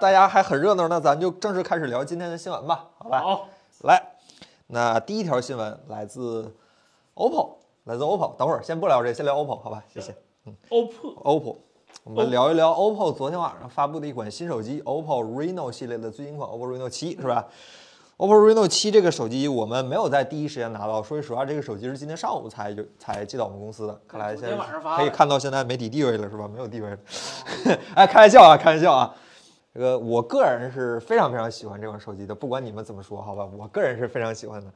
大家还很热闹，那咱就正式开始聊今天的新闻吧，好吧？好，来，那第一条新闻来自 OPPO，来自 OPPO。等会儿先不聊这，先聊 OPPO，好吧？谢谢。 OPPO OPPO，我哦们聊一聊 OPPO 昨天晚上发布的一款新手机 OPPO Reno 系列的最新款 OPPO Reno 七，是吧？OPPO Reno 七这个手机我们没有在第一时间拿到，说句实话，这个手机是今天上午才有才寄到我们公司的，看来昨现天在晚上发可以的看到现在媒体地位了，是吧？没有地位了， 哎，开玩笑啊，开玩笑啊。这个我个人是非常非常喜欢这款手机的，不管你们怎么说，好吧，我个人是非常喜欢的。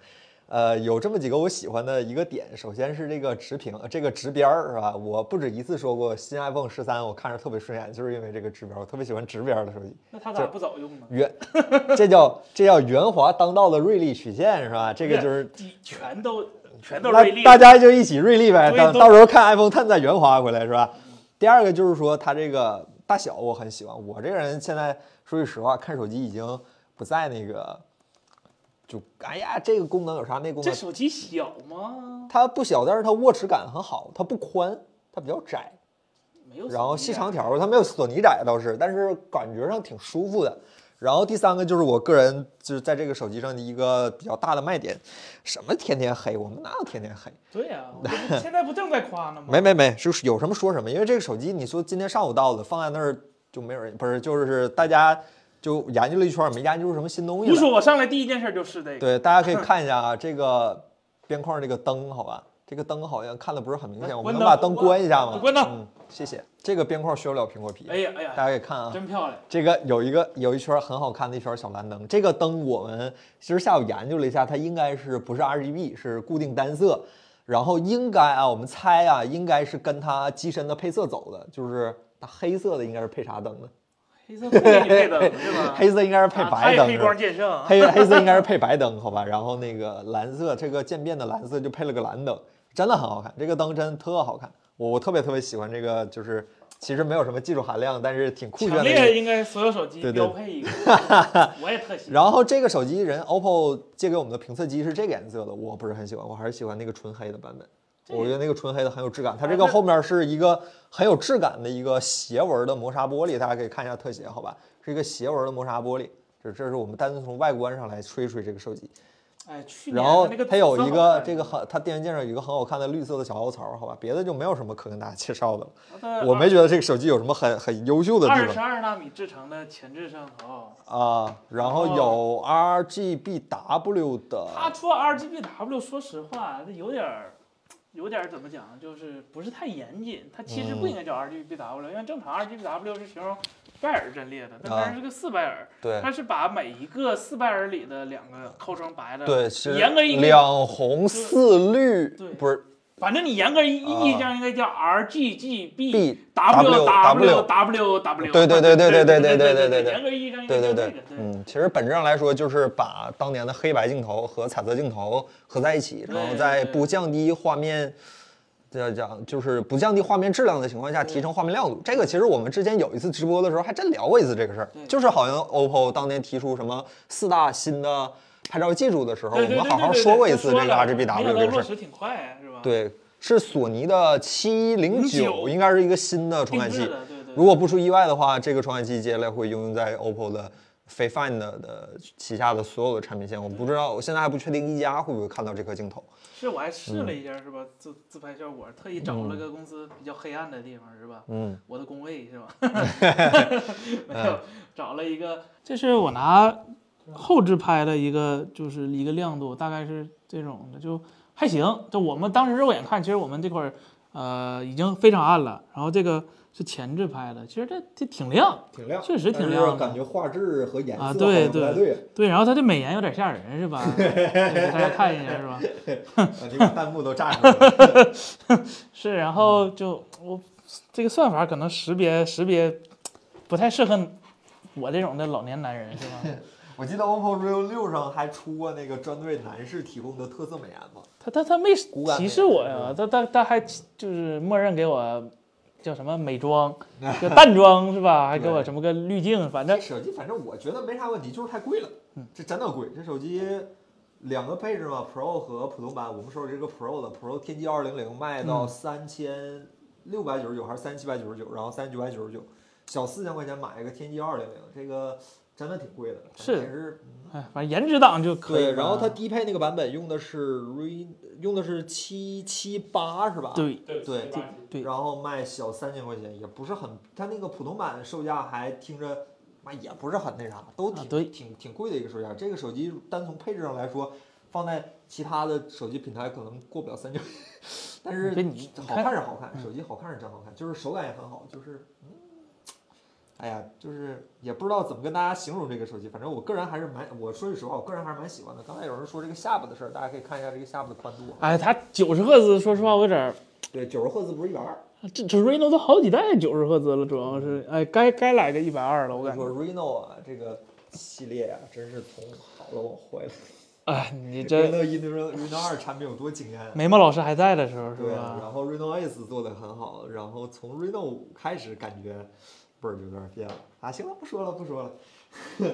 呃，有这么几个我喜欢的一个点，首先是这个直屏，呃这个直边儿是吧？我不止一次说过，新 iPhone 十三我看着特别顺眼，就是因为这个直边儿，我特别喜欢直边儿的手机。那他咋不早用呢？圆， 这叫这叫圆滑当道的锐利曲线是吧？这个 就是嗯不你全都全都那锐利，大家就一起锐利呗，对等都到时候看 iPhone Ten 再圆滑回来是吧？第二个就是说它这个大小我很喜欢，我这个人现在说句实话，看手机已经不在那个，就哎呀这个功能有啥那功这能手机小吗？它不小，但是它握持感很好，它不宽，它比较窄，没有手机啊，然后细长条儿，它没有索尼窄倒是，但是感觉上挺舒服的。然后第三个就是我个人就是在这个手机上的一个比较大的卖点，什么天天黑，我们哪有天天黑？对呀、我这不现在不正在夸呢吗？没没没，就是有什么说什么，因为这个手机你说今天上午到的，放在那儿就没有人，不是就是大家就研究了一圈儿，没研究出什么新东西不来。说，我上来第一件事就是这个。对，大家可以看一下啊，这个边框这个灯，好吧，这个灯好像看的不是很明显，我们哎关能灯把灯关一下吗？关灯嗯，谢谢。这个边框需要不了苹果皮，哎呀大哎呀，家可以看啊。真漂亮！这个有一个有一圈很好看的一圈小蓝灯，这个灯我们其实下午研究了一下，它应该是不是 RGB，是固定单色，然后应该啊，我们猜啊，应该是跟它机身的配色走的，就是它黑色的应该是配啥灯呢？黑色不给你配灯是吧？黑色应该是配啊白太灯，黑光剑圣 啊，黑黑色应该是配白灯，好吧？然后那个蓝色，这个渐变的蓝色就配了个蓝灯，真的很好看，这个灯真特好看，我我特别特别喜欢这个，就是其实没有什么技术含量，但是挺酷炫强的一个烈应该所有手机对对标 配一个。我也特喜欢。然后这个手机人 OPPO 借给我们的评测机是这个颜色的，我不是很喜欢，我还是喜欢那个纯黑的版本。这我觉得那个纯黑的很有质感，它这啊个那后面是一个很有质感的一个斜纹的磨砂玻璃，大家可以看一下特写，好吧？是一个斜纹的磨砂玻璃，这这是我们单纯从外观上来吹一吹这个手机。哎，去年然后的那个它有紫色一好个看这个很，它电源键上有一个很好看的绿色的小凹槽，好吧？别的就没有什么可跟大家介绍的了。它的我没觉得这个手机有什么很很优秀的地呃二方十。二纳米制成的前置摄像头，啊，然后有 RGBW 的，它出 RGBW，说实话，这有点儿，有点儿怎么讲，就是不是太严谨。它其实不应该叫 RGBW，、因为正常 RGBW 是形容拜耳阵列的，但啊它是个四拜耳，对它是把每一个四拜耳里的两个抠成白的。对，是严格意义两红四绿对，不是反正你严格意啊义上应该叫 RGGB。 B W W W W 对对对对对对对对对对对对对严格意义上应对该对叫对这个，，对，嗯，其实本质上来说就是把当年的黑白镜头和彩色镜头合在一起，然后对在对不降低画面，这样讲就是不降低画面质量的情况下提升画面亮度。这个其实我们之前有一次直播的时候还真聊过一次这个事儿对，就是好像 OPPO 当年提出什么四大新的拍照技术的时候，我对对们对好好对对说过一对次说这个了 RGBW 没想这到个事落儿。实挺快，是吧？对，是索尼的七零九， 09应该是一个新的传定感制器。的，对对。如果不出意外的话，这个传感器接下来会应用在 OPPO 的 Find Find 的呃旗下的所有的产品线。我不知道，我现在还不确定一加会不会看到这颗镜头。是我还试了一下，是吧？自自拍效果，特意找了个公司比较黑暗的地方，是吧？嗯，我的工位是吧？ 没有，找了一个，这是我拿后置拍的一个，就是一个亮度，大概是这种的，就还行。就我们当时肉眼看，其实我们这块儿呃已经非常暗了，然后这个是前置拍的，其实这这挺亮，挺亮确实挺亮的。觉画质和颜色啊对好像不太对。对，然后它这美颜有点吓人，是吧？对大家看一下，是吧？啊，你把弹幕都炸出来了。 是，然嗯后就我这个算法可能识别识别不太适合我这种的老年男人，是吧？ 我记得 OPPO Reno 六上还出过那个专为男士提供的特色美颜嘛。他他他没骨感提美示我是吧呀，他他他还就是默认给我叫什么美 妆，叫淡妆是吧？还给我对什么个滤镜，反这正手机反正我觉得没啥问题，就是太贵了。这真的贵。这手机两个配置嘛，Pro 和普通版。我们手里这个 Pro 的，Pro 天嗯玑二零零卖到三千六百九十九还是三七百九十九，然后三九百九十九，小四千块钱买一个天玑二零零，这个真的挺贵的，是也是哎，反正颜值党就可以了。对。然后它低配那个版本用的是 Re，用的是七七八是吧？啊对对对七八级对然后卖小三千块钱，也不是很，它那个普通版售价还听着，妈也不是很那啥，都挺、啊对挺挺贵的一个售价。这个手机单从配置上来说，放在其他的手机品牌可能过不了三千，但是对你你好看看是好看，嗯手机好看是真好看，就是手感也很好，就是嗯，哎呀，就是也不知道怎么跟大家形容这个手机，反正我个人还是蛮，我说句实话，我个人还是蛮喜欢的。刚才有人说这个下巴的事儿，大家可以看一下这个下巴的宽度啊，哎，它九十赫兹，说实话我有点儿，对，九十赫兹不是一百二。这这 Reno 都好几代九十赫兹了，主要是哎，该该来个一百二了，我跟感你觉说。Reno 啊，这个系列啊，真是从好了往坏了。哎，你这 Reno 一、Reno Reno 二产品有多惊艳啊？眉毛老师还在的时嗯候是对啊，吧？然后 Reno Ace 做的很好，然后从 Reno 五开始感觉味儿就有点变了啊。行了，不说了，不说了，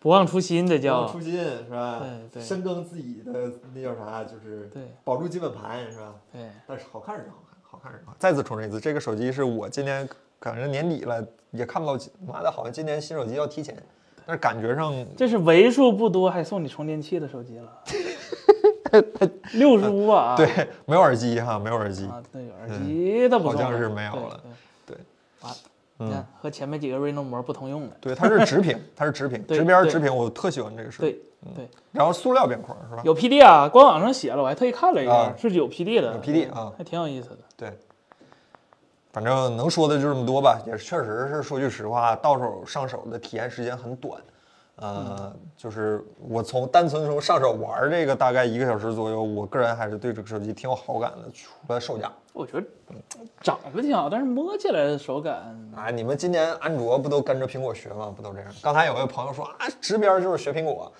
不忘初心，这要叫出新是吧？对对深耕自己的那叫啥，就是对保住基本盘是吧？对，但是好看是好看，好看是好看。再次重申一次，这个手机是我今年赶上年底了，也看不到，妈的，好像今年新手机要提前，但是感觉上这是为数不多还送你充电器的手 机了，六十五瓦。对， 没有耳机哈，没有耳机。啊，对，耳机的不好送像了是没有了。对对，嗯完了，你看和前面几个 Reno 膜不通用了。对，它是直屏，它是直屏，对直边儿对直屏，我特喜欢这个事。对，对，然后塑料边框是吧？有 PD 啊，官网上写了，我还特意看了一下嗯啊，是有 PD 的，有 PD 啊还挺有意思的。对，反正能说的就这么多吧。也确实是说句实话，到手上手的体验时间很短。呃，嗯就是我从单纯从上手玩儿这个大概一个小时左右，我个人还是对这个手机挺有好感的，除了售价。我觉得长得挺好，但是摸起来的手感，啊，你们今年安卓不都跟着苹果学吗？不都这样？刚才有位朋友说啊，直边就是学苹果。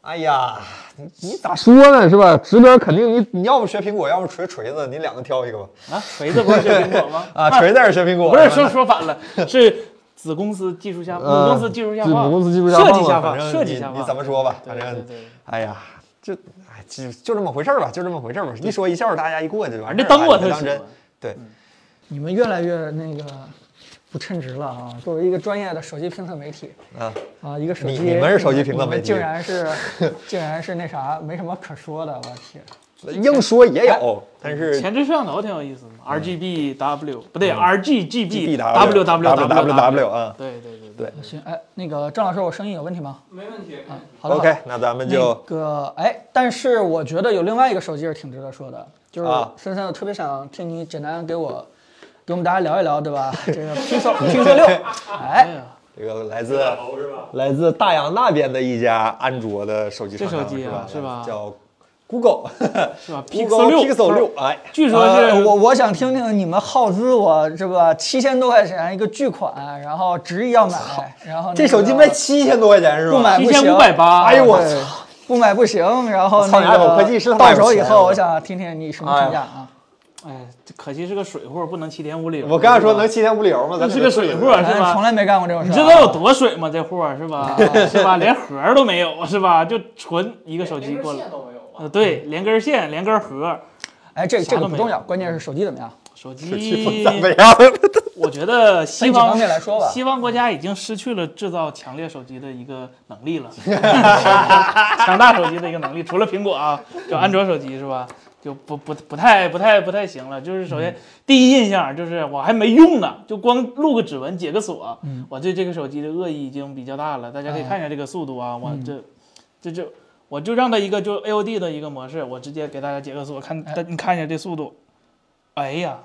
哎呀，你你咋说呢？是吧？直边肯定你你要不学苹果，要不锤锤子，你两个挑一个吧。？啊，锤子不是苹果吗啊，锤子也是学苹果，不吧是说说反了，是子公司技术下，母呃公司技术下自放，母公司技术下设放计嘛下反放，正设计你下你放，怎么说吧，对反对正对对哎呀，就哎就就这么回事儿吧，就这么回事儿吧，一说一笑，大家一过去完反正事这儿了。灯我别特当喜欢真，。对，嗯你们越来越那个不称职了啊！作为一个专业的手机评测媒体啊，啊，一个手你机你们是手机评测你们媒体竟然是竟然是那啥，没什么可说的，我天！硬说也有，但是哎前置摄像头挺有意思的，RGBW 嗯不对，RGGB W W W 啊。对对对对行，哎，那个郑老师，我声音有问题吗？没问题。啊，好的。好的 OK，那咱们就那个哎，但是我觉得有另外一个手机是挺值得说的，就是啊深深，我特别想听你简单给我给我们大家聊一聊，对吧？这 个 Pixel Pixel 六，哎，呀，这个来自大头是吧？来自大洋那边的一家安卓的手机厂商，这手机啊是是吧吧？叫 Google 是吧 Google 六 Pixel 六，哎，据 说是、呃我我想听听你们耗资我这个七千多块钱一个巨款，然后执意要买， 然后那个这手机嗯卖七千多块钱是吧？不买七不行千五百八，哎呦我对操！不买不行，然后操那你个 Apple 科技是他妈到有手以钱后，了我想听听你什么评价啊？哎，这可惜是个水货，不能七点五零。我刚才说能七天无理由吗？咱这是个水货啊，是咱哎吧？从来没干过这种事你儿啊，知道有多水吗？这货 是吧？是吧？连盒儿都没有是吧？就纯一个手机过来连根线，都没有啊。呃，对，连根线，连根盒儿，哎，这啥这都个没不重有要，关键是手机怎么样？手 气氛机怎么样？我觉得西分几方方面来说吧西方国家已经失去了制造强烈手机的一个能力 了，强大手机的一个能力，除了苹果啊，就安卓手机是吧？就不不不太不太不太行了。就是首先嗯第一印象就是我还没用呢，就光录个指纹解个锁，嗯我对这个手机的恶意已经比较大了。大家可以看一下这个速度啊，我这这就我就让它一个就 AOD 的一个模式，我直接给大家解个锁，看大你看一下这速度，哎呀。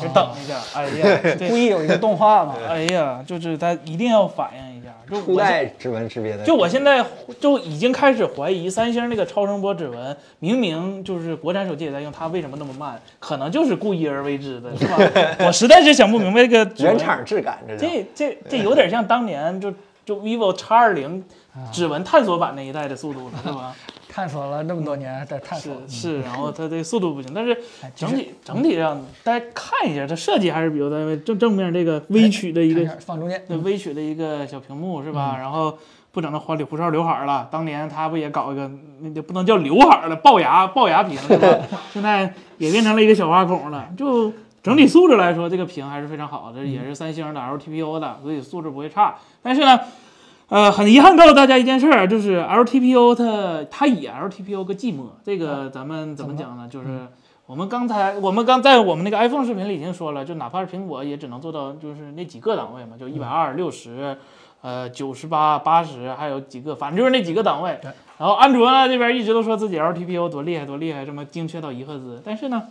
就等一下，哎呀，这故 意有一个动画嘛？哎呀，就是他一定要反应一下。就初我现代指纹识别的，就我现在就已经开始怀疑三星那个超声波指纹，明明就是国产手机也在用，它为什么那么慢？可能就是故意而为之的，是吧？我实在是想不明白这个指纹原厂质感，这叫这 这这有点像当年就就 vivo X 二零啊指纹探索版那一代的速度了，是 吧？探索了那么多年，在探索嗯是。是，然后它这速度不行，但是哎其整实体整体上大家看一下，它设计还是比较到位，正正面这个微曲的一看一个下放中间，那微曲的一个小屏幕是吧？然后不整那花里胡哨刘海儿了。当年他不也搞一个，那就不能 叫刘海儿了，龅牙龅牙屏是吧？现在也变成了一个小挖孔了。就整体素质来说，这个屏还是非常好的，也是三星的 LTPO 的，所以素质不会差。但是呢，呃，很遗憾告诉大家一件事儿，就是 LTPO 它它以 LTPO 个寂寞，这个咱们嗯怎么嗯讲呢？就是我们刚才我们刚在我们那个 iPhone 视频里已经说了，就哪怕是苹果也只能做到就是那几个档位嘛，就一百二、六十。呃，九十八、八十，还有几个，反正就是那几个档位。然后安卓呢这边一直都说自己 LTPO 多厉害多厉害，这么精确到一赫兹，但是呢，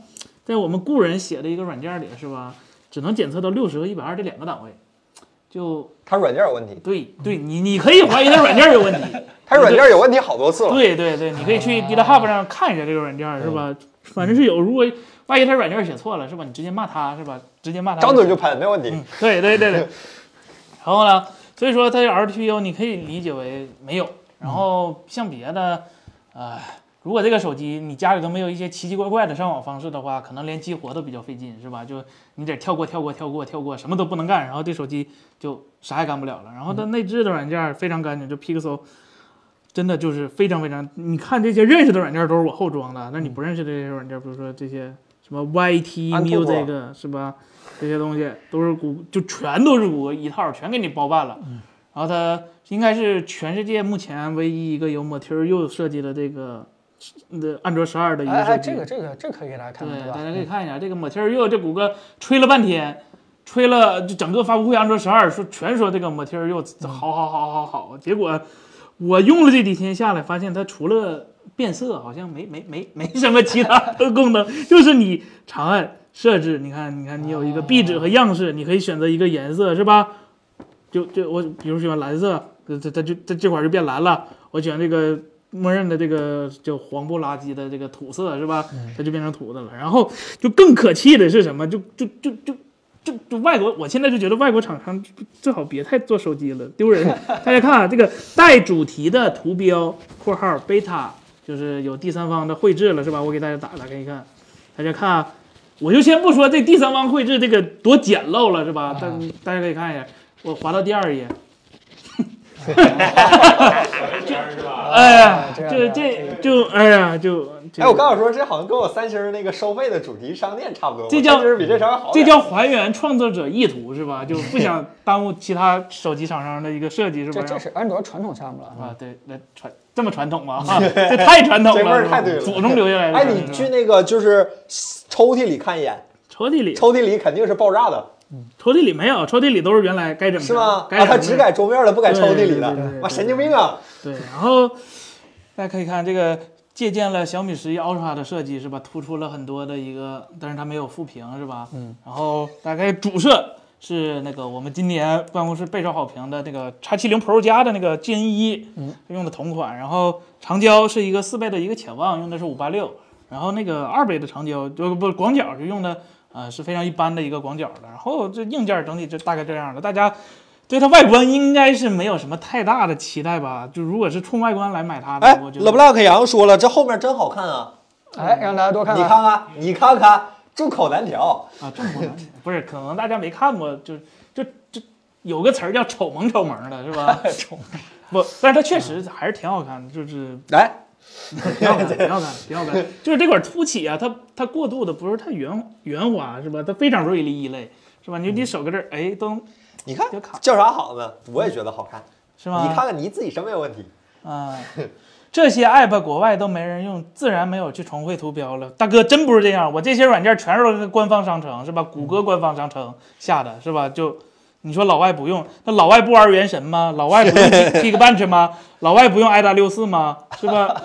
在我们故人写的一个软件里是吧，只能检测到六十和一百二这两个档位，就它软件有问题，对对，你你可以怀疑它软件有问题，它软件有问题好多次了。对对对，你可以啊去 GitHub 上看一下这个软件是嗯吧？反正是有，如果万一它软件写错了是吧？你直接骂它是吧？直接骂它。张嘴就喷，没问题。嗯对对 对对。然后呢，所以说它这 LTPO 你可以理解为没有。然后像别的，呃，如果这个手机你家里头没有一些奇奇怪怪的上网方式的话，可能连激活都比较费劲，是吧？就你得跳过、跳过、跳过、跳过，什么都不能干，然后这手机就啥也干不了了。然后它内置的软件非常干净，就 Pixel。真的就是非常非常，你看这些认识的软件都是我后装的，那你不认识的这些软件，比如说这些什么 YT 安兔兔 Music 是吧？这些东西都是谷，就全都是谷歌一套，全给你包办了。然后它应该是全世界目前唯一一个由 Material 设计的这个呃安卓十二的一哎个手哎，机。这个这个这个可以给大家看看，对，对吧嗯大？家可以看一下这个 Material，这谷歌吹了半天，吹了就整个发布会，安卓十二说全说这个 Material 嗯好好好好好，结果我用了这几天下来，发现它除了变色，好像没没没没什么其他的功能， 就是你长按设置，你看你看你有哦一个壁纸和样式，你可以选择一个颜色是吧？就就我比如喜欢蓝色，呃它它它就它这块儿就变蓝了，我选这个默认的这个叫黄不拉几的这个土色是吧？它就变成土的了。然后就更可气的是什么？就就就就就就外国，我现在就觉得外国厂商最好别太做手机了，丢人。大家看啊，这个带主题的图标（括号 beta） 就是有第三方的绘制了是吧？我给大家打打开一看，大家看啊，我就先不说这第三方绘制这个多简陋了是吧？但大家可以看一下，我滑到第二页，哎呀，这就样这这样就哎呀就。这哎，我刚想说，这好像跟我三星那个收费的主题商店差不多。这叫就是比这稍微好这点。叫还原创作者意图是吧？就不想耽误其他手机厂商的一个设计是吧这？这是安卓传统项目了啊，对，那传这么传统 吗？啊，这太传统这味了，儿是吧太对了祖宗留下来的。哎，你是吧去那个就是抽屉里看一眼，抽屉里，抽屉里肯定是爆炸的，抽屉里没有，抽屉里都是原来该整的，是吗？该啊，整他的只改桌面了，不改抽屉里对对对对了。对哇，神经病啊！对，然后大家可以看这个借鉴了小米十一 Ultra 的设计是吧？突出了很多的一个，但是它没有副屏是吧？嗯。然后大概主摄是那个我们今年办公室备受好评的这个 X70 Pro 加的那个 Gen 一，嗯，用的同款。然后长焦是一个四倍的一个潜望，用的是五八六，然后那个二倍的长焦就不广角就用的。呃，是非常一般的一个广角的，然后这硬件整体就大概这样的，大家对它外观应该是没有什么太大的期待吧？就如果是冲外观来买它的，哎我觉得，LeBlanc 杨说了，这后面真好看啊！啊。哎，让大家多看你看看，你看看，众口难调。啊，这么多难 点不是，可能大家没看过，就就就有个词儿叫丑萌丑萌的，是吧？ 丑不，但是它确实还是挺好看的，就是来，挺好看的，挺好看的，挺好 看的。就是这块凸起啊，它它过度的不是太圆圆滑，是吧？它非常锐利一类，是吧？你就你手搁这儿，哎，都你看就卡叫啥好呢？我也觉得好看。是吗？你看看你自己审美有问题。啊，这些 app 国外都没人用，自然没有去重绘图标了。大哥，真不是这样，我这些软件全是官方商城，是吧？谷歌官方商城下的是吧？就你说老外不用，那老外不玩原神吗？老外不用 Tik- Geekbench 吗？ 老外不用 IDA 六四吗？是吧？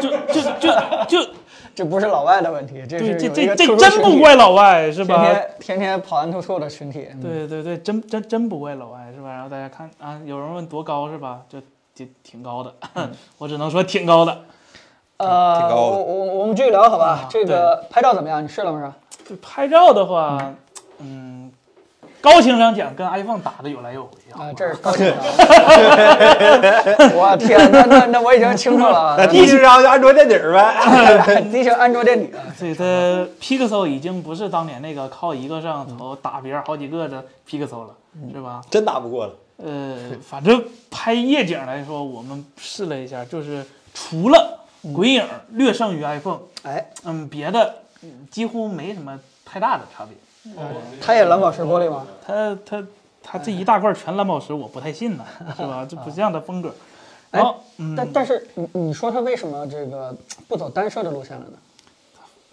就就就就这不是老外的问题，这对，是这有一这这个特殊真群不体怪老外是天吧？天天天跑完兔兔的群体，嗯，对对对，真真真不会楼哎，是吧？然后大家看啊，有人问多高是吧？就就挺高的，嗯 我只能说挺高的。挺呃，高的我我我们继续聊好吧啊？这个拍照怎么样？你试了吗？就拍照的话，嗯，高情商讲跟 iPhone 打的有来有回啊，这是高清啊！ 我天，那那那我已经清楚了，啊一直让就安卓垫底儿呗。你已经安卓垫啊底了。所以它 Pixel 已经不是当年那个靠一个摄像头打别人好几个的 Pixel 了，嗯是吧？真打不过了。呃，反正拍夜景来说，我们试了一下，就是除了嗯鬼影略胜于 iPhone，哎，嗯，别的嗯几乎没什么太大的差别。它也蓝宝石玻璃吗？它它它这一大块全蓝宝石，我不太信呢，是吧？这不像它风格。然后，嗯，哎但但是你你说它为什么这个不走单射的路线了呢？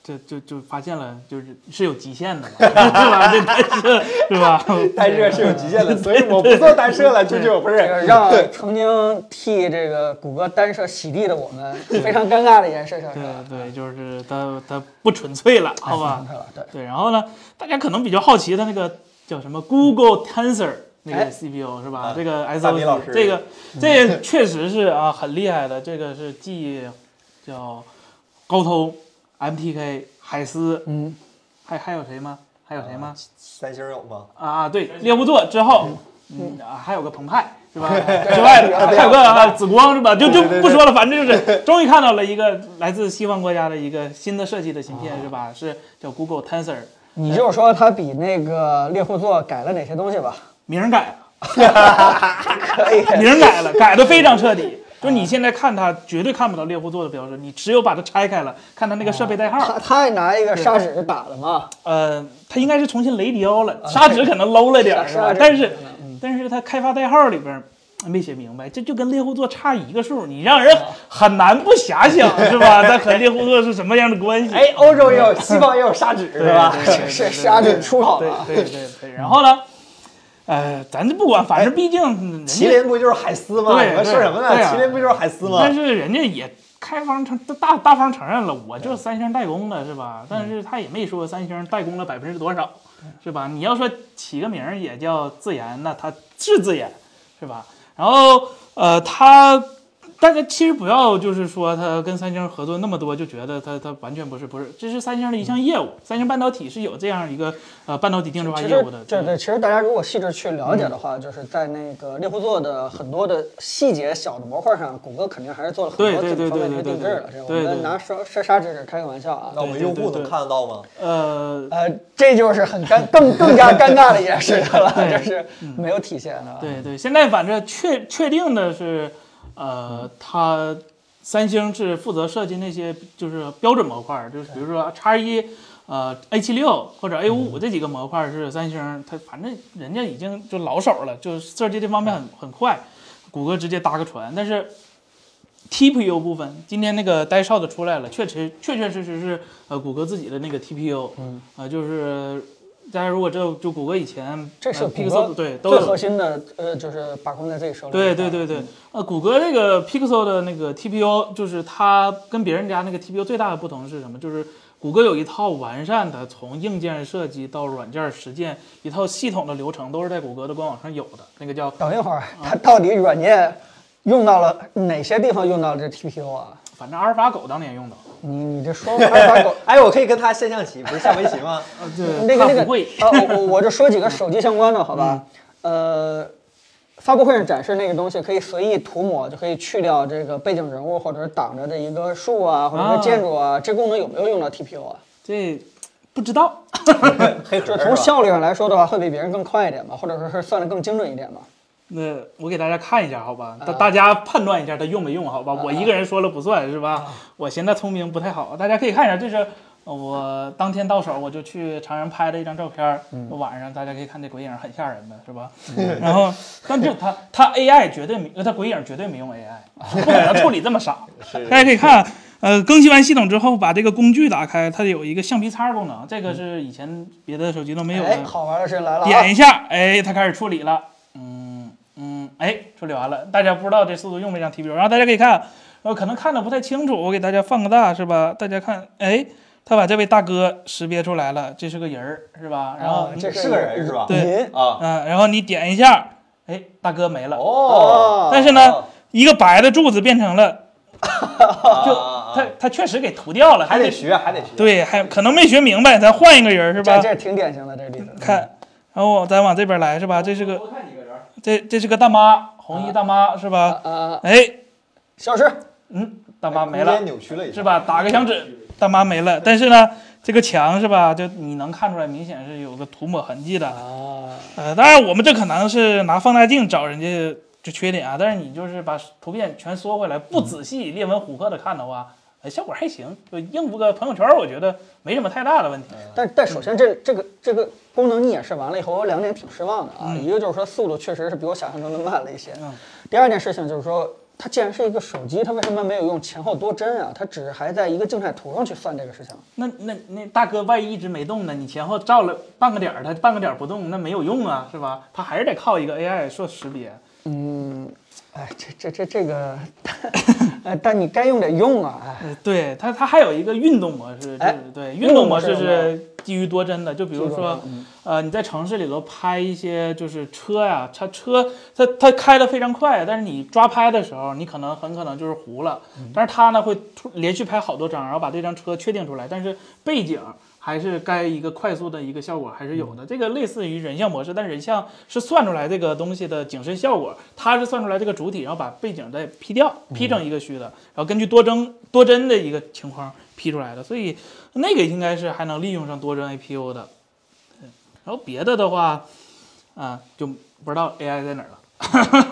这就就发现了，就是是有极限的嘛， 是吧？这但是是吧？ 单 射是有极限的，所以我不做单射了，舅舅不这个是让曾经替这个谷歌单射洗地的我们非常尴尬的一件事情，是吧嗯对对，就是它它不纯粹了，好吧？是吧？对，对，然后呢，大家可能比较好奇它那个叫什么 Google Tensor 那哎个 CPU 是吧啊？这个大明老 SoC 师嗯这个这个确实是啊很厉害的，这个是继叫高通、MTK、海思，嗯，还还有谁吗？还有谁吗？三星有吗？啊，对，猎户座之后，嗯，啊还有个澎 湃是吧？之外，还有个啊紫光是吧？就就不说了，反正就是终于看到了一个来自西方国家的一个新的设计的芯片是 吧？是叫 Google Tensor，你就说它比那个猎户座改了哪些东西吧。名儿改了， 可以， 名儿改了，改的非常彻底。就是你现在看它，绝对看不到猎户座的标志，你只有把它拆开了，看它那个设备代号，他他也拿一个砂纸打的嘛，呃，它应该是重新雷雕了，砂纸可能 low 了点儿，是吧啊砂纸？但是但是它开发代号里边儿没写明白，这就跟猎户座差一个数，你让人很难不遐想，是吧？它和猎户座是什么样的关系？哎，欧洲也有，西方也有砂纸是吧？对对对是对是砂纸出口对的。对对对，然后呢？呃，咱就不管，反正毕竟人家麒麟不就是海思吗？对你们说对什么呢？对啊麒麟不就是海思吗？但是人家也开方承大大方承认了，我就是三星代工的，是嗯吧？但是他也没说三星代工了百分之多少，是吧？你要说起个名儿也叫自研，那它是自研，是吧？然后呃，它大家其实不要就是说它跟三星合作那么多，就觉得它它完全不是不是，这是三星的一项业务。三星半导体是有这样一个呃半导体定制化其业实务的，对对，其实大家如果细致去了解的话，就是在那个猎户座的很多的细节小的模块上，谷歌肯定还是做了很多对自对己对方面对的对定制了。这对个我对们对拿砂砂砂纸只开个玩笑啊那。我们对用对户对能看得到吗？。呃，呃，这就是很尴更更加尴尬的一件事情了，对嗯就是没有体现啊。对对，现在反正确确定的是，嗯呃，它三星是负责设计那些就是标准模块儿，就是比如说 X 一、呃 A 七六或者 A 嗯五五这几个模块儿是三星，它反正人家已经就老手了，就是设计这方嗯面很很快，谷歌直接搭个船，但是。TPU 部分，今天那个 d i s h o 的出来了，确实确确实实是呃谷歌自己的那个 TPU，嗯，啊、就是大家如果知道，就谷歌以前这是呃谷 Pixel 歌对都最有核心的，呃，就是把控在自己手里。啊对对对对，呃，谷歌这个 Pixel 的那个 TPU，就是它跟别人家那个 TPU 最大的不同是什么？就是谷歌有一套完善的从硬件设计到软件实践一套系统的流程，都是在谷歌的官网上有的，那个叫等一会儿，它到底软件用到了哪些地方用到了这 TPU 啊？反正阿尔法狗当年用的，你你这说法把狗哎，我可以跟他下象棋，不是下围 棋吗？呃，对，啊那个那它个不会，啊，我我我就说几个手机相关的，好吧？呃，发布会上展示那个东西可以随意涂抹，就可以去掉这个背景人物或者是挡着的一个树啊，或者啊是建筑啊，这功能有没有用到 TPU 啊？这不知道，黑就是从盒是吧？效率上来说的话，会比别人更快一点嘛，或者说是算的更精准一点嘛？那我给大家看一下，好吧？大大家判断一下它用没用，好吧？我一个人说了不算，是吧？我嫌它聪明不太好，大家可以看一下，这是呃我当天到手我就去长安拍的一张照片儿，晚上大家可以看这鬼影很吓人的，是吧？ 然后，但是它它 AI 绝对没，呃它鬼影绝对没用 AI，不可能处理这么傻。大家可以看。呃，更新完系统之后，把这个工具打开，它有一个橡皮擦功能，这个是以前别的手机都没有的。哎，好玩的事来了啊点！一下，哎，它开始处理了，嗯嗯，哎，处理完了，大家不知道这速度用没上 TPU，然后大家可以看，呃，可能看的不太清楚，我给大家放个大是吧？大家看，哎，他把这位大哥识别出来了，这是个人儿是吧？然后啊你，这是个人是吧对银啊、啊，然后你点一下，哎，大哥没了，哦，但是呢，一个白的柱子变成了，就啊他他确实给涂掉了，啊还得这学，还得学。对，还可能没学明白，咱换一个人儿是吧这？这挺典型的这例子。看，然后我咱往这边来是吧？这是个。多看几个人儿，这这是个大妈，红衣大妈是啊吧？啊，哎，消失。嗯，大妈没哎空了间扭曲了一下，是吧？打个响指，大妈没了。但是呢，这个墙是吧？就你能看出来，明显是有个涂抹痕迹的。啊，呃，当然我们这可能是拿放大镜找人嗯家就缺点啊，但是你就是把图片全缩回来，不仔细列文虎克的看的话，呃效果还行，就应付个朋友圈，我觉得没什么太大的问题。嗯但但首先这这个这个功能你也是完了以后，我有两点挺失望的啊，一个就是说速度确实是比我想象中的慢了一些，第二件事情就是说。它既然是一个手机，它为什么没有用前后多帧啊？它只是还在一个静态图上去算这个事情。那那那大哥，万一一直没动呢？你前后照了半个点儿，他半个点儿不动，那没有用啊，是吧？他还是得靠一个 AI 做识别。哎，这这这这个， 呃，但你该用得用啊，哎，呃，对它，它还有一个运动模式，就哎是对运运动动模模式式有没是基于多帧的，就比基于如多说帧，呃，你在城市里头拍一些就是车呀、它车它它开的非常快，但是你抓拍的时候，你可能很可能就是糊了，但是它呢会突连续拍好多张，然后把这张车确定出来，但是背景。还是该一个快速的一个效果还是有的，这个类似于人像模式，但人像是算出来这个东西的景深效果，它是算出来这个主体，然后把背景再 P 掉，P 成一个虚的，然后根据多帧多帧的一个情况 P 出来的，所以那个应该是还能利用上多帧 APU 的。对然后别的的话，啊、就不知道 AI 在哪儿了。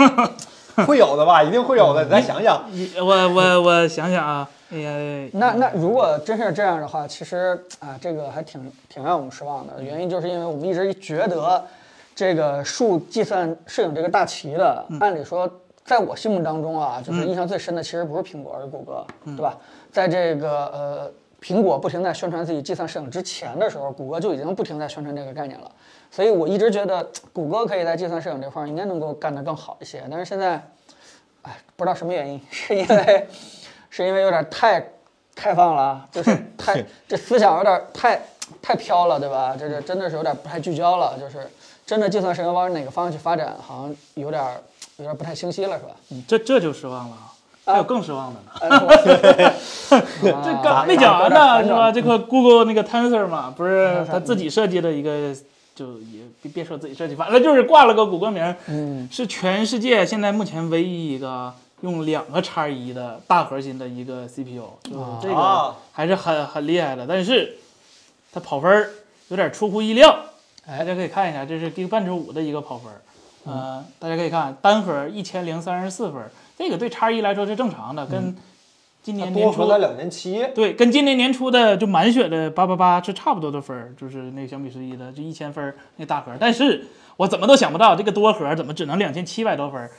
会有的吧，一定会有嗯的，你再想想。你我我我想想啊，AI 啊那那如果真是这样的话，其实啊，这个还挺挺让我们失望的。原因就是因为我们一直觉得这个数计算摄影这个大旗的，按理说，在我心目当中啊，就是印象最深的其实不是苹果，而是谷歌，对吧？在这个呃苹果不停在宣传自己计算摄影之前的时候，谷歌就已经不停在宣传这个概念了。所以我一直觉得谷歌可以在计算摄影这块儿应该能够干得更好一些，但是现在。哎，不知道什么原因， 是因为是因为有点太开放了啊，就是 太这思想有点太太飘了，对吧？这这真的是有点不太聚焦了，就是真的计算神往哪个方向去发展，好像有点有点不太清晰了，是吧？嗯 这这就失望了啊，还有更失望的呢。哎我啊这刚没讲完呢，是吧？？有点反转嗯这块 Google 那个 Tensor 嘛，不是 Tensor，他自己设计的一个，就也别别说自己设计，反正就是挂了个谷歌名儿，嗯，是全世界现在目前唯一一个用两个叉一的大核心的一个 CPU，就是嗯这个啊还是很很厉害的，但是它跑分儿有点出乎意料。大家可以看一下，这是 Geekbench 五的一个跑分儿，呃，大家可以看单核一千零三十四分儿，这个对叉一来说是正常的，跟今年年多初出了两年哎七，对，跟今年年初的就满血的八八八是差不多的分儿，就是那个相比十一的就一千分儿那大盒儿，但是我怎么都想不到这个多盒儿怎么只能两千七百多分儿，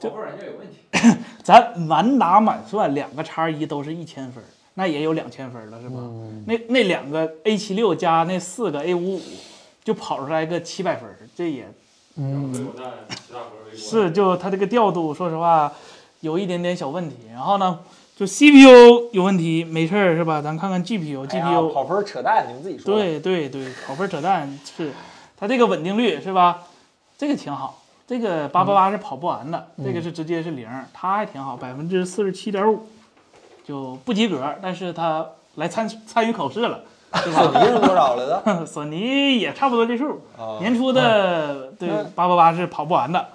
这跑步软件有问题。咱满打满算两个叉一都是一千分儿，那也有两千分儿了是吧？那那两个 A 七六加那四个 A 五五就跑出来个七百分儿，这也嗯，其他活儿为过是，就它这个调度，说实话，有一点点小问题。然后呢，就 CPU 有问题，没事儿是吧？咱看看 GPU，GPU、哎呀跑分儿扯淡，你们自己说。，对对对，跑分扯淡是，它这个稳定率是吧？这个挺好，这个八八八是跑不完的，这个是直接是零，它还挺好，百分之四十七点五，就不及格，但是它来参参与考试了， 对索吧？尼是多少来的？ 索尼也差不多这数，啊年初的对嗯八八八是跑不完的，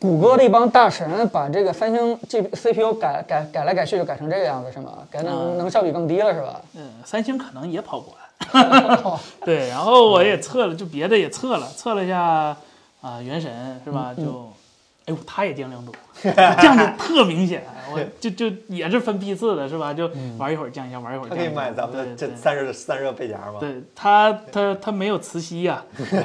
谷歌那帮大神把这个三星 G CPU 改改改来改去，就改成这个样子，是吗？改啊能能效比更低了，是吧？嗯，三星可能也跑不完。 对，然后我也测了，就别的也测了，测了一下啊、原神是嗯吧？就，哎呦，它也降亮度，降的特明显，我就就也是分批次的是吧？就玩一会儿降一下，玩一会儿嗯他降一下。可以买咱们的对这对散热散热背夹吗？对它它它没有磁吸 呀、呃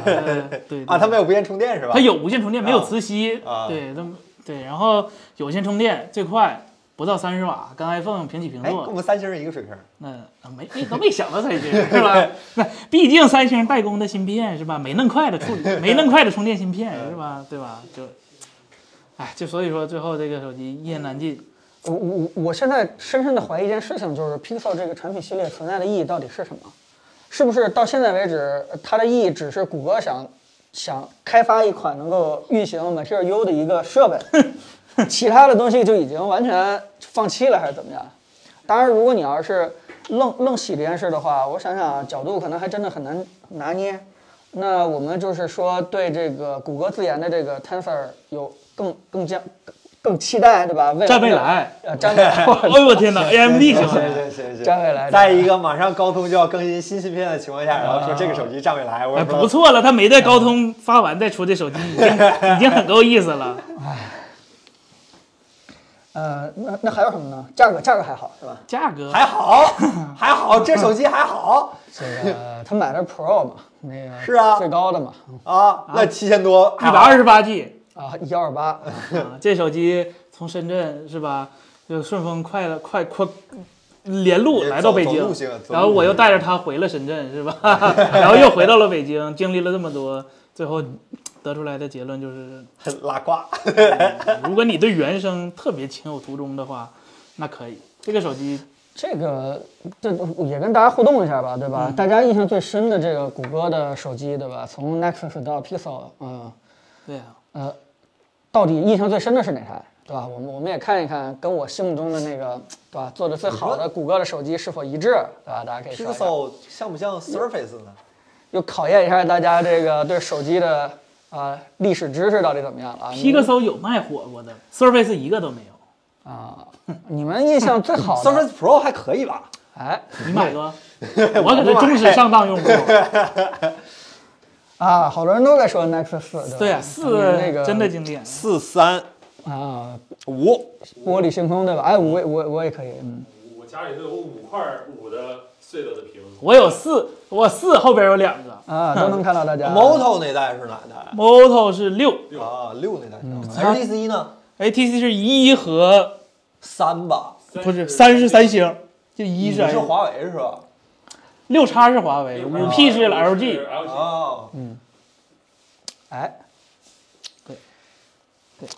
对对啊，它没有无线充电是吧？它有无线充电，没有啊磁吸。啊对，它对，然后有线充电最快不到三十瓦，跟 iPhone 平起平哎，坐。跟我们三星是一个水平。那啊没没都没想到三星是吧？ 那毕竟三星代工的芯片是吧？没那么快的处理，没那么快的充电芯片是吧？对吧？就，哎，就所以说最后这个手机一言难尽。我我我现在深深的怀疑一件事情，就是 Pixel 这个产品系列存在的意义到底是什么？是不是到现在为止，它的意义只是谷歌想想开发一款能够运行 Material U 的一个设备， 其他的东西就已经完全放弃了，还是怎么样？当然，如果你要是愣愣洗这件事的话，我想想啊角度可能还真的很难拿捏。那我们就是说对这个谷歌自研的这个 Tensor 有更更加更期待，对吧？未来站未来呃，站 未来，哎呦我天哪，AMD 行吗？ 行行行行，站未来在一个马上高通就要更新新芯片的情况下，然后说这个手机站未来，我哎，也不不知道错了，他没在高通发完再出这手机，已经已经很够意思了。呃，那那还有什么呢？价格价格还好是吧？价格 还好，还好，这手机还好这个他买的 Pro 嘛，那个是啊最高的嘛，啊，那七千多，一百二十八 G，啊一二八，啊，这手机从深圳是吧？就顺丰快了，快快连路来到北走走京路行走路，行然后我又带着它回了深圳是吧？然后又回到了北京，经历了这么多，最后得出来的结论就是，很拉胯。如果你对原声特别情有独钟的话，那可以，这个手机这个这也跟大家互动一下吧，对吧？大家印象最深的这个谷歌的手机，对吧？从 Nexus 到 Pixel，嗯对啊，呃，到底印象最深的是哪台，对吧？我们我们也看一看，跟我心目中的那个，对吧？做的最好的谷歌的手机是否一致，对吧？大家可以刷一下 Pixel 像不像 Surface 呢？又考验一下大家这个对手机的啊、呃历史知识到底怎么样了啊？你 Pixel 有卖火过的，Surface 一个都没有，啊，你们印象最好的， Surface Pro 还可以吧？哎你买过？我可是忠实上当用户。啊，好多人都在说 Nexus 四，吧 对啊，当四年那个真的经典。四三啊，五，玻璃星空对吧？哎，我也我也我也可以，嗯，我家里头有五块五的碎了的屏，我有四，我四后边有两个啊，都能看到大家。 Moto 那代是哪代？ ，Moto 是六啊，六那代嗯是吧，HTC 呢？ ，ATC 是一和三吧？不是三是三星，就一你是是华为是吧？六叉是华为，五 P 是 LG， LG，啊，哎，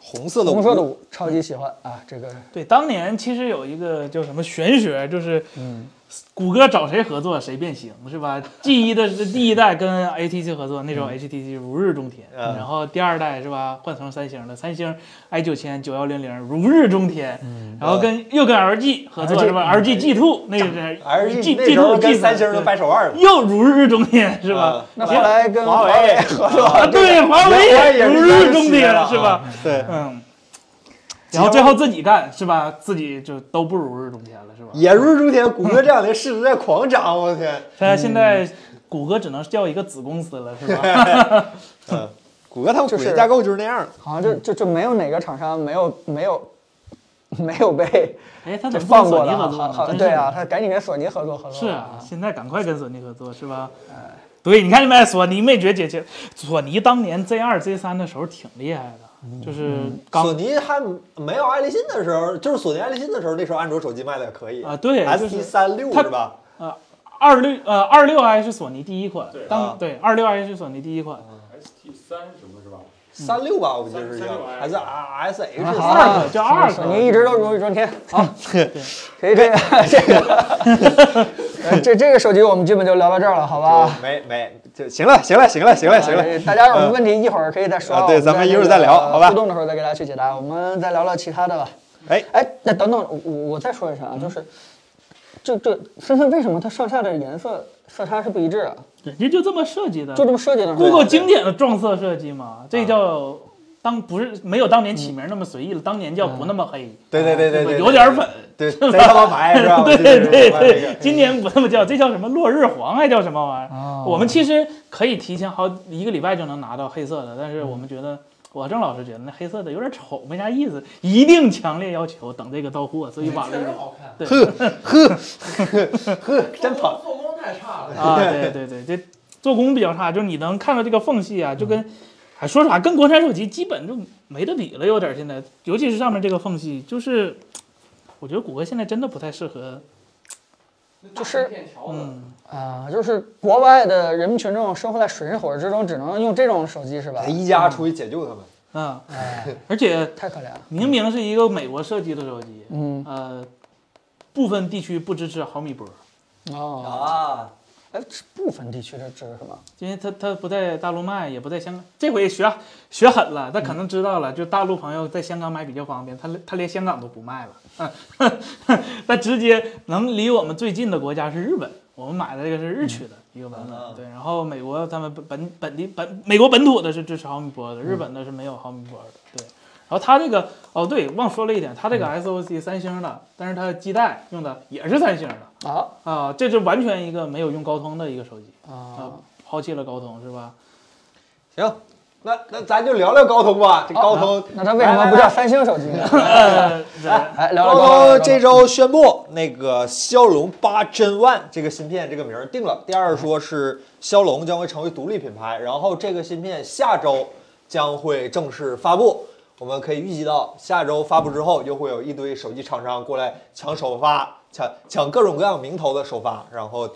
红色的红色的五超级喜欢啊，这个对，当年其实有一个叫什么玄学，就是嗯谷歌找谁合作谁变形，是 吧？G 一的是第一代跟 ATC 合作，那时候 HTC 如日中天，嗯然后第二代是吧，换成三星的，三星 i 九千九幺零零如日中天，嗯然后跟又跟 LG 合啊作 LG 是吧？LG G two 那是 G LG 那 G 时候 two 跟 G 三星都掰手腕了。又如日中天是吧啊？那后来跟华为合作啊，对，华为华为也也如是日中天三是星吧？对，嗯，然后最后自己干是吧？自己就都不如日中天了是吧？也如如天，谷歌这两年市值在狂涨，我天！他现嗯在谷歌只能叫一个子公司了是 吧？嗯，谷歌他们就股是权架构就是那样的。好像就就就没有哪个厂商没有没有没有被哎，他这怎么放跟过索的尼合啊，作好呢好真是对啊，他赶紧跟索尼合作合作。是啊，现在赶快跟索尼合作是吧？对，你看见没？索尼没觉解决，索尼当年 Z 二 Z 三的时候挺厉害嗯的，就是索刚尼还没有爱立信的时候，就是索尼爱立信的时候，那时候安卓手机卖的也可以啊对就 s 是 T 三六它是吧？二六呃二六 i 是索尼第一款对，啊当对二六 i 是索尼第一款，啊 ST 三什么是吧？三六吧，我记得是三叫36还是 S H 啊好二啊个，叫二索个，尼一直都如日中天。好，可以这个这个， 呃这这个手机我们基本就聊到这儿了，好吧？没没就行了，行了，行了，行了，行了。啊嗯哎大家有什么问题一会儿可以再说啊对我咱们在一会儿这再个聊好吧互动的时候再给大家去解答，我们再聊聊其他的吧。哎哎，那等等，我我我再说一声啊，嗯就是，这这森森为什么它上下的颜色色差是不一致啊？人家就这么设计的，就这么设计的吗 Google 经典的撞色设计啊嘛，这叫当不是没有当年起名那么随意了，当年叫不那么黑，嗯啊对对对对对，有点粉，对，对贼他妈白是吧？我对记得对是对白那个对， 今年不那么叫，这叫什么落日黄还叫什么玩意哦儿？我们其实可以提前好一个礼拜就能拿到黑色的，但是我们觉得。我郑老师觉得那黑色的有点丑，没啥意思，一定强烈要求等这个到货，所以晚了一确实年好看， 真捧。做工太差了。 啊，对对对，这做工比较差，就是你能看到这个缝隙啊，就跟，哎，说实话，跟国产手机基本就没得比了，有点儿现在，尤其是上面这个缝隙，就是，我觉得谷歌现在真的不太适合，就是片条子，嗯，啊，就是国外的人民群众生活在水深火热之中，只能用这种手机是吧？一加出去解救他们，啊，哎，而且太可怜了。明明是一个美国设计的手机，嗯呃，部分地区不支持毫米波，哦，啊，哎，这部分地区这这是什么？因为它它不在大陆卖，也不在香港，这回学啊学狠了，他可能知道了，嗯就大陆朋友在香港买比较方便，他连他连香港都不卖了， 他直接能离我们最近的国家是日本，我们买的这个是日区的一个版嗯本，对，然后美国他们本本本地本美国本土的是支持毫米波的，日本的是没有毫米波的，对。然后它这个哦对，忘说了一点，它这个嗯 SOC 三星的，但是它基带用的也是三星的啊啊，这是完全一个没有用高通的一个手机。啊啊，抛弃了高通是吧？行，那那咱就聊聊高通吧。这高通，哦那它为什么不叫三星手机呢？呃，对 来聊聊高高通这周宣布，那个骁龙八 Gen One 这个芯片这个名儿定了。第二说是骁龙将会成为独立品牌，然后这个芯片下周将会正式发布。我们可以预计到，下周发布之后，又会有一堆手机厂商过来抢首发，抢抢各种各样名头的首发，然后，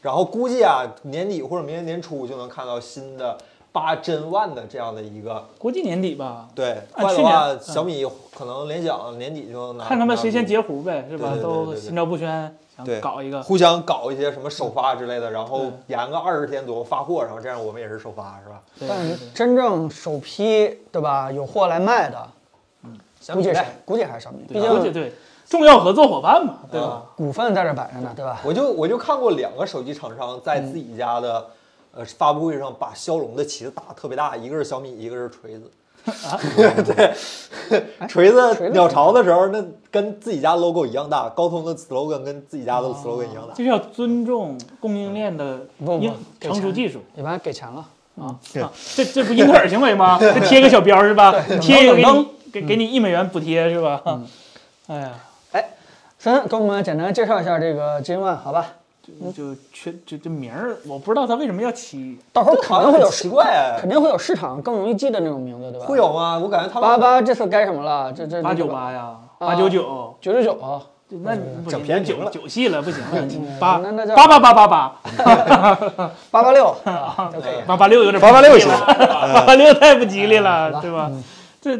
然后估计啊，年底或者明年年初就能看到新的八 Gen One 的这样的一个国际年底吧，对，按坏去的话，年嗯小米可能联想年底就能拿。看他们谁先拿截胡呗，是吧？啊对对对对都对心照不宣，想对搞一个。互相搞一些什么首发之类的，然后对延个二十天左右发货，然后这样我们也是首发，是吧？对但对是对真正首批对吧，有货来卖的，小估米计是呗，估计还是小米，毕对，啊而且竟对重要合作伙伴嘛，对吧？股份在这摆着呢，对吧？我就我就看过两个手机厂商在嗯自己家的、呃发布会上把骁龙的旗子打得特别大，一个是小米，一个是锤子。啊哎对，锤子锤子鸟巢的时候，那跟自己家 logo 一样大，高通的 slogan 跟自己家的哦 slogan 一样大就。是要尊重供应链的不应不，给成熟钱技术一般给钱了。啊啊！这这不英特尔行为吗？这贴个小标是吧？贴一个给你给给你一美元补贴是吧？哎呀，哎，森，给我们简单介绍一下这个 Gen One 好吧？就就缺就这名儿，我不知道他为什么要起。到时候肯好像定会很有奇市，怪、哎肯定会有市场更容易记的那种名字，对吧？会。有吗？我感觉他们八八这次该什么了？这这八九八呀，八九九，九九九啊！那你不整行偏平九了九系了，不行了，你八那那叫八八八八八八八六啊，都可以。八八六有点八八六不吉利了，八八六太不吉利了，对吧？这，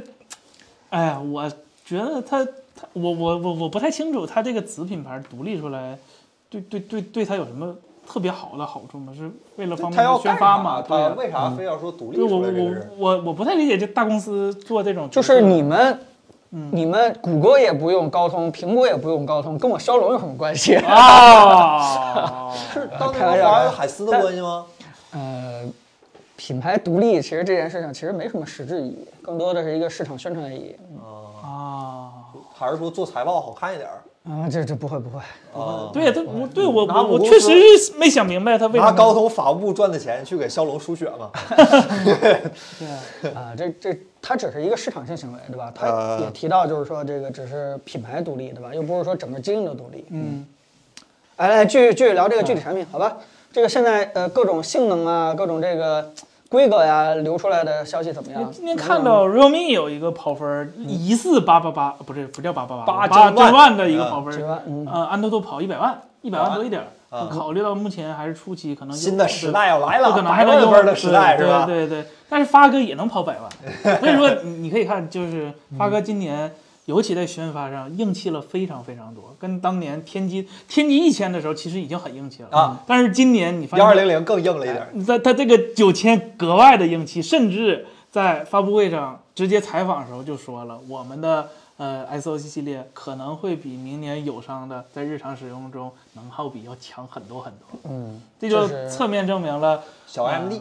哎呀，我觉得他他我我我我不太清楚他这个子品牌独立出来，对对对对他有什么特别好的好处吗？是为了方他要便宣发嘛？嘛？对他呀。嗯为啥非要说独立对我出我来这个我人？我我不太理解，这大公司做这种就是你们，你们谷歌也不用高通，苹果也不用高通，跟我骁龙有什么关系？ 啊，是当开玩年笑华开玩为笑海思的关系吗？呃，品牌独立其实这件事情其实没什么实质意义，更多的是一个市场宣传意义。啊，还是说做财报好看一点儿？啊，这这不会不会，啊，对呀，他我对我拿我母我公确司实是没想明白他为什拿么啊高通法务部赚的钱去给骁龙输血嘛？对啊 啊，这这它只是一个市场性行为，对吧？它呃也提到就是说这个只是品牌独立，对吧？又不是说整个经营的独立。嗯，来来，继续继续聊这个具体产品，好吧？这个现在呃各种性能啊，各种这个规格呀、流出来的消息怎么啊样？今天看嗯到 realme 有一个跑分儿疑似八八八，不是不叫八八八八真八万万的一个跑分这儿，个嗯，呃，安兔兔跑一百万，一百万多一点儿。啊考虑到目前还是初期，可能有新的时代要来不了，可能还百能万用分的时代对是吧？对对对，但是发哥也能跑百 万，所以说你你可以看，就是发哥今年。尤其在宣发上硬气了非常非常多，跟当年天玑天玑一千的时候其实已经很硬气了啊。但是今年你发幺现二零零更硬了一点儿，在他这个九千格外的硬气，甚至在发布会上直接采访的时候就说了，我们的呃 SOC 系列可能会比明年友商的在日常使用中能耗比要强很多很多。嗯，这就就是侧面证明了小 AMD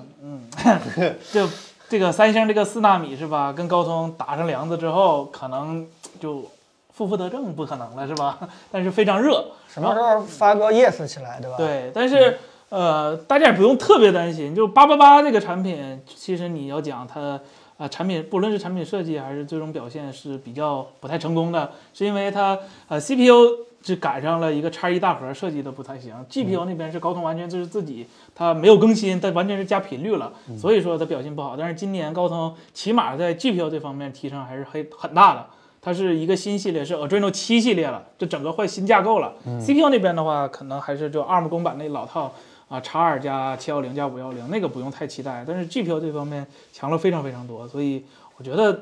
就这个三星这个四纳米是吧，跟高通打上梁子之后，可能就负负得正不可能了是吧？ 但是非常热，什么时候发哥 yes 起来，对吧？，对，但是、呃，大家也不用特别担心，就八八八这个产品，其实你要讲它呃产品，不论是产品设计还是最终表现是比较不太成功的，是因为它呃 CPU 只赶上了一个叉一大核设计的不太行，GPU 那边是高通完全就是自己它没有更新，它完全是加频率了，所以说它表现不好。但是今年高通起码在 GPU 这方面提升还是很很大的。它是一个新系列，是 Adreno 七系列了，这整个换新架构了。CPU 那边的话，可能还是就 ARM 公版那老套啊，x 二加七幺零加五幺零那个不用太期待，但是 GPU 这方面强了非常非常多，所以我觉得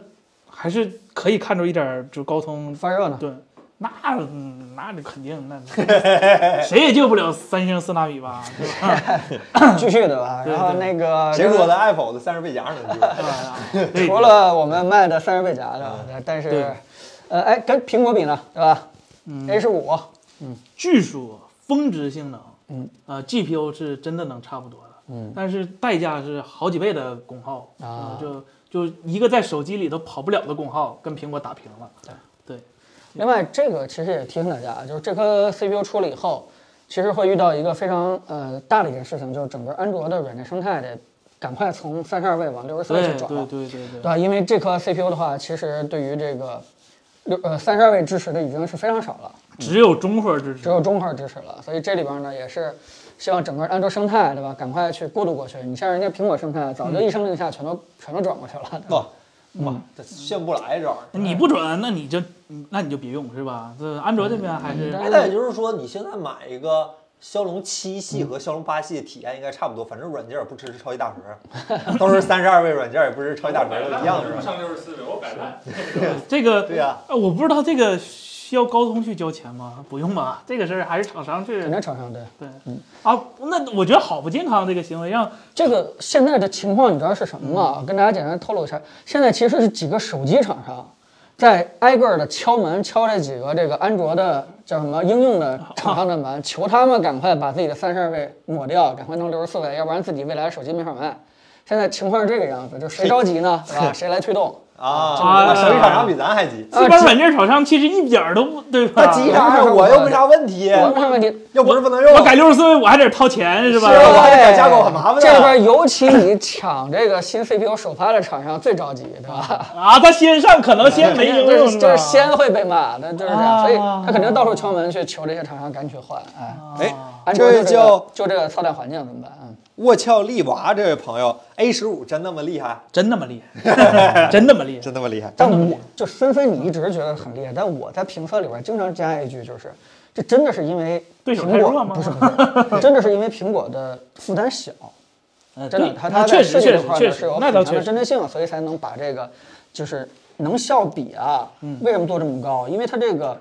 还是可以看出一点儿就高通发热 呢？对，那嗯那就肯定那谁也救不了三星四纳米吧，对吧？继续对吧？对然后对那个谁说的？Apple 的三十倍加能嗯用？对除哎了我们卖的三十倍夹的，但是嗯对，嗯呃，哎，跟苹果比呢，对吧？a 十五据说峰值性能，嗯，呃，GPU 是真的能差不多的，嗯，但是代价是好几倍的功耗啊呃就就一个在手机里头跑不了的功耗，跟苹果打平了，对，另外，这个其实也提醒大家，啊就是这颗 CPU 出了以后，其实会遇到一个非常呃大的一件事情，就是整个安卓的软件生态得赶快从三十二位往六十四位去对转对了，对对对对吧？因为这颗 CPU 的话，其实对于这个六呃三十二位支持的已经是非常少了，只有中核支持，嗯只有中核支持了，所以这里边呢也是希望整个安卓生态，对吧？赶快去过渡过去。你像人家苹果生态，早就一声令下全都、全都转过去了，对吧哇哇，这炫不来这玩意儿。你不准，那你就那你就别用是吧？这安卓这边还是嗯哎，那也就是说，你现在买一个骁龙七系和骐龙八系的体验应该差不多，反正软件也不支持超级大核，都是三十二位软件，也不支持超级大核，都一样是吧？上六十四位，我摆烂。这个对呀、啊，我不知道这个需要高通去交钱吗？不用吧，这个事儿还是厂商去肯定厂商对。对啊。那我觉得好不健康这个行为，让这个现在的情况你知道是什么吗？我跟大家简单透露一下，现在其实是几个手机厂商在挨个的敲门，敲这几个这个安卓的叫什么应用的厂商的门，求他们赶快把自己的三十二位抹掉，赶快弄六十四位，要不然自己未来手机没法卖。现在情况是这个样子，就谁着急呢？是吧？谁来推动？啊，啊手机厂商比咱还啊急，这帮软件厂商其实一点儿都不对吧？那急啥呀？我又没啥问题，我没啥问题，又不是不能用。我改六十四位我还得掏钱是吧？是啊对改架构很麻烦的这里边尤其你抢这个新 CPU 首发的厂商最着急，对吧？啊，他先上可能先没应就用是就哎吧是先会被骂，那就是这样，啊所以他肯定到处敲门去求这些厂商赶紧去换，哎，哎，安卓这就叫就这个操蛋环境怎么办？嗯，沃翘丽娃这位朋友，A 十五真那么厉害？真那么厉 害，真那么厉害。真那么厉害？但我就森森你一直觉得很厉害，但我在评测里边经常加一句就是。这真的是因为对手苹太弱果吗不是不是，真的是因为苹果的负担小，嗯真的对，它那它确在实设计确这实块儿确呢是实有，那很倒强确的实针对性，所以才能把这个就是能效比啊，嗯为什么做这么高？因为它这个。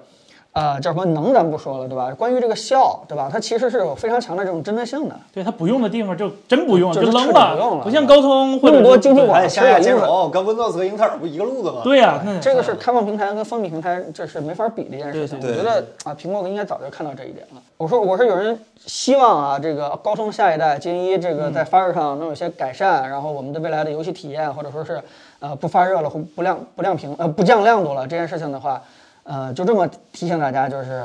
呃，叫什么能咱不说了，对吧？关于这个效，对吧？它其实是有非常强的这种针对性的。对他不用的地方就真不用，就就是扔彻底不用了，了不像高通或那者么多是晶体管哎，下下兼容，跟 Windows 和英特尔不一个路子吗？，对呀，那这个是开放平台跟封闭平台，这是没法比的一件事情。对我对觉得啊，苹果应该早就看到这一点了。我说，我是有人希望啊，这个高通下一代精一这嗯个在发热上能有些改善，然后我们的未来的游戏体验，或者说是呃不发热了或不亮不亮屏呃不降亮度了这件事情的话，呃就这么提醒大家，就是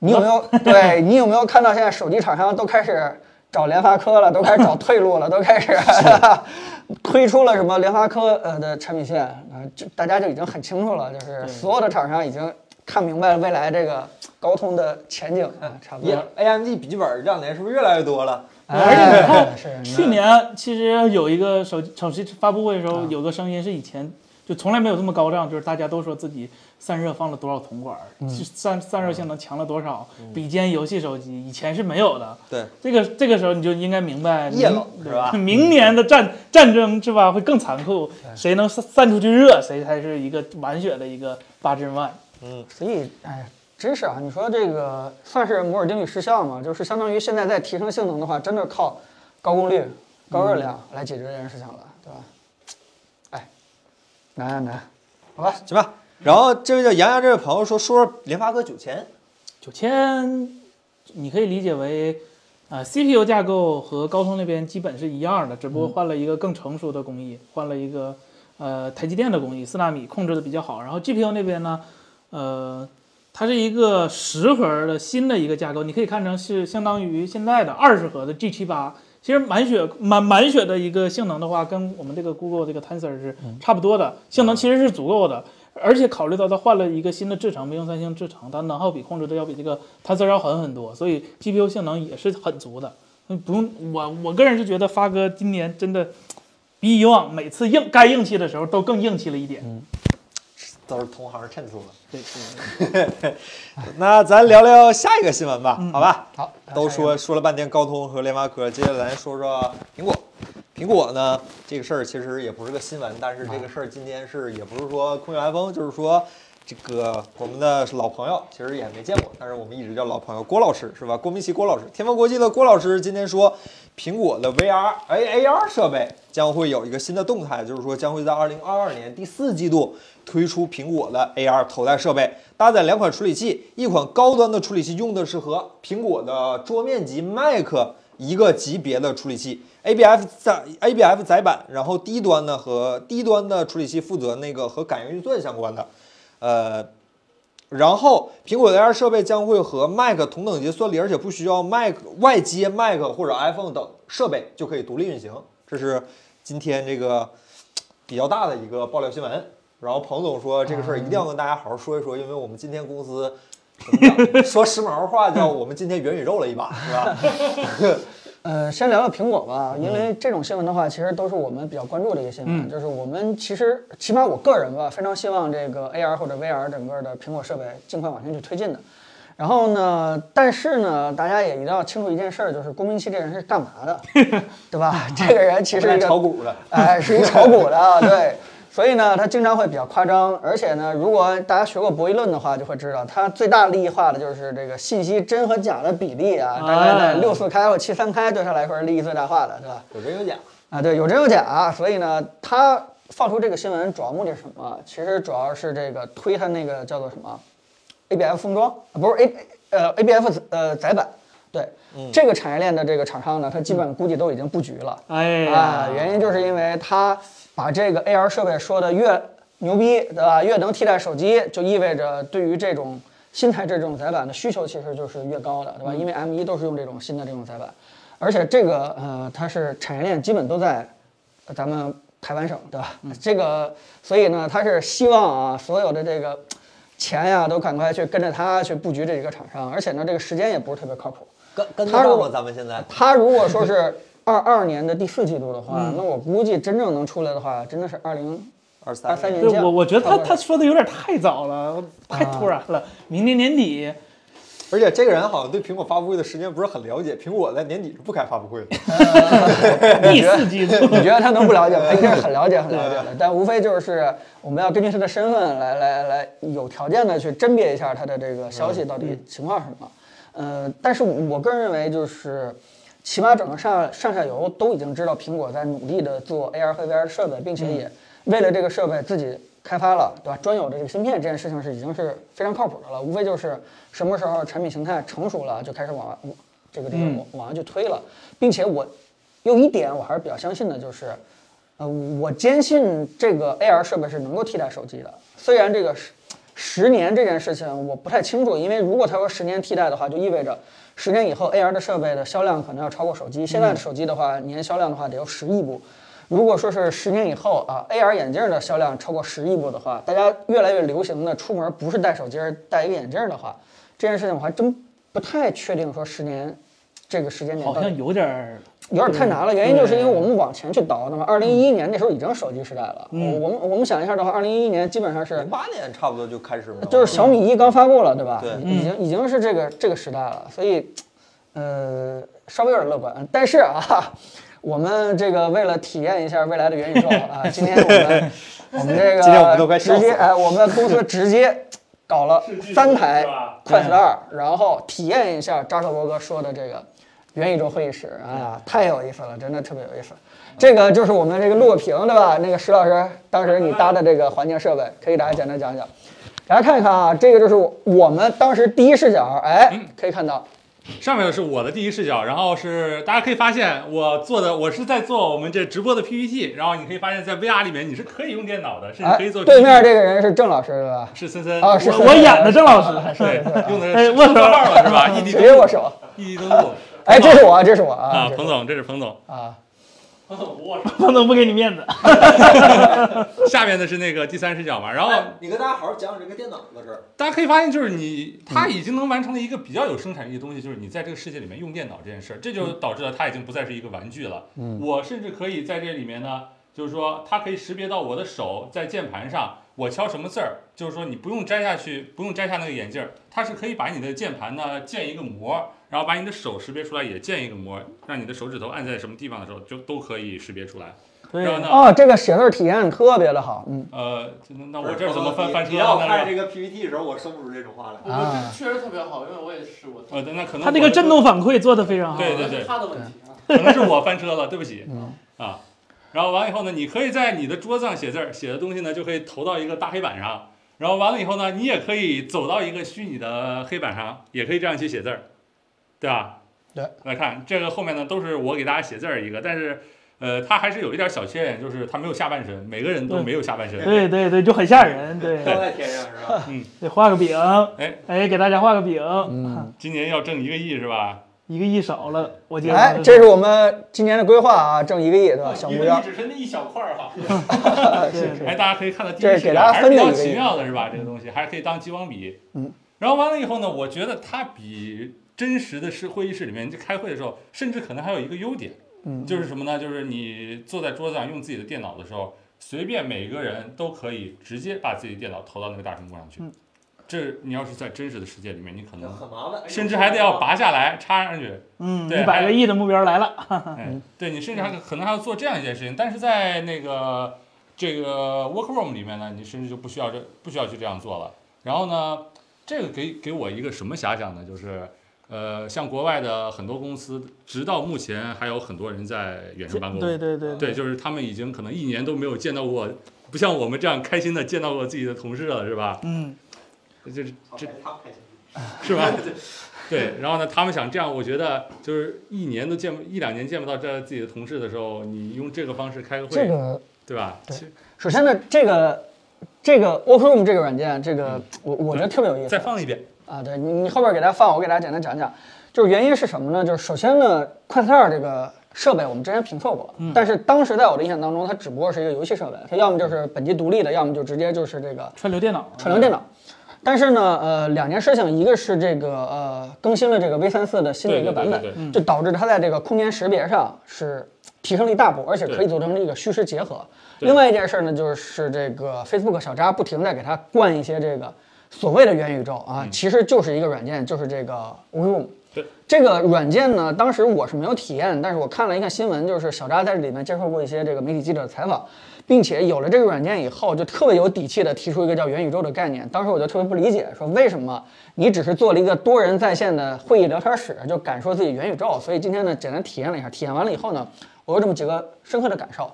你有没有对你有没有看到现在手机厂商都开始。找联发科了，都开始找退路了，都开始 推出了什么联发科呃的产品线啊、呃就大家就已经很清楚了，就是所有的厂商已经看明白了未来这个高通的前景啊，差不多也。AMD 笔记本这两年是不是越来越多了？而且你看哎是去年其实有一个手机手机发布会的时候，有个声音是以前就从来没有这么高涨，就是大家都说自己散热放了多少铜管，是散散热性能强了多少，比肩游戏手机以前是没有的。对，这个这个时候你就应该明白，夜冷明是吧 明年的战战争是吧会更残酷，谁能散散出去热，谁才是一个满血的一个八阵万。所以哎，真是啊，你说这个算是摩尔定律失效嘛？就是相当于现在在提升性能的话，真的靠高功率、高热量来解决这件事情了，对吧？哎，难啊难，好吧，行吧。然后这位叫洋洋这位朋友说，说说联发科九千，九千，你可以理解为，呃，CPU 架构和高通那边基本是一样的，只不过换了一个更成熟的工艺，换了一个呃台积电的工艺，四纳米控制的比较好。然后 GPU 那边呢，呃，它是一个十核的新的一个架构，你可以看成是相当于现在的二十核的 G 七八。其实满血满满血的一个性能的话，跟我们这个 Google 这个 Tensor 是差不多的，性能其实是足够的。而且考虑到它换了一个新的制程，没用三星制程，它能耗比控制的要比这个 Tensor 要狠很多，所以 GPU 性能也是很足的。嗯不用我我个人是觉得发哥今年真的比以往每次硬该硬气的时候都更硬气了一点。嗯都是同行衬出 的。对，对那咱聊聊下一个新闻吧，好吧？好，都说说了半天高通和联发科，接下来说说苹果。苹果呢，这个事儿其实也不是个新闻，但是这个事儿今天是也不是说空穴来风，就是说这个我们的老朋友其实也没见过，但是我们一直叫老朋友郭老师是吧？郭明奇郭老师，天风国际的郭老师今天说，苹果的 VR 哎 AR 设备将会有一个新的动态，就是说将会在二零二二年第四季度推出苹果的 AR 头戴设备，搭载两款处理器，一款高端的处理器用的是和苹果的桌面级 Mac 一个级别的处理器，ABF 载 ABF 载板，然后低端呢和低端的处理器负责那个和感应运算相关的，呃，然后，苹果的 AR 设备将会和 Mac 同等级算力，而且不需要 Mac 外接 Mac 或者 iPhone 等设备就可以独立运行。这是今天这个比较大的一个爆料新闻。然后彭总说这个事儿一定要跟大家好好说一说，因为我们今天公司怎么讲 说时髦话叫我们今天元宇宙了一把，是 吧？呃，先聊聊苹果吧，因为嗯这种新闻的话，其实都是我们比较关注的一个新闻。就是我们其实，起码我个人吧，非常希望这个 AR 或者 VR 整个的苹果设备尽快往前去推进的。然后呢，但是呢，大家也一定要清楚一件事儿，就是公明期这人是干嘛 的，对吧？这个人其实来一个炒股的。 哎，是一炒股的啊，对。所以呢，他经常会比较夸张，而且呢，如果大家学过博弈论的话，就会知道，它最大利益化的就是这个信息真和假的比例啊，大概在哎六四开或七三开，对他来说是利益最大化的，对吧？有真有假，啊，对，有真有假，所以呢，他放出这个新闻主要目的是什么？其实主要是这个推他那个叫做什么 ABF 封装，啊不是 A 呃 ABF 呃载板。对、嗯这个产业链的这个厂商呢，他基本估计都已经布局了。哎呀啊，原因就是因为他把这个 AR 设备说的越牛逼，对吧？越能替代手机，就意味着对于这种新材质这种载板的需求其实就是越高的，对嗯吧？因为 M1 都是用这种新的这种载板，而且这个呃，它是产业链基本都在呃咱们台湾省，对吧？嗯这个，所以呢，他是希望啊，所有的这个钱呀、都赶快去跟着他去布局这一个厂商，而且呢，这个时间也不是特别靠谱。跟跟得他如上果吗？咱们现在他如果 说是二二年的第四季度的嗯话，那我估计真正能出来的话，真的是二零二二三三年对这样。我我觉得他差不多他说的有点太早了，太突然啊了。明年年 底，而且这个人好像对苹果发布会的时间不是很了解，苹果在年底是不开发布会的。第四 季度你觉得他能不了解吗？他一定是很了解、很了解的。但无非就是我们要根据他的身份来来来有条件的去甄别一下他的这个消息到底情况是什么。呃，但是我个人认为就是。起码整个上上下游都已经知道苹果在努力的做 AR 和 VR 设备，并且也为了这个设备自己开发了，对吧？专有的这个芯片这件事情是已经是非常靠谱的了，无非就是什么时候产品形态成熟了，就开始往这个这个往往上去推了，并且我有一点我还是比较相信的，就是，呃，我坚信这个 AR 设备是能够替代手机的。虽然这个十十年这件事情我不太清楚，因为如果他说十年替代的话，就意味着十年以后 AR 的设备的销量可能要超过手机。现在的手机的话，年销量的话得有十亿部。如果说是十年以后啊，AR 眼镜的销量超过十亿部的话，大家越来越流行的出门不是戴手机，而是戴一个眼镜的话，这件事情我还真不太确定说十年这个时间点好到底像有点儿有点太难了，原因就是因为我们往前去倒的嘛。二零一一年那时候已经手机时代了，嗯我我们我们想一下的话，二零一一年基本上是零 八年差不多就开始了，就是小米一刚发布了，对吧？对嗯已已经已经是这个这个时代了，所以，呃，稍微有点乐观。但是啊，我们这个为了体验一下未来的元宇宙啊，今天我 们我们这个今天我们都快笑直死接了哎，我们公司直接搞了是巨三头台是吧快四二，然后体验一下扎克伯格说的这个元宇宙会议室，哎呀，太有意思了，真的特别有意思。这个就是我们这个录个屏，对吧？那个石老师当时你搭的这个环境设备，可以给大家简单讲讲。大家看一看啊，这个就是我我们当时第一视角，哎，嗯可以看到，上面是我的第一视角，然后是大家可以发现我做的，我是在做我们这直播的 PPT，然后你可以发现，在 VR 里面你是可以用电脑的，甚至哎嗯可以做，对面 PPT 这个人是郑老师，对吧？是森森啊是我我演的郑老师还是对，用的哎是握手手号了是吧？异地直啊哎接登握录，手，异地登录哎，这是我，这是我啊，，啊这是彭我总，这是彭总，啊，彭总握手。彭总不给你面子，下面的是那个第三视角嘛，然后哎你跟大家好好讲讲这个电脑的事儿。大家可以发现，就是嗯你它已经能完成了一个比较有生产力的东西，就是你在这个世界里面用电脑这件事儿，这就嗯导致了它已经不再是一个玩具了。我甚至可以在这里面呢，就是说它可以识别到我的手在键盘上，我敲什么字儿，就是说你不用摘下去，不用摘下那个眼镜儿，它是可以把你的键盘呢建一个模，然后把你的手识别出来也建一个模，让你的手指头按在什么地方的时候就都可以识别出来。然后对，呢，哦，这个写字体验特别的好，嗯呃，那那不我是这儿怎么翻你翻你车要到那看儿这了？个 PPT 的时候，我生不出这种话来。我啊这确实特别好，因为我也试过。呃，那可能他这我个的震动反馈做得非常好。对哦那是他的问题啊。 可能是我翻车了，对不起嗯，啊。然后完了以后呢，你可以在你的桌子上写字儿，写的东西呢就可以投到一个大黑板上。然后完了以后呢，你也可以走到一个虚拟的黑板上，也可以这样去写字儿，对吧？对。来看这个后面呢，都是我给大家写字儿一个，但是呃，它还是有一点小缺点，就是它没有下半身，每个人都对没有下半身。对对对，就很吓人。对，都在天上是吧？得画个饼，哎哎，给大家画个饼。嗯，今年要挣一个亿是吧？一个亿少了，我觉得哎，这是我们今年的规划啊，挣一个亿对吧？小一目个标亿，只是那一小块儿哈， 对是哎，大家可以看到第这一是视给角大家还是分比类较一奇个意思妙的是吧？这个东西还是可以当激光笔。嗯。然后完了以后呢，我觉得它比真实的是会议室里面，你开会的时候，甚至可能还有一个优点，嗯，就是什么呢？就是你坐在桌子上用自己的电脑的时候，随便每个人都可以直接把自己电脑投到那个大屏幕上去嗯。这你要是在真实的世界里面，你可能很麻烦嗯哎甚至还得要拔下来插上去。嗯，对一百个亿的目标来了，哎，对你甚至还可能还要做这样一件事情，但是在那个这个 workroom 里面呢，你甚至就不需要这不需要去这样做了。然后呢，这个给给我一个什么遐想呢？就是呃，像国外的很多公司，直到目前还有很多人在远程办公，对对对对，就是他们已经可能一年都没有见到过，不像我们这样开心的见到过自己的同事了，是吧？嗯，就是这他们开心。是吧？对，然后呢，他们想这样，我觉得就是一年都见不一两年见不到这自己的同事的时候，你用这个方式开个会，这个对吧？对其实首先呢，这个这个 Workroom 这个软件，这个我我觉得特别有意思。再放一遍，啊，对你你后边给大家放，我给大家简单讲讲，就是原因是什么呢？就是首先呢，快四二这个设备我们之前评测过，但是当时在我的印象当中，它只不过是一个游戏设备，它要么就是本机独立的，要么就直接就是这个串流电脑，串流电脑。但是呢，呃，两件事情，一个是这个呃更新了这个 V 3 4的新的一个版本对对对，就导致它在这个空间识别上是提升了一大步，而且可以对做成这个虚实结合。对另外一件事呢，就是这个 Facebook 小扎不停地给它灌一些这个所谓的元宇宙啊，嗯其实就是一个软件，就是这个 Room。对这个软件呢，当时我是没有体验，但是我看了一看新闻，就是小扎在这里面接受过一些这个媒体记者的采访，并且有了这个软件以后，就特别有底气的提出一个叫元宇宙的概念。当时我就特别不理解，说为什么你只是做了一个多人在线的会议聊天室，就敢说自己元宇宙？所以今天呢，简单体验了一下，体验完了以后呢，我有这么几个深刻的感受。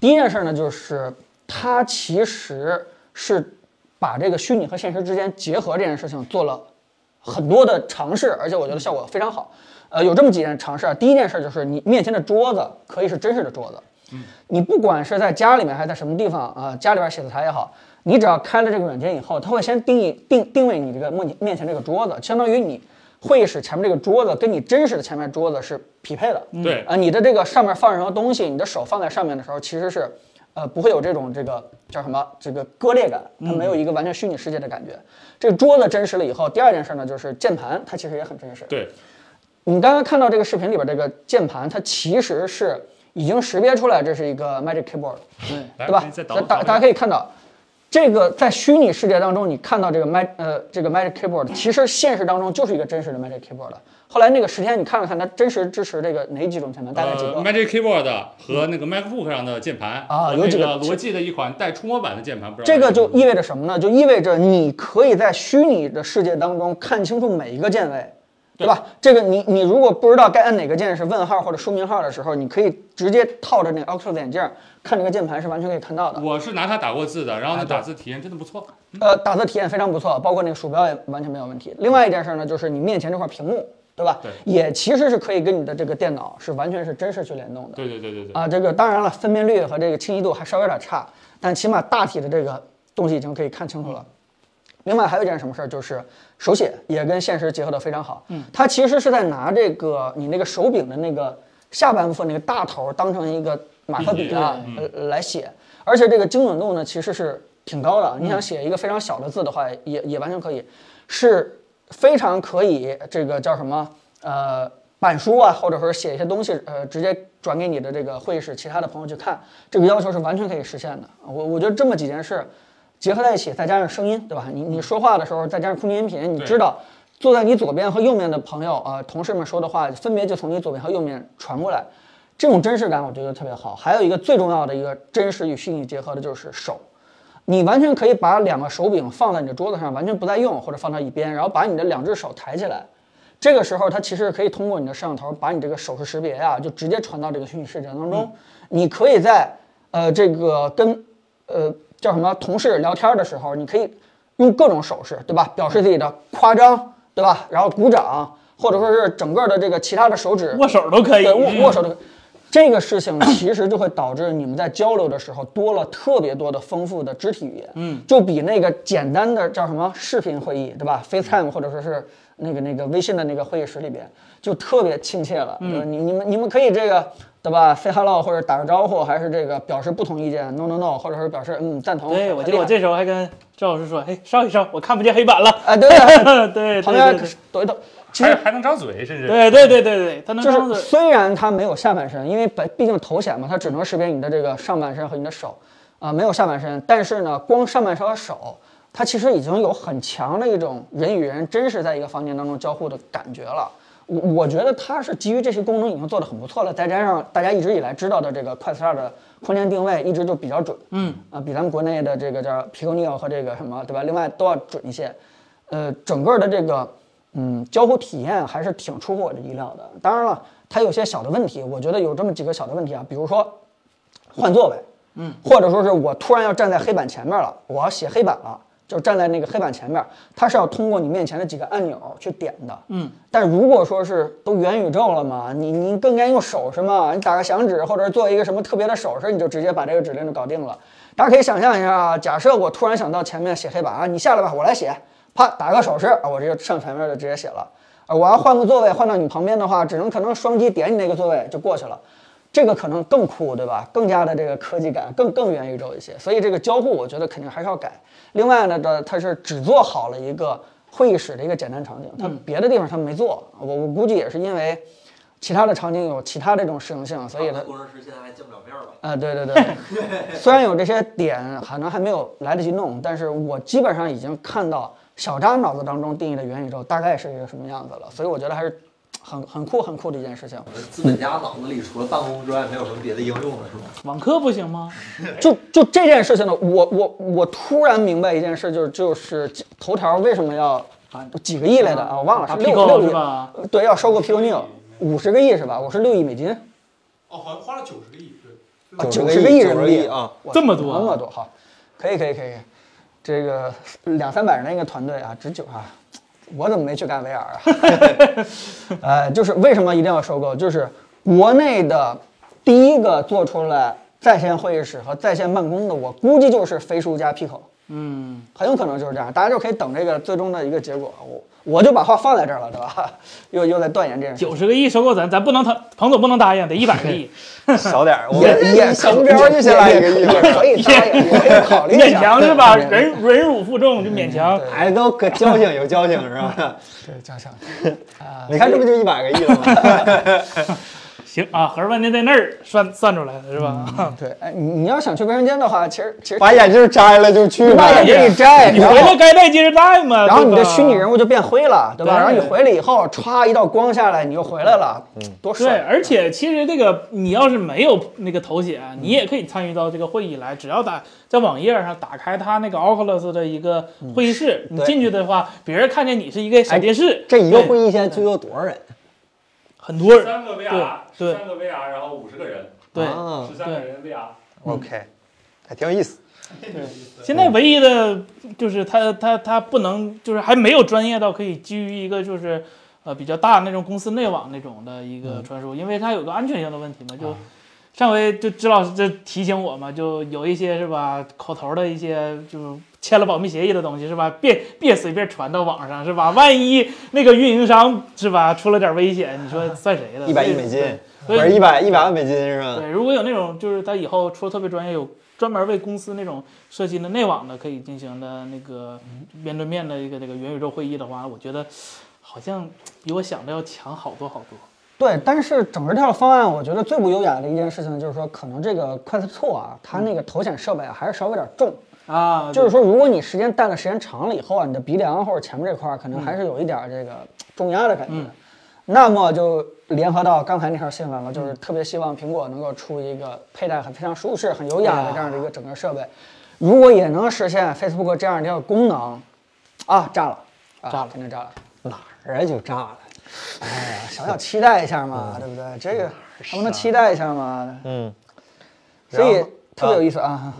第一件事呢，就是它其实是把这个虚拟和现实之间结合这件事情做了很多的尝试，而且我觉得效果非常好。呃，有这么几件尝试啊。第一件事就是你面前的桌子可以是真实的桌子，你不管是在家里面还是在什么地方啊、家里边写字台也好，你只要开了这个软件以后，它会先定义定定位你这个面面前这个桌子，相当于你会议室前面这个桌子跟你真实的前面桌子是匹配的。对，啊，你的这个上面放任何东西，你的手放在上面的时候，其实是，呃，不会有这种这个叫什么这个割裂感，它没嗯有一个完全虚拟世界的感觉。这个桌子真实了以后，第二件事呢，就是键盘，它其实也很真实。对，你刚刚看到这个视频里边这个键盘，它其实是已经识别出来这是一个 Magic Keyboard，对，嗯来对吧可以？再导大大大家可以看到，这个在虚拟世界当中，你看到这个 Mag 呃这个 Magic Keyboard，其实现实当中就是一个真实的 Magic Keyboard 的。后来那个十天你看了看，它真实支持这个哪几种键盘？大概几个？呃，Magic Keyboard 和那个 MacBook 上的键盘啊和有几那个个罗技的一款带触摸板的键盘，不知道这个大家有就没有意味着什么呢？就意味着你可以在虚拟的世界当中看清楚每一个键位，对吧？这个你你如果不知道该按哪个键是问号或者书名号的时候，你可以直接套着那个 Oculus 眼镜儿看这个键盘是完全可以看到的。我是拿它打过字的，然后啊呢，打字体验真的不错。呃，打字体验非常不错，包括那个鼠标也完全没有问题。另外一件事呢，就是你面前这块屏幕，对吧？对也其实是可以跟你的这个电脑是完全是真实去联动的。对对对对对，啊，这个当然了，分辨率和这个清晰度还稍微有点差，但起码大体的这个东西已经可以看清楚了。另外还有一件什么事儿，就是手写也跟现实结合的非常好。嗯，它其实是在拿这个你那个手柄的那个下半部分那个大头儿当成一个马克笔啊，呃来写，而且这个精准度呢其实是挺高的。你想写一个非常小的字的话，也也完全可以，是非常可以这个叫什么呃板书啊，或者说写一些东西，呃，直接转给你的这个会议室其他的朋友去看，这个要求是完全可以实现的。我我觉得这么几件事结合在一起，再加上声音，对吧？你你说话的时候，再加上空间音频，你对知道坐在你左边和右面的朋友啊、同事们说的话，分别就从你左边和右面传过来，这种真实感我觉得特别好。还有一个最重要的一个真实与虚拟结合的就是手。你完全可以把两个手柄放在你的桌子上，完全不再用，或者放到一边，然后把你的两只手抬起来。这个时候，它其实可以通过你的摄像头把你这个手势识别啊，就直接传到这个虚拟世界当嗯中。你可以在呃这个跟呃叫什么同事聊天的时候，你可以用各种手势，对吧？表示自己的夸张，对吧？然后鼓掌，或者说是整个的这个其他的手指握手都可以，对握握手的，这个 事情其实就会导致你们在交流的时候多了特别多的丰富的肢体语言，嗯，就比那个简单的叫什么视频会议，对吧？FaceTime 或者说是那个那个微信的那个会议室里边，就特别亲切了。嗯，你你们你们可以这个对吧？say hello 或者打个招呼，还是这个表示不同意见，no no no，或者是表示嗯赞同。对，我记得我很厉害这时候还跟赵老师说，哎，稍一稍，我看不见黑 板了。啊，对对对，对对旁对边对抖一抖。其还实还能张嘴，甚至对对对对对，他能就张是嘴。虽然它没有下半身，因为本毕竟头显嘛，它只能识别你的这个上半身和你的手，啊、没有下半身。但是呢，光上半身和手，它其实已经有很强的一种人与人真实在一个房间当中交互的感觉了。我我觉得它是基于这些功能已经做得很不错了，再加上大家一直以来知道的这个快四二的空间定位一直就比较准，嗯，啊、比咱们国内的这个叫 p i c o n e o 和这个什么，对吧？另外都要准一些，呃，整个的这个嗯交互体验还是挺出乎我的意料的。当然了，它有些小的问题，我觉得有这么几个小的问题啊，比如说换座位，嗯，或者说是我突然要站在黑板前面了，我要写黑板了。就站在那个黑板前面，它是要通过你面前的几个按钮去点的。嗯，但如果说是都元宇宙了嘛，你你更该用手势嘛，你打个响指或者做一个什么特别的手势，你就直接把这个指令就搞定了。大家可以想象一下啊，假设我突然想到前面写黑板啊，你下来吧，我来写，啪打个手势啊，我这就上前面就直接写了。啊，我要换个座位，换到你旁边的话，只能可能双击点你那个座位就过去了。这个可能更酷，对吧？更加的这个科技感，更更元宇宙一些。所以这个交互，我觉得肯定还是要改。另外呢，这它是只做好了一个会议室的一个简单场景，它别的地方它没做。我我估计也是因为其他的场景有其他这种适应性，所以它工程师现在还见不了面了。啊，对对对，虽然有这些点可能还没有来得及弄，但是我基本上已经看到小扎脑子当中定义的元宇宙大概是一个什么样子了，所以我觉得还是很很酷很酷的一件事情。资本家脑子里除了办公之外，没有什么别的应用了，是吗？网课不行吗？就就这件事情呢，我我我突然明白一件事，就是就是头条为什么要几个亿来的啊，我忘了打是六 Pico 六亿是吧？对，要收购 Pico New 五十个亿是吧？我是六亿美金，哦，好像花了九十个亿，对。啊，九十个亿人民币90个亿啊，哇这么多那么多，好，可以可以可以，这个两三百人的一个团队啊，只九啊，我怎么没去干 VR 啊？ 呃，就是为什么一定要收购？就是国内的第一个做出来在线会议室和在线办公的，我估计就是飞书加 Pico。嗯，很有可能就是这样，大家就可以等这个最终的一个结果。我我就把话放在这儿了，对吧？ 又又在断言这件事情，九十个亿收购咱，咱不能他彭总不能答应，得一百个 亿。少点儿，我也也小目标就先来一个亿也了。可以，大家也也可以考虑一下，勉强是吧？对对对忍忍辱负重就勉强。对孩子哎都可交情有交情是吧？对，加强。 你看这不就一百个亿了吗？行啊，合着半天在那儿算算出来了是吧？对，哎，你你要想去卫生间的话，其实其实把眼镜摘了哎就去把眼呗。镜一 摘，你然回后来该戴接着戴嘛。然后你对的吧虚拟人物就变灰了，对吧？对然后你回来以后，歘一道光下来，你又回来了，多对，帅！而且其实这个你要是没有那个头显，你也可以参与到这个会议来。只要打在网页上打开它那个 Oculus 的一个会议室，你嗯对进去的话，别人看见你是一个小电哎视，这一个对会议现在最多多少人？很多人三个 VR，对三个 VR，然后五十个人，对。嗯嗯啊十三个人 VR。 ，OK，还挺有意思。现嗯在唯一的就是它它它不能就是还没有专业到可以基于一个就是呃比较大那种公司内网那种的一嗯个传输，因为它有个安全性的问题嘛。啊就上回就支老师就提醒我嘛，就有一些是吧口头的一些就。签了保密协议的东西是吧？别别随便传到网上是吧？万一那个运营商是吧出了点危险，你说算谁的？啊一百亿美金，所不以，所是以一百一百万美金是吧？嗯对，如果有那种就是他以后出特别专业，有专门为公司那种设计的内网的，可以进行的那个嗯面对面的一个这个元宇宙会议的话，我觉得好像比我想的要强好多好多。对，但是整个这套方案，我觉得最不优雅的一件事情就是说，可能这个快速兔啊，它那个头显设备啊，还是稍微有点重。啊，就是说，如果你时间戴的时间长了以后啊，你的鼻梁或者前面这块儿可能还是有一点儿这个嗯重压的感觉。那么就联合到刚才那条新闻了，就是特别希望苹果能够出一个佩戴很非常舒适、很优雅的这样的一个整个设啊备。如果也能实现 Facebook 这样的一个功能，啊，炸了，啊、炸了肯定炸了。人啊就炸了。哎呀，小小期待一下嘛，对不对？这个还不能期待一下嘛？啊嗯，所以然后嗯特别有意思啊。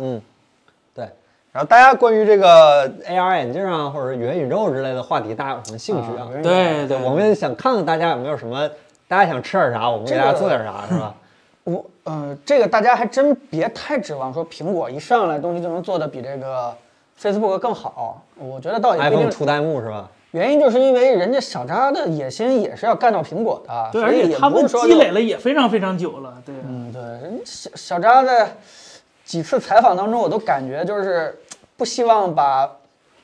对。然后大家关于这个 AR 眼镜啊，或者元宇宙之类的话题，大家有什么兴趣啊？对 对，我们想看看大家有没有什么，大家想吃点啥，我们给大家做点啥，是吧？我呃，这个大家还真别太指望说苹果一上来东西就能做的比这个 Facebook 更好，我觉得倒也不一 iPhone 定。出弹幕是吧？原因就是因为人家小扎的野心也是要干到苹果的，对，所而以且也他不们是说积就累了也非常非常久了，对，嗯，对，人小小扎在几次采访当中，我都感觉就是不希望把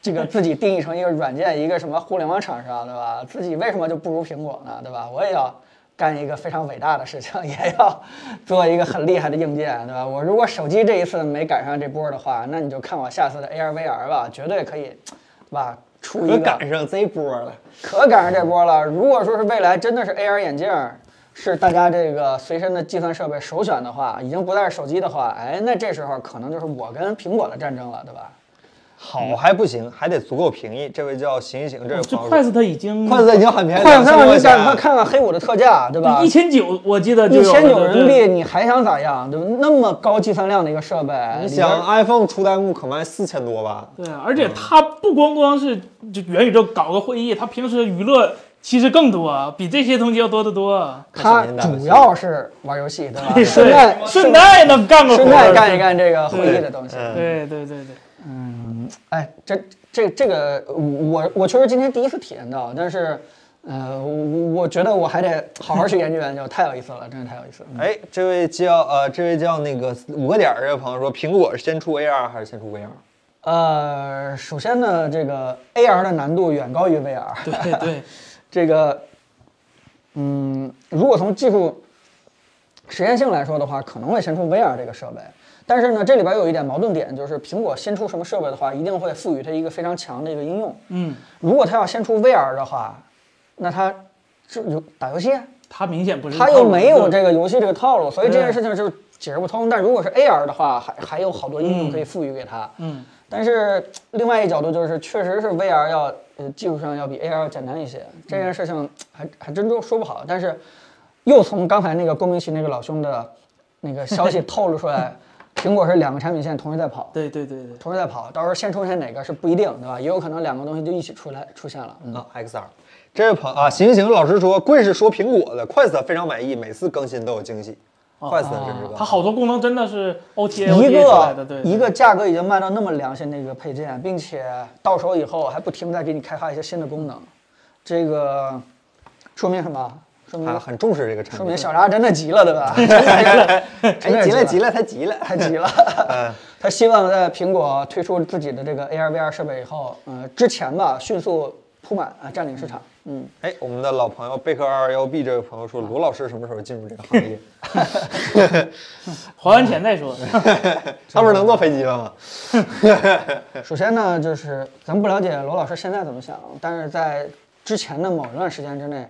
这个自己定义成一个软件，一个什么互联网厂商，对吧？自己为什么就不如苹果呢？对吧？我也要干一个非常伟大的事情， 也要做一个很厉害的硬件，对吧？我如果手机这一次没赶上这波的话，那你就看我下次的 AR VR 吧，绝对可以，对吧？出一可个赶上这波了，可赶上这波了。如果说是未来真的是 AR 眼镜儿是大家这个随身的计算设备首选的话，已经不再是手机的话，哎，那这时候可能就是我跟苹果的战争了，对吧？好还不行，还得足够便宜。这位叫醒醒，这位这朋友说， ，Quest 已经筷子已哎经很便宜，快两千上多你钱赶快看看黑五的特价，对吧一？千九，我记得就一有千九了人对民币，你还想咋样？对吧？那么高计算量的一个设备，你里边想啊 iPhone 出弹幕可卖四千多吧？对，而嗯且他不光光是就元宇宙搞个会议，他平时娱乐其实更多，比这些东西要多得多。它看谁能打得主起要是玩游戏，对吧？对顺带顺带能干个活顺儿带干一。干这个会议的东西。嗯，对对对对，哎，这这这个，我我确实今天第一次体验到，但是，呃，我我觉得我还得好好去研究研究，太有意思了，真是太有意思了。嗯哎，这位叫呃，这位叫那个五个点儿这位朋友说，苹果是先出 AR 还是先出 VR？呃，首先呢，这个 AR 的难度远高于 VR，对对，这个，嗯，如果从技术实验性来说的话，可能会先出 VR 这个设备。但是呢，这里边有一点矛盾点，就是苹果先出什么设备的话，一定会赋予它一个非常强的一个应用。嗯，如果它要先出 VR 的话，那它这有打游戏啊，他明显不是。它又没有这个游戏这个套路，所以这件对事情就是解释不通。但如果是 AR 的话，还还有好多应用可以赋予给它。嗯，但是另外一角度就是，确实是 VR 要呃技术上要比 AR 要简单一些，这件事情还还真说说不好。但是又从刚才那个郭明奇那个老兄的那个消息透露出 来，苹果是两个产品线同时在跑，对对对对，同时在跑，到时候先出现哪个是不一定，对吧？也有可能两个东西就一起出来出现了。嗯，啊，XR。这位朋友啊，行行，老师说贵是说苹果的，快死非常满意，每次更新都有惊喜。哦快死真是个它好多功能真的是 OTA 一 OTA 出来的，个对，一个价格已经卖到那么良心的一个配件，并且到手以后还不停地再给你开发一些新的功能，这个说明什么？说明啊，很重视这个产说品。明小扎真的急了，对吧？真的急哎，了，急了急急，了，他急了。 太急了。他希望在苹果推出自己的这个 AR VR 设备以后，呃，之前吧，迅速铺满啊，占领市场。嗯，哎，我们的老朋友贝克二幺 B 这位朋友说，罗老师什么时候进入这个行业？还完钱再说。 他不是能坐飞机了 吗？首先呢，就是咱不了解罗老师现在怎么想，但是在之前的某一段时间之内，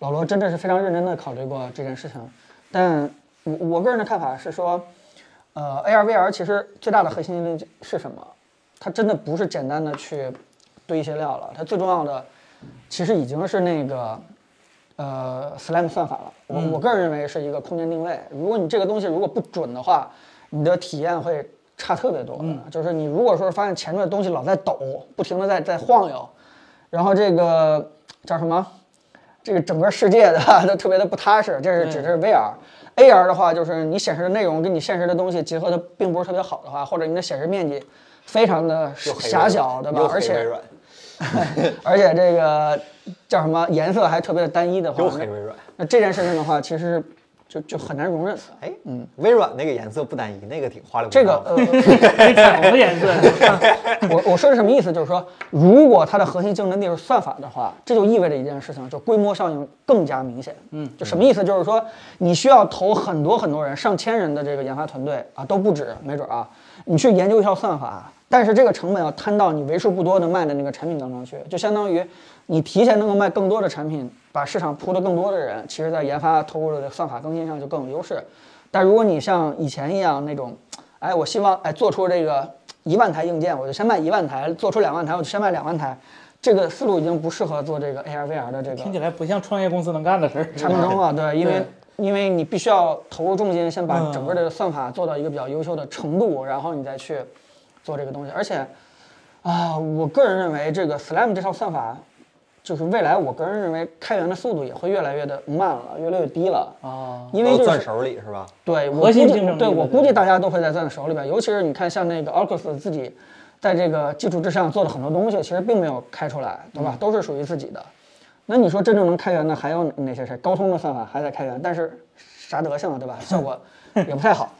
老罗真的是非常认真的考虑过这件事情。但我我个人的看法是说，呃，AR VR 其实最大的核心是什么？它真的不是简单的去堆一些料了，它最重要的其实已经是那个呃 SLAM 算法了。我嗯我个人认为是一个空间定位。如果你这个东西如果不准的话，你的体验会差特别多的。嗯就是你如果说发现前面的东西老在抖，不停的在在晃悠，然后这个叫什么？这个整个世界的 都特别的不踏实，这是只是 VR。AR 的话，就是你显示的内容跟你现实的东西结合的并不是特别好的话，或者你的显示面积非常的又黑微狭小，对软吧又？黑而且微软， 而且这个叫什么颜色还特别的单一的话，又黑微软。那这件事情的话，其实就就很难容忍的。哎，嗯，微软那个颜色不单一，那个挺花里胡哨这的。个呃，那彩虹的颜色，我我说的什么意思？就是说，如果它的核心竞争力是算法的话，这就意味着一件事情，就规模效应更加明显。嗯，就什么意思？就是说，你需要投很多很多人，上千人的这个研发团队啊，都不止，没准啊，你去研究一套算法，但是这个成本要摊到你为数不多的卖的那个产品当中去，就相当于你提前能够卖更多的产品，把市场铺的更多的人，其实在研发投入的算法更新上就更有优势。但如果你像以前一样那种，哎，我希望哎做出这个一万台硬件，我就先卖一万台；做出两万台，我就先卖两万台。这个思路已经不适合做这个 AR VR 的这个听起来不像创业公司能干的事儿。产品中了，对，因为对因为你必须要投入重金，先把嗯整个的算法做到一个比较优秀的程度，然后你再去做这个东西。而且，啊，我个人认为这个 SLAM 这套算法就是未来我个人认为开源的速度也会越来越的慢了，越来越低了。啊，因为都就攥是手里是吧？对，我核心估计竞争力对的我这估计种大家都会在攥手里边，尤其是你看像那个 Oculus 自己在这个基础之上做的很多东西，其实并没有开出来，对嗯吧？都是属于自己的。那你说真正能开源的还有哪些谁？高通的算法还在开源，但是啥德行啊，对吧？效果也不太好，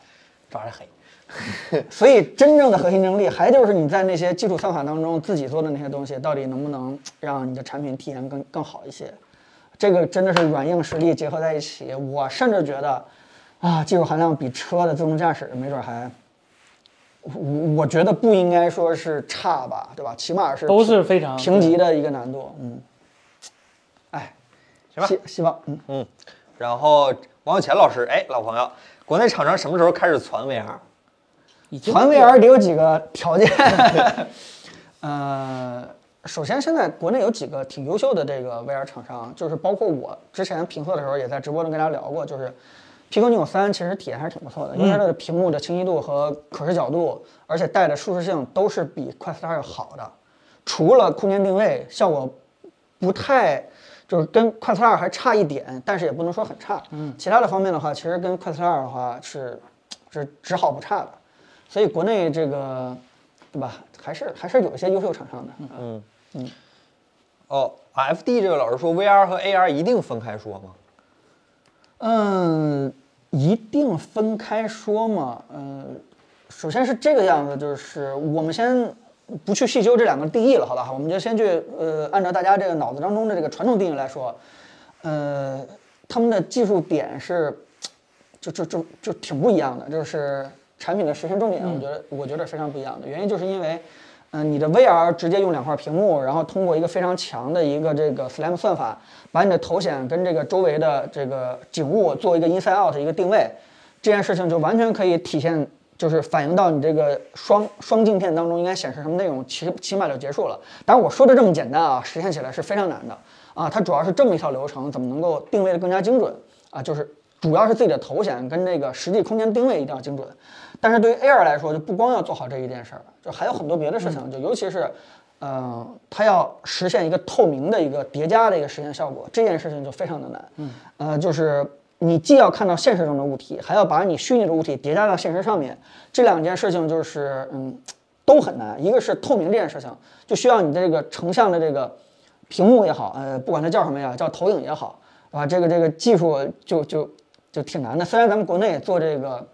找人黑。所以真正的核心竞争力，还就是你在那些基础算法当中自己做的那些东西，到底能不能让你的产品体验更更好一些？这个真的是软硬实力结合在一起。我甚至觉得，啊，技术含量比车的自动驾驶没准还，我我觉得不应该说是差吧，对吧？起码是都是非常评级的一个难度。嗯，哎，行吧希希望嗯，嗯，然后王小钱老师，哎，老朋友，国内厂商什么时候开始传 VR？已经传 VR 得有几个条件。呃，首先现在国内有几个挺优秀的这个 VR 厂商，就是包括我之前评测的时候也在直播中跟大家聊过，就是 Pico Neo 3其实体验还是挺不错的，因为它的屏幕的清晰度和可视角度，而且带的舒适性都是比 Quest 2要好的，除了空间定位效果不太。就是跟 Quest 2还差一点，但是也不能说很差。嗯，其他的方面的话，其实跟 Quest 2的话是是只好不差的。所以国内这个，对吧？还是还是有一些优秀厂商的。嗯，哦，FD 这位老师说 VR 和 AR 一定分开说吗？嗯，一定分开说嘛。呃，首先是这个样子，就是我们先不去细究这两个定义了，好吧？我们就先去呃，按照大家这个脑子当中的这个传统定义来说，呃，他们的技术点是就就就就挺不一样的，就是产品的实现重点，我觉得、我觉得非常不一样的原因，就是因为，嗯、你的 VR 直接用两块屏幕，然后通过一个非常强的一个这个 SLAM 算法，把你的头显跟这个周围的这个景物做一个 inside out 的一个定位，这件事情就完全可以体现，就是反映到你这个双双镜片当中应该显示什么内容，起起码就结束了。当然我说的这么简单啊，实现起来是非常难的啊。它主要是这么一套流程，怎么能够定位的更加精准啊？就是主要是自己的头显跟这个实际空间定位一定要精准。但是对于 Air 来说，就不光要做好这一件事儿，就还有很多别的事情，就尤其是。呃，它要实现一个透明的一个叠加的一个实现效果，这件事情就非常的难。嗯，呃，就是你既要看到现实中的物体，还要把你虚拟的物体叠加到现实上面，这两件事情就是嗯都很难。一个是透明这件事情，就需要你这个成像的这个屏幕也好，呃，不管它叫什么呀，叫投影也好，啊，这个这个技术就就就挺难的。虽然咱们国内做这个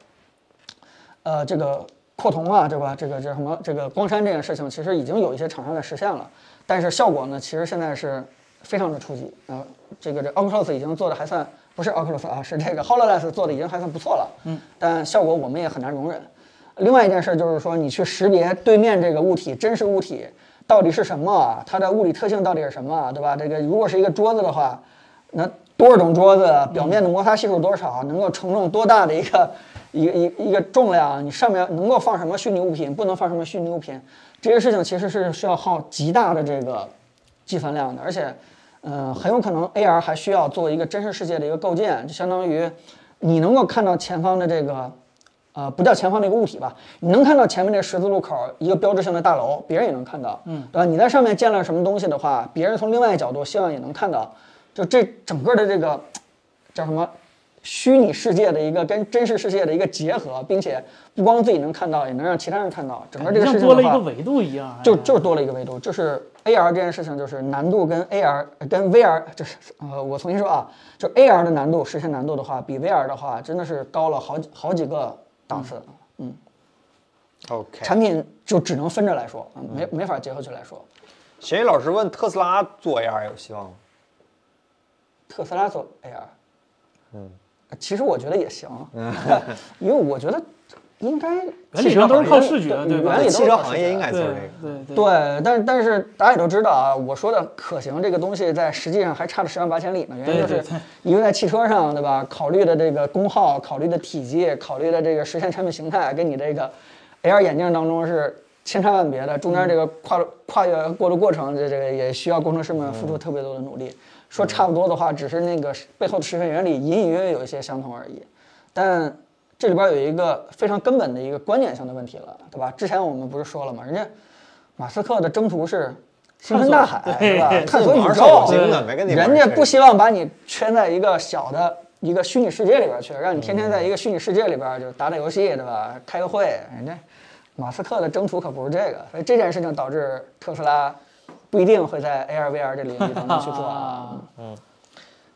呃，这个扩瞳啊，对吧？这个这什么，这个光栅这件事情，其实已经有一些厂商在实现了，但是效果呢，其实现在是非常的初级啊、这个这 Oculus 已经做的还算不是 Oculus 啊，是这个 Hololens 做的已经还算不错了，嗯，但效果我们也很难容忍。另外一件事就是说，你去识别对面这个物体，真实物体到底是什么啊？它的物理特性到底是什么啊？对吧？这个如果是一个桌子的话，那多少种桌子表面的摩擦系数多少，能够承重多大的一个一个一个一个重量，啊你上面能够放什么虚拟物品，不能放什么虚拟物品，这些事情其实是需要耗极大的这个计算量的，而且，呃，很有可能 AR 还需要做一个真实世界的一个构建，就相当于你能够看到前方的这个。呃，不叫前方的一个物体吧，你能看到前面这十字路口一个标志性的大楼，别人也能看到，嗯，对吧？你在上面建了什么东西的话，别人从另外一个角度希望也能看到，就这整个的这个叫什么虚拟世界的一个跟真实世界的一个结合，并且不光自己能看到，也能让其他人看到，整个这个事哎像情多了的一话个，维度一样，就哎就是多了一个维度，就是 AR 这件事情，就是难度跟 AR 呃跟 VR，就是呃，我重新说啊，就 AR 的难度实现难度的话，比 VR 的话真的是高了好几好几个档次。 OK，嗯产品就只能分着来说，嗯没没法结合起来说。谁老师问特斯拉做 AR 有希望吗？特斯拉做 AR，嗯，其实我觉得也行， 因为我觉得应该嗯原理上都是靠视觉原对吧理都是汽车靠行视业觉应该做对这个。对对对，但但是大家也都知道啊，我说的可行这个东西，在实际上还差了十万八千里呢。原因就对是对对一个在汽车上，对吧？考虑的这个功耗，考虑的体积，考虑的这个实现产品形态，跟你这个 AR 眼镜当中是千差万别的。中间这个跨跨越过的过程，这这个也需要工程师们付出特别多的努力。说差不多的话，只是那个背后的实现原理隐隐约约有一些相同而已。但这里边有一个非常根本的一个关键性的问题了，对吧？之前我们不是说了吗？人家马斯克的征途是星辰大海，对是吧？探索自己宇玩手宙机，呢，对没跟你玩人家这个不希望把你圈在一个小的一个虚拟世界里边去，让你天天在一个虚拟世界里边就打打游戏，对吧？开个会，人家马斯克的征途可不是这个，所以这件事情导致特斯拉不一定会在 AR VR 这领域当中去做啊。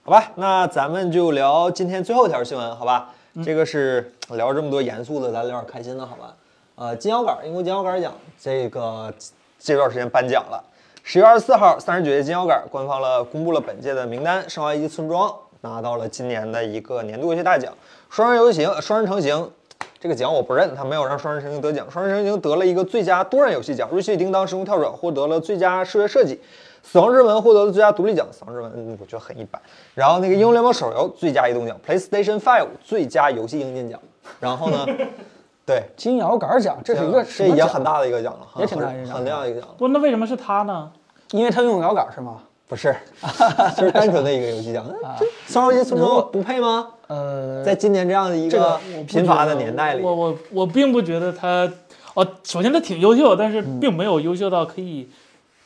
好吧，那咱们就聊今天最后一条新闻，好吧？这个是聊这么多严肃的，咱聊点开心的，好吧？呃，金腰杆儿，英国金腰杆儿奖，这个这段时间颁奖了。十月二十四号，三十九届金腰杆儿官方了公布了本届的名单，生化危机村庄拿到了今年的一个年度游戏大奖，双人游戏型、双人成行。这个奖我不认，他没有让双人成行得奖。双人成行得了一个最佳多人游戏奖，《瑞奇与叮当：时空跳转》获得了最佳视觉设计，《死亡之吻》获得了最佳独立奖，《死亡之吻》嗯我觉得很一般。然后那个《英雄联盟》手游最佳移动奖，PlayStation Five 最佳游戏硬件奖。然后呢， 对，金摇杆奖，这是一个这什么也奖很，大的一个奖了，也挺大一个奖很亮的一个奖了。不，那为什么是他呢？因为他用摇杆是啊吗？不是， 就是单纯的一个游戏奖。那这《双人游戏村庄》不配吗？呃，在今年这样的一这个个贫乏的年代里，我我我并不觉得他，哦，首先他挺优秀，但是并没有优秀到可以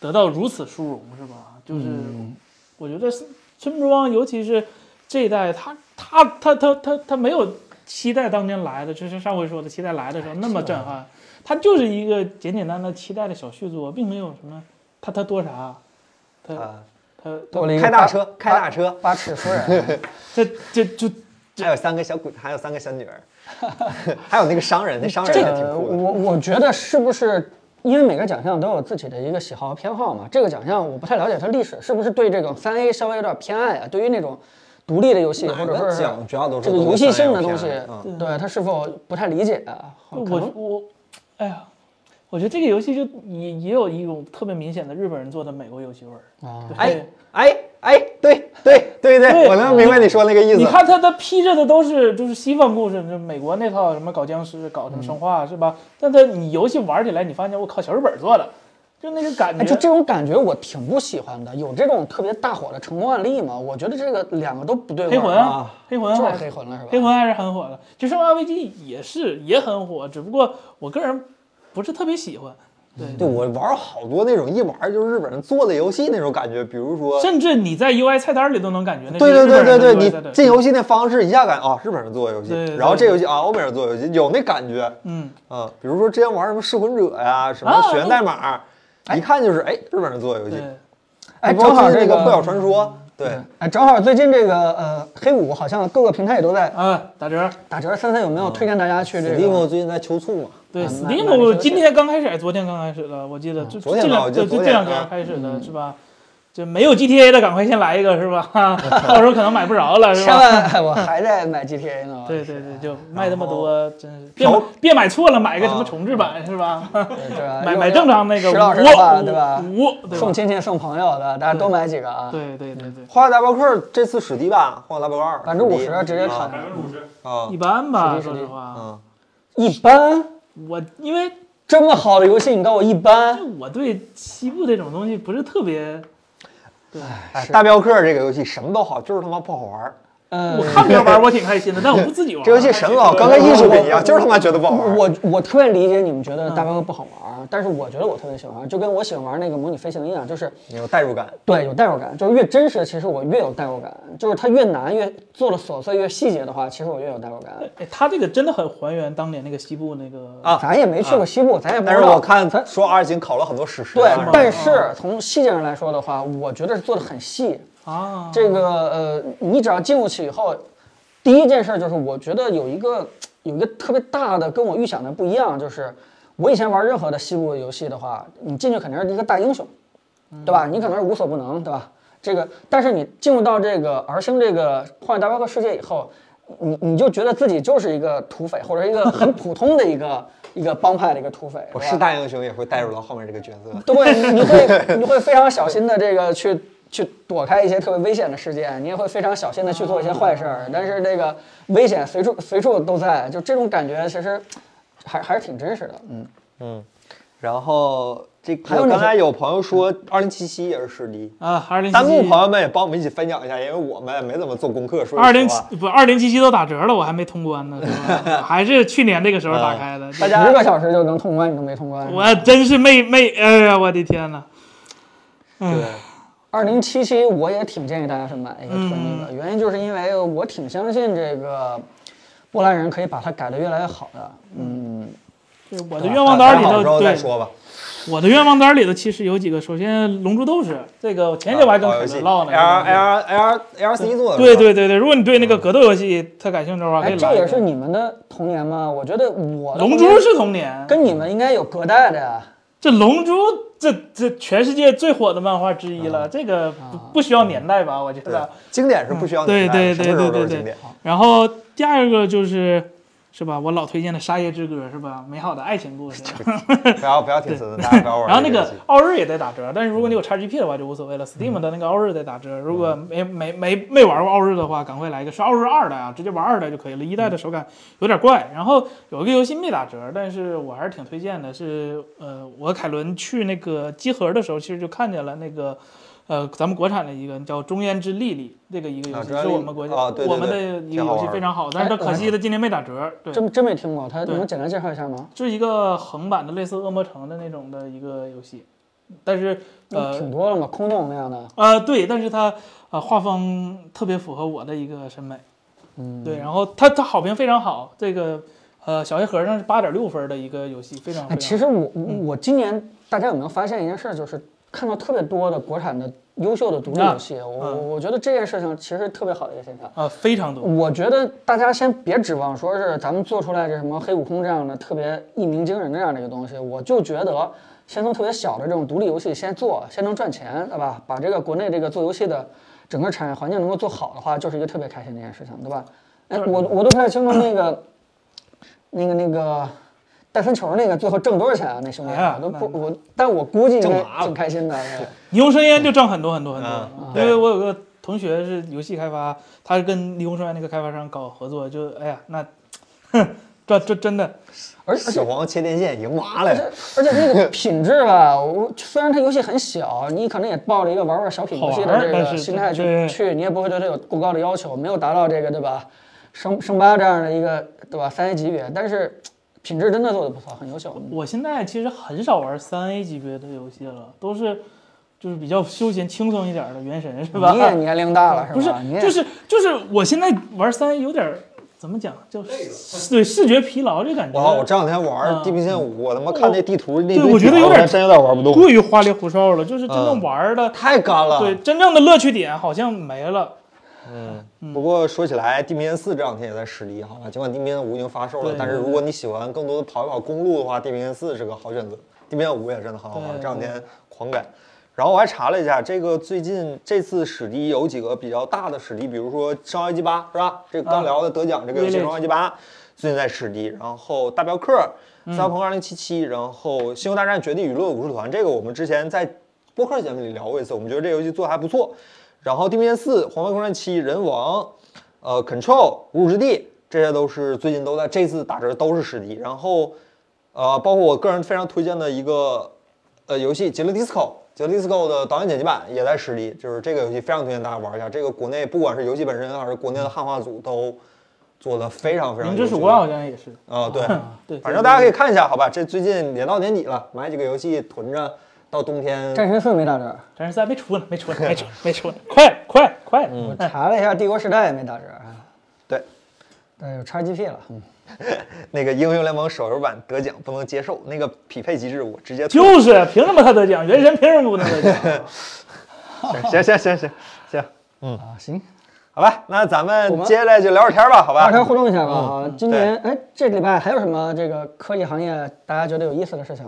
得到如此殊荣，是吧？就是、我觉得是村庄，尤其是这一代，他他他他他他没有期待当年来的，就是上回说的期待来的时候那么震撼，他就是一个简简单单期待的小续作，并没有什么他他多啥，他啊，他多了一个开大八车，开大车，八尺夫 人，这这就还有三个小鬼，还有三个小女儿， 还有那个商人， 那商人啊这也挺个酷的。我我觉得是不是因为每个奖项都有自己的一个喜好和偏好嘛？这个奖项我不太了解它历史，是不是对这种三 A 稍微有点偏爱啊？对于那种独立的游戏哪或个者说是奖主要都是这个对游戏性的 3A 有东西偏爱，嗯对它是否不太理解啊？我可能我，哎呀，我觉得这个游戏就也也有一种特别明显的日本人做的美国游戏味儿。啊，哎哎哎，对对对对，对我能明白你说那个意思。你看他他披着的都是就是西方故事，就美国那套什么搞僵尸、搞什么嗯生化、是吧？但他你游戏玩起来，你发现我靠，小日本做的，就那个感觉。哎，就这种感觉我挺不喜欢的。有这种特别大火的成功案例吗？我觉得这个两个都不对味黑儿魂啊，啊，黑就魂是还黑魂了是吧？黑魂还是很火的，就《生化危机》也是也很火，只不过我个人不是特别喜欢。对，对我玩好多那种一玩就是日本人做的游戏那种感觉，比如说，甚至你在 UI 菜单里都能感觉那是对对日本对人对的对，UI 菜你单进游戏那方式一下感觉啊，日本人做的游戏对对，然后这游戏啊，欧美人做的游戏，有那感觉。嗯，嗯，比如说之前玩什么《噬魂者》呀，什么啊《血源代码》，一看就是哎，日本人做的游戏。对。哎，包正括好那这个个《破晓传说》，对，哎，正好最近这个呃黑五好像各个平台也都在啊，打折。打折，三三有没有推荐大家去这 Steam 个？最近在求促嘛，对啊那，Steam 那我就是今天刚开始，昨天刚开始的，我记得就啊就昨天这吧我两记得对昨就这天两啊天开始的是吧？就没有 GTA 的，赶快先来一个是吧？到时候可能买不着了是千吧？万， 哎我还在买 GTA 呢。对对对，就卖这么然后多，真是别买调别买错了，买个什啊么重置版是吧？对，对吧买又买正常那个石五老师的话，对吧？五五对吧送亲戚送朋友的，大家都买几个啊？对对对对， 《荒野大镖客》这次史低吧，《荒野大镖客二》百分之五十史低直接啊砍百分之五十，啊一般吧，实说力实实力话，嗯，一般，我因为这么好的游戏你告诉我一般？我对西部这种东西不是特别，对。哎，《大镖客》这个游戏什么都好，就是他妈不好玩儿。嗯我，看别人玩我挺开心的，但我不自己玩。这游戏什么都好，刚跟艺术品一样，就是他妈觉得不好玩儿。我我特别理解你们觉得大镖客不好玩儿，但是我觉得我特别喜欢玩儿，就跟我喜欢玩那个模拟飞行一样，就是你有代入感，对有代入感，就是越真实，其实我越有代入感，就是它越难越做的琐碎越细节的话，其实我越有代入感。哎，他这个真的很还原当年那个西部那个啊咱也没去过西部，咱也不知但道。是我看他说二井考了很多史实对啊，什么，的。但是从细节上来说的话，我觉得是做的很细。啊，这个呃，你只要进入去以后，第一件事就是我觉得有一个有一个特别大的跟我预想的不一样，就是我以前玩任何的西部游戏的话，你进去肯定是一个大英雄，对吧？你可能是无所不能，对吧？这个，但是你进入到这个儿生这个荒野大镖客世界以后，你你就觉得自己就是一个土匪，或者一个很普通的一个一个帮派的一个土匪。我对是吧大英雄也会带入到后面这个角 色。对，你会你会非常小心的这个去去躲开一些特别危险的事件，你也会非常小心的去做一些坏事儿。但是那个危险随处随处都在，就这种感觉其实还还是挺真实的。嗯，然后这还有个哪刚些才有朋友说二零七七也是史低，啊，二零弹幕朋友们也帮我们一起分享一下，因为我们没怎么做功课，说二实零话。不二零七七都打折了，我还没通关呢，对 吧？还是去年这个时候啊打开的。大家一个小时就能通关，你都没通关。我真是没没，哎呀，我的天呐！对，二零七七我也挺建议大家去买一个托尼嗯的，原因就是因为我挺相信这个波兰人可以把它改得越来越好的。嗯，就是我的愿望单里改好之头，后再对，说吧。我的愿望单里头其实有几个。首先，《龙珠斗士》这个，我前一阵我还跟啊好游凯戏子唠呢。 ，L L L L C 做的，对，对对对，如果你对那个格斗游戏特感兴趣的话，可哎，以这来一也个。是你们的童年吗？我觉得我的龙童珠年是童年，跟你们应该有隔代的呀。这龙珠这这全世界最火的漫画之一了，这个不不需要年代吧？我觉啊对得。，经典是不需要嗯对年代的对什对么时候对都是对经典。然后第二个就是，是吧？我老推荐的《沙耶之歌》是吧？美好的爱情故事。不要不要挺损的，大家不要玩这游戏。嗯然后那个奥日也在打折，但是如果你有 XGP 的话就无所谓了。Steam 的那个奥日在打折，如果没没没没玩过奥日的话，赶快来一个，是奥日二代啊，直接玩二代就可以嗯了。一代的手感有点怪。然后有一个游戏没打折，但是我还是挺推荐的，是呃，我凯伦去那个集合的时候，其实就看见了那个。呃，咱们国产的一个叫《中烟之莉莉》，这个一个游啊戏、中烟是之我们国家、啊对对我们的对一挺个好游戏玩非的常好，但是它可惜它今年没打折。对，真真没听过，它对你能简单介绍一下吗？就是一个横版的，类似《恶魔城》的那种的一个游戏，但是那呃挺多了嘛，空洞那样的。呃对，但是它呃画风特别符合我的一个审美，嗯，对，然后它它好评非常好，这个呃小黑盒上是八点六分的一个游戏，非常非哎，常其实我嗯我今年大家有没有发现一件事儿，就是看到特别多的国产的优秀的独立游戏，我嗯我觉得这件事情其实特别好的一个现象。啊、非常多，我觉得大家先别指望说是咱们做出来这什么黑悟空这样的特别一鸣惊人的这样的一个东西，我就觉得先从特别小的这种独立游戏先做，先能赚钱，对吧？把这个国内这个做游戏的整个产业环境能够做好的话，就是一个特别开心的一件事情，对吧？哎，我我都不太清楚那个那个那个带分球那个最后挣多少钱啊？那兄弟哎呀我都不我，但我估计应挣该麻了挺开心的。哎对霓虹深渊就挣很多很多很多，啊嗯因为对我有个同学是游戏开发，他是跟霓虹深渊那个开发商搞合作，就哎呀那，哼，这这真的而且小黄切电线赢麻了呀， 而且那个品质吧，我虽然它游戏很小，你可能也抱着一个玩玩小品游戏好的玩这但个是心态去对去，你也不会对它有过高的要求，没有达到这个对吧？升升八这样的一个对吧三 A 级别，但是品质真的做的不错，很优秀。我现在其实很少玩三 A 级别的游戏了，都是就是比较休闲轻松一点的《原神》是吧？啊你也年龄大了是吧？不是你，也就是就是我现在玩三 A 有点儿怎么讲，叫累了视对视觉疲劳这感觉。我我这两天玩嗯《地平线五》，我他妈看那地图那对堆我觉得有条点真有点玩不动，过于花里胡哨了，就是真正嗯玩儿的，太干啊了。对真正的乐趣点好像没了。嗯不过说起来，《地平线四》这两天也在实力，好吧？尽管《地平线五》已经发售了对，但是如果你喜欢更多的跑一跑公路的话，《地平线四》是个好选择，《地平线五》也真的很好玩，对这两天狂改。然后我还查了一下，这个最近这次史迪有几个比较大的史迪，比如说《生化危机八》是吧？这个啊刚聊的得奖这个游戏《 Village 生化危机八》，最近在史迪。然后《大镖客》、《赛博朋克2077》，然后《星球大战：绝地陨落》武士团，这个我们之前在播客节目里聊过一次，我们觉得这游戏做的还不错。然后《地平线四》《黄牌空战七》《人王》，呃，《Control》《无主之地》，这些都是最近都在这次打折都是实体。然后，呃，包括我个人非常推荐的一个呃游戏《杰伦 Disco》，《杰伦 Disco》的导演剪辑版也在实体，就是这个游戏非常推荐大家玩一下。这个国内不管是游戏本身还是国内的汉化组都做的非常非啊常明优之秀曙光好像也是，啊、对。对，反正大家可以看一下，好吧？这最近也到年底了，买几个游戏囤着，到冬天战神四没打折，咱是在没出呢，没出呢， 没出呢，没出呢，快快快！哎我查了一下，帝国时代也没打折，啊对对，有 XGP 了。嗯那个《英雄联盟》手游版得奖不能接受，那个匹配机制我直接退了就是凭什么他得奖？原神凭什么不能得 奖？行行行行行，啊，行，好吧，那咱我们们接下来就聊会儿天儿吧，好吧？大家互动一嗯下吧啊！今年哎，这礼拜还有什么这个科技行业大家觉得有意思的事情？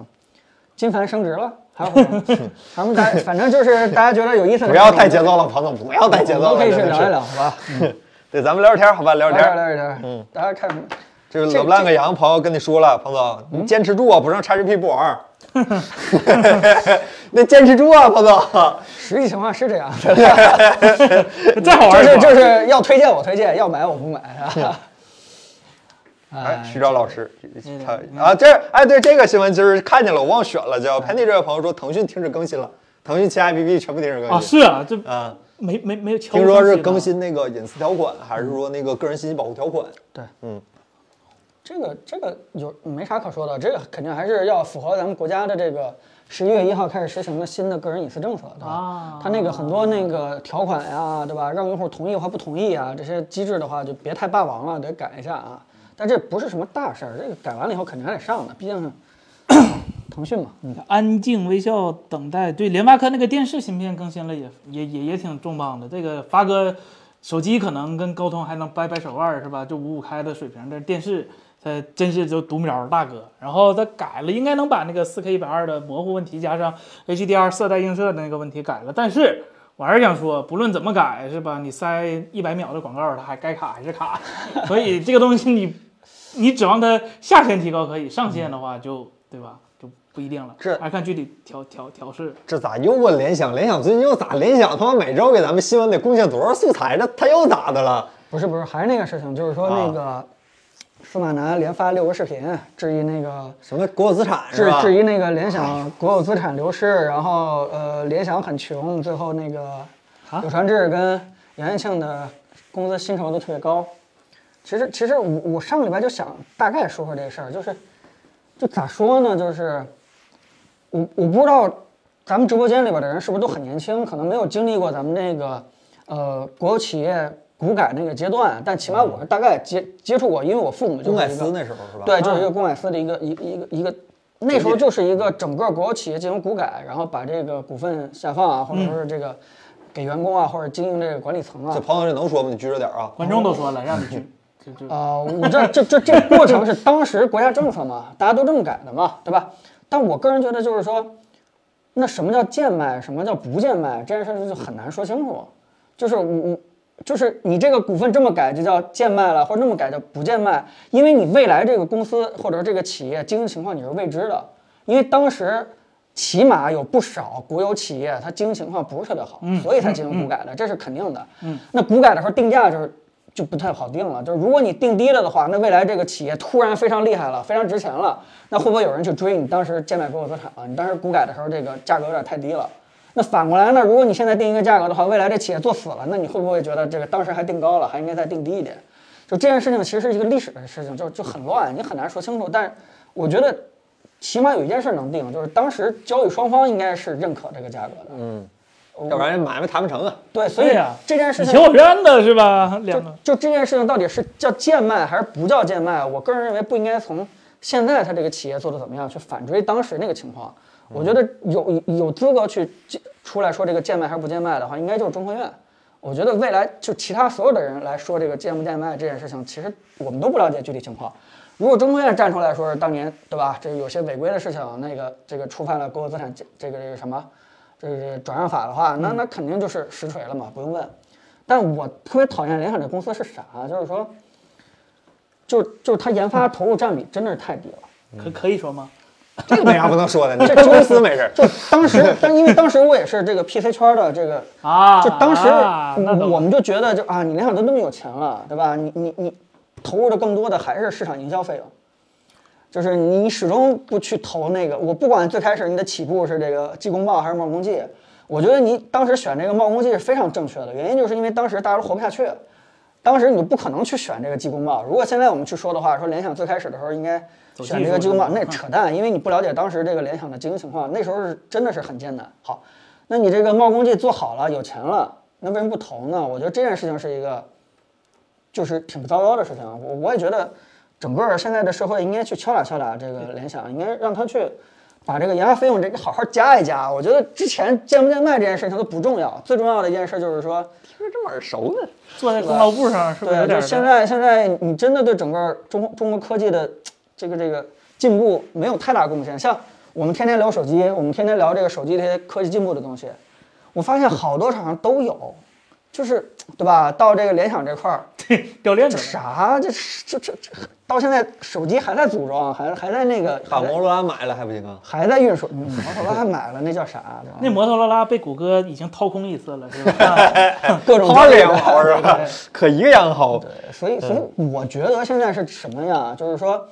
金凡升职了，还有什 么？咱们大反正就是大家觉得有意思的事情，不要带节奏了，庞总，不要带节我奏们了，可以去真的聊一是。聊，好吧？对，咱们聊会儿天儿，好吧？聊会儿聊天聊聊儿。一聊，嗯，大家看什么？这是冷不烂个羊朋友跟你说了，庞总，你坚持住啊，不让 XGP 不玩儿。 那坚持住啊，庞总。实际情况是这 样， 再好就玩是儿就是要推荐我推荐，要买我不买，啊是嗯吧？哎，徐钊老师，嗯他啊，这哎对这个新闻今儿看见了，我忘选了，叫 Penny 这位朋友说腾讯停止更新了，腾讯旗下 APP 全部停止啊，更新。是啊，这啊，没没没有敲听说更是新啊更新那个隐私条款，还是说那个个人信息保护条款？对，嗯，这个这个有没啥可说的，这个肯定还是要符合咱们国家的这个十一月一号开始实行的新的个人隐私政策，对吧？啊它那个很多那个条款呀、对吧？让用户同意或不同意啊，这些机制的话就别太霸王了，得改一下啊。但这不是什么大事儿，这个改完了以后肯定还得上的，毕竟腾讯嘛，嗯。安静微笑等待。对，联发科那个电视芯片更新了也，也也也挺重磅的。这个发哥手机可能跟高通还能掰掰手腕儿是吧？就五五开的水平，但是电视它真是就独苗大哥。然后它改了，应该能把那个四 K 一百二的模糊问题加上 HDR 色带映射的那个问题改了，但是。我还是想说，不论怎么改，是吧？你塞一百秒的广告，它还该卡还是卡，所以这个东西你你指望它下限提高可以，上限的话就、对吧？就不一定了，这还看具体调调调试。这咋又问联想？联想最近又咋？联想他妈每周给咱们新闻得贡献多少素材？这他又咋的了？不是不是，还是那个事情，就是说啊那个司马南连发六个视频，质疑那个什么国有资产是质吧？质疑那个联想国有资产流失，然后呃联想很穷，最后那个啊柳传志跟杨元庆的工资薪酬都特别高。其实其实我我上个礼拜就想大概说说这事儿，就是就咋说呢，就是我我不知道咱们直播间里边的人是不是都很年轻，可能没有经历过咱们那个呃国有企业股改那个阶段，但起码我是大概接接触过，因为我父母就是嗯公改一个司那时候是吧？对，就是一个公百司的一个一个一个一个，那时候就是一个整个国有企业进行股改，然后把这个股份下放啊，或者说是这个给员工啊，或者经营这个管理层啊这。朋友这能说吗？你拘着点啊！观众都说了，让你去，就就啊、我这这这这个过程是当时国家政策嘛，大家都这么改的嘛，对吧？但我个人觉得就是说，那什么叫贱卖，什么叫不贱卖，这件事儿就很难说清楚。就是我我就是你这个股份这么改就叫贱卖了，或者那么改叫不贱卖，因为你未来这个公司或者说这个企业经营情况你是未知的，因为当时起码有不少国有企业它经营情况不是特别好，所以才进行股改的，这是肯定的。嗯，那股改的时候定价就是。就不太好定了，就是如果你定低了的话，那未来这个企业突然非常厉害了，非常值钱了，那会不会有人去追你当时贱卖国有资产啊了？你当时股改的时候，这个价格有点太低了。 那反过来呢？如果你现在定一个价格的话，未来这企业做死了，那你会不会觉得这个当时还定高了，还应该再定低一点？就这件事情其实是一个历史的事情，就就很乱，你很难说清楚。但我觉得起码有一件事能定，就是当时交易双方应该是认可这个价格的。嗯，要不然买卖谈不成啊！对，所以对呀这件 事你情情我愿的是吧？就两个就这件事情到底是叫贱卖还是不叫贱卖？我个人认为不应该从现在他这个企业做的怎么样去反追当时那个情况。我觉得有有资格去出来说这个贱卖还是不贱卖的话，应该就是中科院。我觉得未来就其他所有的人来说这个贱不贱卖这件事情，其实我们都不了解具体情况。如果中科院站出来说是当年对吧，这有些违规的事情，那个这个触犯了国有资产这这个这个什么，这个转让法的话，那那肯定就是实锤了嘛，不用问。但我特别讨厌联想这公司是啥？啊就是说，就就是它研发投入占比真的是太低了。可可以说吗？这个没啥不能说的，你这这公公司司没事儿。就当时，但因为当时我也是这个 PC 圈的这个啊，就当时啊那我懂我们就觉得就啊，你联想都那么有钱了，对吧？你你你投入的更多的还是市场营销费用，就是你始终不去投那个。我不管最开始你的起步是这个技工贸还是贸工技，我觉得你当时选这个贸工技是非常正确的，原因就是因为当时大家都活不下去。当时你不可能去选这个技工贸。如果现在我们去说的话，说联想最开始的时候应该选这个技工贸，那扯淡，因为你不了解当时这个联想的经营情况，那时候是真的是很艰难。好，那你这个贸工技做好了，有钱了，那为什么不投呢？我觉得这件事情是一个，就是挺糟糕的事情。啊我我也觉得，整个现在的社会应该去敲打敲打这嗯个联想，应该让他去把这个研发费用这个好好加一加。我觉得之前贱不贱卖这件事情都不重要，最重要的一件事就是说。这么耳熟 呢？坐在功劳簿上是不是有对，点啊就儿？现在现在你真的对整个中中国科技的这个这个进步没有太大贡献。像我们天天聊手机，我们天天聊这个手机这些科技进步的东西，我发现好多厂商都有，就是对吧？到这个联想这块儿， 掉链子这了啥这这这这到现在手机还在组装，还还在那个把还摩在托罗拉买了还不行啊？还在运输，嗯摩托罗拉买了那叫啥？对吧那摩托罗拉被谷歌已经掏空一次了，是 吧？各种 薅这着个羊薅是吧？ 可一个羊薅。所以，所以我觉得现在是什么呀？就是说，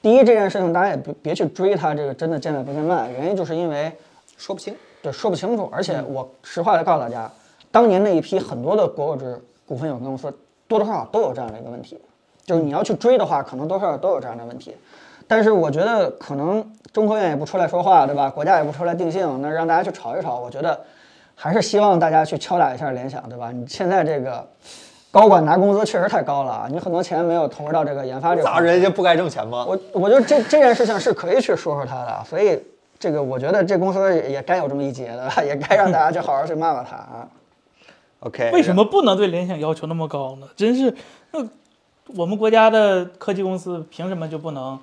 第一这件事情大家也别别去追它这个真的贱卖不贱卖，原因就是因为说不清。嗯对说不清楚，而且我实话的告诉大家，当年那一批很多的国有制股份有限公司多多少少都有这样的一个问题，就是你要去追的话，可能多少少都有这样的问题。但是我觉得可能中科院也不出来说话，对吧？国家也不出来定性，那让大家去炒一炒，我觉得还是希望大家去敲打一下联想，对吧？你现在这个高管拿工资确实太高了啊，你很多钱没有投入到这个研发这块咋儿。人家不该挣钱吗？我我觉得这这件事情是可以去说说他的，所以这个我觉得这公司也也该有这么一节的， 也该让大家去好好去骂骂他啊。 OK，为什么不能对联想要求那么高呢？真是，那我们国家的科技公司凭什么就不能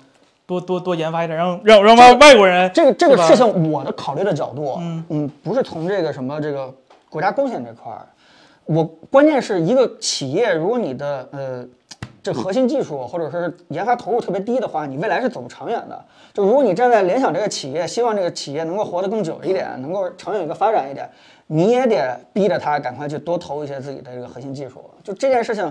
多多多研发一点，让让让外外国人这个这个是吧事情，我的考虑的角度，嗯不是从这个什么这个国家贡献这块儿，我关键是一个企业，如果你的呃这核心技术或者是研发投入特别低的话，你未来是走不长远的。就如果你站在联想这个企业，希望这个企业能够活得更久一点，能够长远一个发展一点，你也得逼着他赶快去多投一些自己的这个核心技术。就这件事情。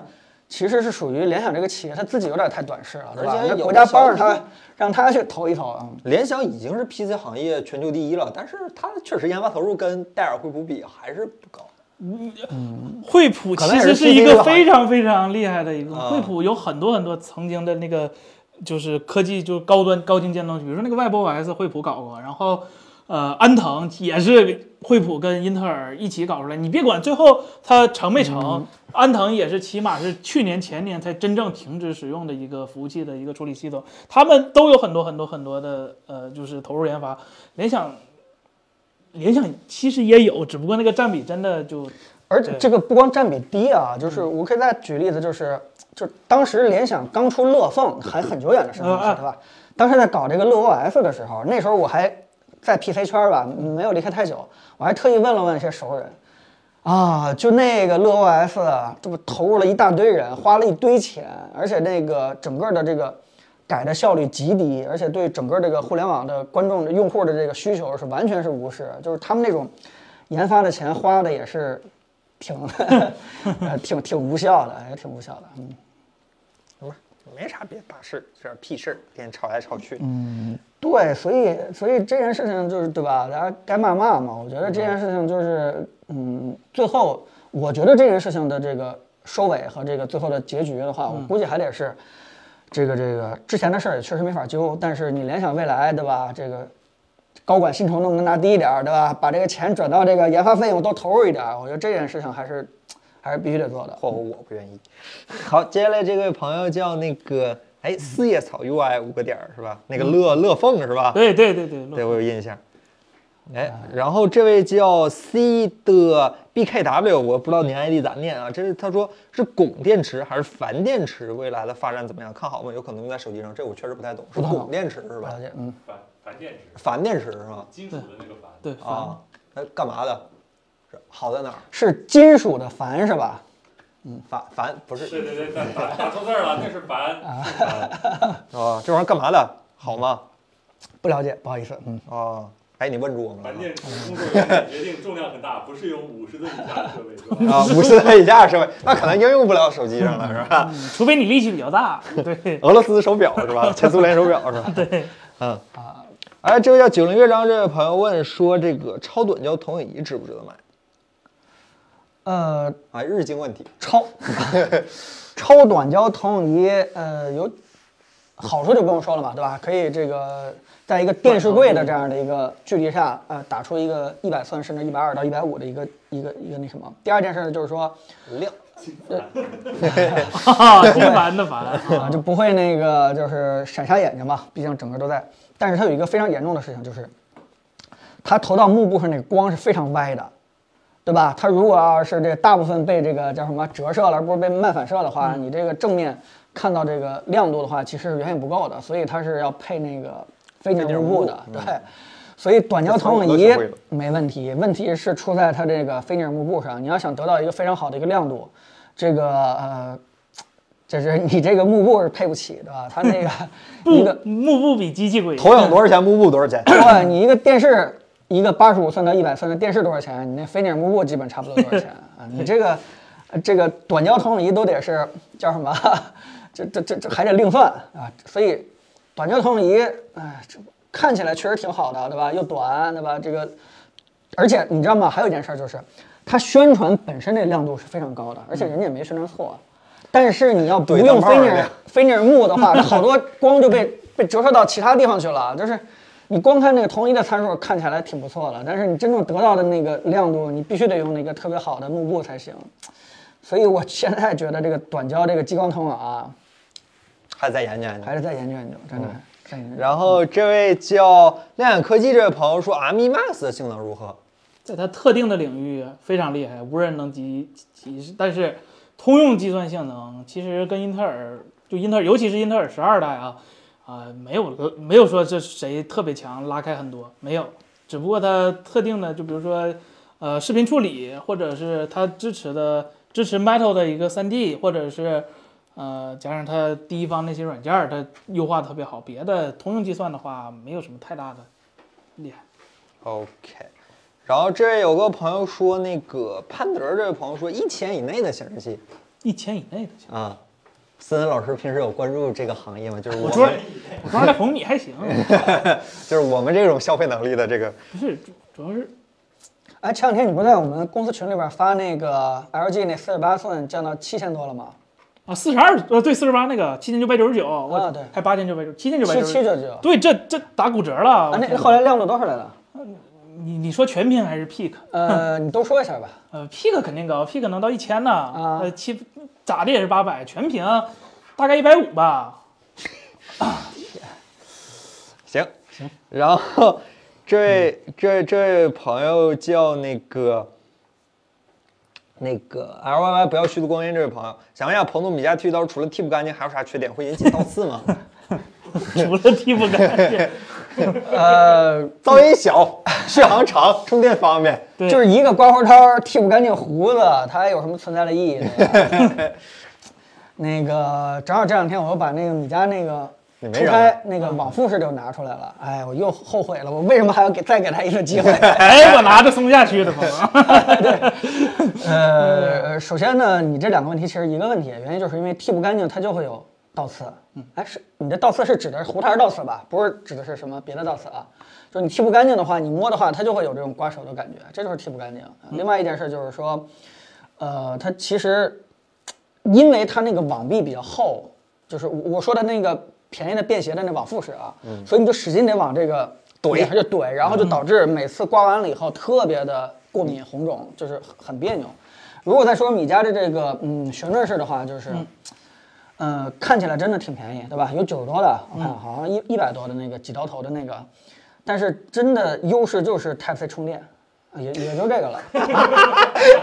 其实是属于联想这个企业，他自己有点太短视了，对吧而且？那有国家的小帮着企业他，让他去投一投，嗯。联想已经是 PC 行业全球第一了，但是它确实研发投入跟戴尔、惠普比还是不高。惠普可其能也实是是一 CBA 的个话非常非常厉害的一个，啊惠普有很多很多曾经的那个就是科技就是高端高精尖东西，比如说那个 WebOS 惠普搞过，然后呃安腾也是惠普跟英特尔一起搞出来。你别管最后它成没成，嗯安腾也是起码是去年前年才真正停止使用的一个服务器的一个处理系统，他们都有很多很多很多的呃就是投入研发，联想。联想其实也有，只不过那个占比真的就而且对这个不光占比低啊，就是我可以再举例子，就是就是当时联想刚出乐凤还很久远的时候，嗯嗯对吧？当时在搞这个乐 OS 的时候，那时候我还在 PC 圈吧，没有离开太久，我还特意问了问一些熟人。啊，就那个乐 OS，啊这不投入了一大堆人，花了一堆钱，而且那个整个的这个改的效率极低，而且对整个这个互联网的观众的用户的这个需求是完全是无视，就是他们那种研发的钱花的也是挺呃挺挺无效的，也挺无效的。嗯，没啥别的大事，这点屁事儿，天天吵来吵去。嗯对，所以所以这件事情就是对吧？大家该骂骂嘛。我觉得这件事情就是，嗯，最后我觉得这件事情的这个收尾和这个最后的结局的话，我估计还得是。这个这个之前的事儿也确实没法揪，但是你联想未来，对吧？这个高管薪酬能不能拿低一点儿，对吧？把这个钱转到这个研发费用都投入一点儿，我觉得这件事情还是还是必须得做的。或我不愿意。好，接下来这位朋友叫那个哎四叶草 UI 五个点儿是吧？那个嗯乐乐凤是 吧？对对对对，对我有印象。哎，啊然后这位叫 C 的 BKW，我不知道您 ID 咋念啊？这是他说是汞电池还是钒电池未来的发展怎么样？看好吗？有可能用在手机上，这我确实不太懂。是不太懂汞电池是吧了？解，嗯。反反电池，钒电池是吧？金属的那个反。对，反啊，那干嘛的？是好在哪儿？是金属的钒是吧？钒钒不是对对对，反反错字儿了，那是反。啊？这玩意儿干嘛的？好吗？不了解，不好意思，嗯，啊，哎，你问住我们了反啊。电池工作人员决定重量很大，不适用五十吨以下的设备。是吧 啊，五十台以下的设备，那可能应用不了手机上了，是吧？嗯除非你力气比较大，对， 俄罗斯手表是吧？前苏联手表是吧？对，嗯啊，哎，这位叫九零乐章这位朋友问说，这个超短焦投影仪值不值得买？呃，啊，日经问题，超 超短焦投影仪，呃，有好处就不用说了嘛，对吧？可以这个在一个电视柜的这样的一个距离下，呃，打出一个一百寸甚至一百二到一百五的一个一个一个那什么。第二件事呢，就是说，亮哈哈，金凡的凡啊，就不会那个就是闪瞎眼睛吧，毕竟整个都在。但是它有一个非常严重的事情，就是它投到幕布上那个光是非常歪的，对吧？它如果要是这大部分被这个叫什么折射了，而不是被漫反射的话，嗯你这个正面看到这个亮度的话，其实是远远不够的，所以它是要配那个非景幕布的，对。所以短焦投影仪嗯这词儿我都学会了没问题，问题是出在它这个非景幕布上。你要想得到一个非常好的一个亮度，这个呃，就是你这个幕布是配不起的吧？它那个一个布 幕布比机器贵，投影多少钱？幕布多少 钱？对，你一个电视，一个八十五寸到一百寸的电视多少钱？你那飞鸟幕布基本差不多多少钱啊？你这个，呃这个短焦投影仪都得是叫什么？这这这这还得另算啊！所以，短焦投影仪，哎，这看起来确实挺好的，对吧？又短，对吧？这个，而且你知道吗？还有一件事儿就是，它宣传本身这亮度是非常高的，而且人家也没宣传错。但是你要不嗯对用当炮飞儿鸟的 飞鸟幕的话，好多光就被被被折射到其他地方去了。就是你光看那个同一的参数看起来挺不错了，但是你真正得到的那个亮度，你必须得用那个特别好的幕布才行。所以我现在觉得这个短焦这个激光头脑啊，还在研究研究。还是再研究研究，真的。嗯再研究研究然后这位叫亮眼科技这位朋友说 m i Max 的性能如何？在它特定的领域非常厉害，无人能及其，但是通用计算性能其实跟英特尔，就英特尔，尤其是英特尔十二代啊，啊、没有个没有说这谁特别强，拉开很多，没有，只不过它特定的，就比如说呃视频处理，或者是它支持的支持 Metal 的一个 3D，或者是呃加上它第一方那些软件儿，它优化特别好，别的通用计算的话没有什么太大的厉害。 OK，然后这位有个朋友说，那个潘德这位朋友说，一千以内的显示器一千以内的行，啊，思文老师平时有关注这个行业吗？就是我我们桌我桌上那红米还行，就是我们这种消费能力的这个，不是主主要是哎，前两天你不在我们公司群里边发那个 LG 那四十八寸降到七千多了吗？啊四十二呃对四十八那个七千九百九十九，我、啊对还八千九百九七千九百七九七十九，九九。对这这打骨折了，啊我，那天那后来亮度多少来了？你你说全屏还是 Peak？ 呃，你都说一下吧。呃，Peak 肯定高，Peak 能到一千呢，啊呃七咋的也是八百，全屏大概一百五吧，行行。嗯然后这位、这位这位朋友叫那个那个 L Y Y 不要虚度光阴这位朋友，想问一下彭总，米家剃须刀除了剃不干净还有啥缺点？会引起倒刺吗？ 除了剃不干净，呃，噪音小，续航长，充电方便。对就是一个刮胡刀剃不干净胡子，它还有什么存在的意义 呢？那个正好这两天我又把那个米家那个你没出扔啊差那个往复式就拿出来了，哎，我又后悔了，我为什么还要给再给他一次机 会？哎，我拿着松下去的朋友， 呃，首先呢，你这两个问题其实一个问题，原因就是因为剃不干净，它就会有倒刺。嗯，哎，是你的倒刺是指的是胡茬儿倒刺吧？不是指的是什么别的倒刺啊？就是你剃不干净的话，你摸的话，它就会有这种刮手的感觉，这就是剃不干净。另外一件事就是说，呃，它其实因为它那个网壁比较厚，就是我我说的那个便宜的便携的那网复式啊，所以你就使劲得往这个怼脸上就怼，然后就导致每次刮完了以后特别的过敏红肿，就是很很别扭。如果再说米家的这个嗯旋转式的话，就是。呃，看起来真的挺便宜，对吧？有九十多的，我嗯看好像一一百多的那个几刀头的那个，但是真的优势就是 Type C 充电，啊也也就这个 了。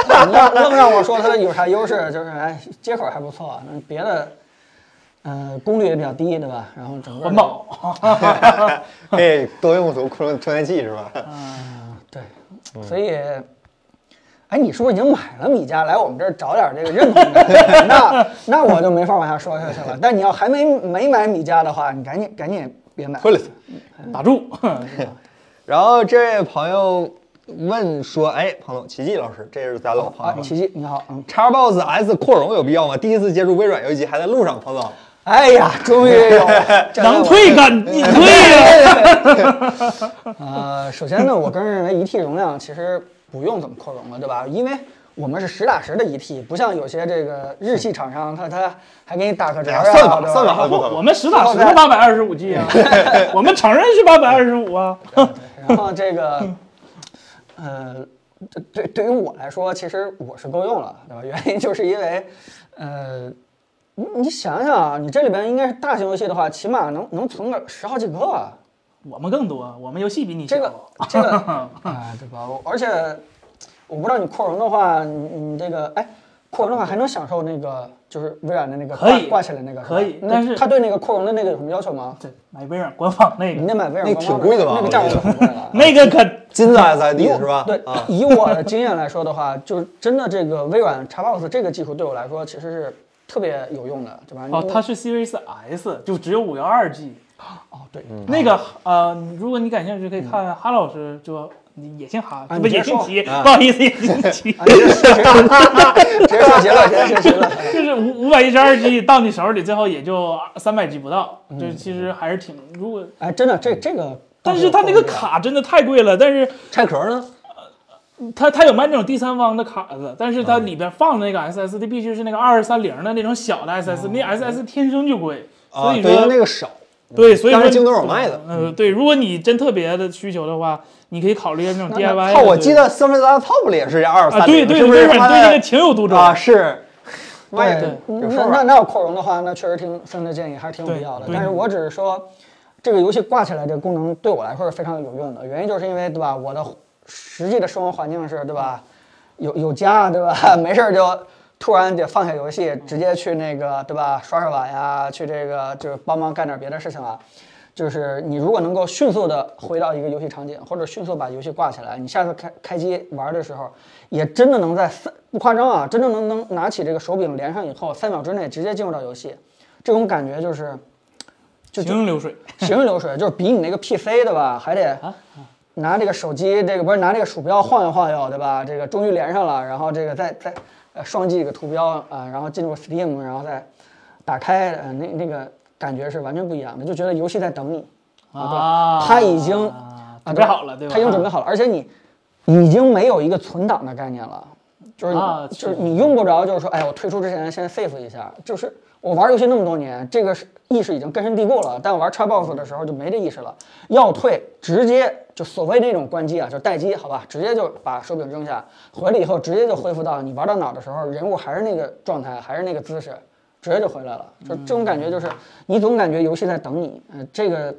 啊愣愣让我说它有啥优势，就是哎，接口还不错，那别的，呃，功率也比较低，对吧？然后整个环保。可以多用途扩充充电器是吧？ 对，嗯所以，哎，你是不是已经买了米家来我们这儿找点这个认同感？ 那那我就没法往下说下去了。但你要还没没买米家的话，你赶紧赶紧别买。回来。打住，然后这位朋友问说：“哎，彭总，奇迹老师，这是咱老朋啊友，了。奇迹，你好，嗯， Xbox S 扩容有必要吗？第一次接触微软游戏还在路上，彭总。哎呀，终于有 能退感。干你退呀、 呃，首先呢，我个人认为一 T 容量其实不用怎么扩容了，对吧？因为我们是实打实的一 T，不像有些这个日系厂商，他他还给你打个折啊，哎呀算法对吧算法好我我们实打实的八百二十五 G 啊，我们承认是八百二十五啊。然后这个，呃，对对，对于我来说，其实我是够用了，对吧？原因就是因为，呃，你你想想啊，你这里边应该是大型游戏的话，起码能能存个十好几个啊、我们更多，我们游戏比你小。这个这个 啊、对吧？我而且我不知道你扩容的话，你你这个哎。扩容的话还能享受那个，就是微软的那个可以挂挂起来那个，吧可以那但是他对那个扩容的那个有什么要求吗？对，买微软官方那你个，得买微软那官挺方贵的吧那个我价格记得很贵了。那个可金的 SID 是吧？对， 啊， 以我的经验来说的话，就是真的这个微软 Xbox 这个技术对我来说其实是特别有用的，对吧？哦，你它是 Series S，就只有五幺二 G。哦对，嗯那个呃，如果你感兴趣，可以看哈老师就野性哈，啊不你别野性说奇，不好意思，野 性奇，啊，直接直接说 结论，直接说结论。就是五五百一十二 G 到你手里，最后也就三百 G 不到，嗯就是其实还是挺如果。哎，真的这这个，但是它那个，卡真的太贵了，但是拆壳呢？它它有卖那种第三方的卡子，但是哦它里边放的那个 SSD 必须是那个二三零的那种小的 SS，、那 SS 天生就贵，所哦啊，以对，因为说那个少。对，所以当说时京东有卖的。呃，对，如果你真特别的需求的话，你可以考虑那种 DIY 的靠，哦我对记得 Surface Laptop 里也是二啊，三对零，对，是不日是本他对这个妈情有独的钟啊？是，妈呀对，有嗯那时候那那要扩容的话，那确实听森的建议还是挺有啊对必要的。对但是我只是说，这个游戏挂起来这个功能对我来说是非常有用的，原因就是因为对吧，我的实际的生活环境是对吧，有有家啊对吧， 没事儿就突然得放下游戏，直接去那个对吧刷刷碗呀，去这个就是帮忙干点别的事情啊。就是你如果能够迅速的回到一个游戏场景，或者迅速把游戏挂起来，你下次开开机玩的时候，也真的能在三不夸张啊，真的能能拿起这个手柄连上以后，三秒之内直接进入到游戏，这种感觉就是就行云流水， 行云流水，就是比你那个 PC 的吧，还啊得拿这个手机，这个不是拿这个鼠标晃悠晃悠，对吧？这个终于连上了，然后这个再再呃双击一个图标啊、然后进入 Steam，然后再打开，呃，那那个感觉是完全不一样的，就觉得游戏在等你啊他已经啊啊，准对备吧好了，对吧？啊他已经准备好了，而且你已经没有一个存档的概念了，就是你、啊就是是你用不着，就是说，哎，我退出之前先 save 一下，就是。我玩游戏那么多年，这个是意识已经根深蒂固了。但我玩 Xbox 的时候就没这意识了。要退，直接就所谓那种关机啊，就待机，好吧，直接就把手柄扔下，回来以后直接就恢复到你玩到哪儿的时候，人物还是那个状态，还是那个姿势，直接就回来了。就这种感觉，就是你总感觉游戏在等你。呃，这个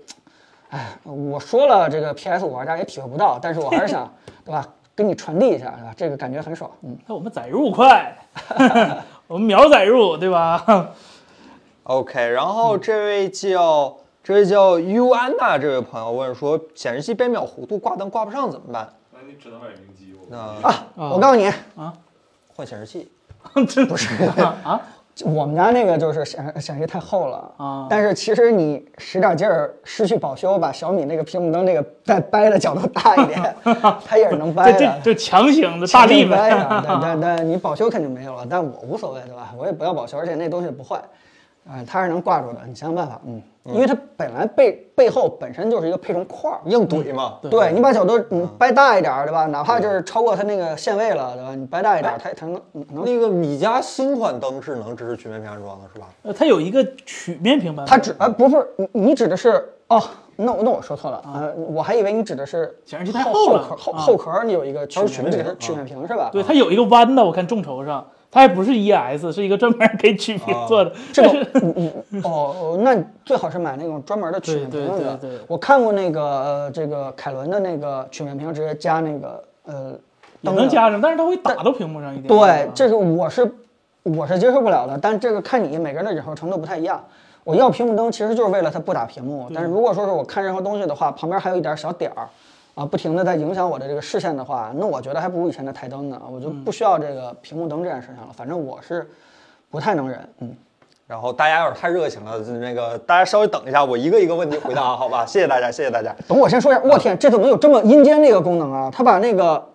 哎，我说了这个 PS 五玩家也体会不到，但是我还是想，对吧？跟你传递一下，对吧？这个感觉很爽，嗯。哎，我们载入快， 我们秒载入，对吧？ OK，然后这位叫、这位叫 U 安娜这位朋友问说，显示器编秒弧度挂灯挂不上怎么办？那你只能买明基。我那啊我告诉你，换显示器。真不是啊我们家那个就是显显示器太厚了啊但是其实你使点劲儿，失去保修，把小米那个屏幕灯那个再掰的角度大一 点，它也是能啊，掰这这的。这强行的大力掰呗，呀，但但但你保修肯定没有了，但我无所谓，对吧？我也不要保修，而且那东西也不坏，啊、它是能挂住的，你想想办法，嗯，因为它本来背背后本身就是一个配重块儿，硬怼嘛，对你把角度你嗯掰大一点儿，对吧？哪怕就是超过它那个限位了，对吧？你掰大一点儿，哎它它能嗯能，那个米家新款灯是能支持曲面屏安装的，是吧？呃它有一个曲面屏版它本，指啊不是你你指的是哦，那我那我说错了啊，呃我还以为你指的是显示器太后厚了壳后啊后壳儿你有一个曲是曲面面这屏啊个是曲面屏是吧？对，它有一个弯的，我看众筹上，它还不是 ES，是一个专门给曲屏做的，这个 嗯嗯哦，那你最好是买那种专门的曲面屏对的。对对对我看过那个呃这个凯伦的那个曲面屏，直接加那个呃也灯能的加上，但是它会打到屏幕上一点。对，吧这个我是我是接受不了的，但这个看你每个人的忍受程度不太一样。我要屏幕灯其实就是为了它不打屏幕，但是如果说是我看任何东西的话，旁边还有一点小点儿，啊，不停的在影响我的这个视线的话，那我觉得还不如以前的台灯呢，我就不需要这个屏幕灯这件事情了。反正我是不太能忍，嗯，然后大家要是太热情了，就那个大家稍微等一下，我一个一个问题回答，好 吧？谢谢大家，谢谢大家。等我先说一下，我天，这怎么有这么阴间那个功能啊？它把那个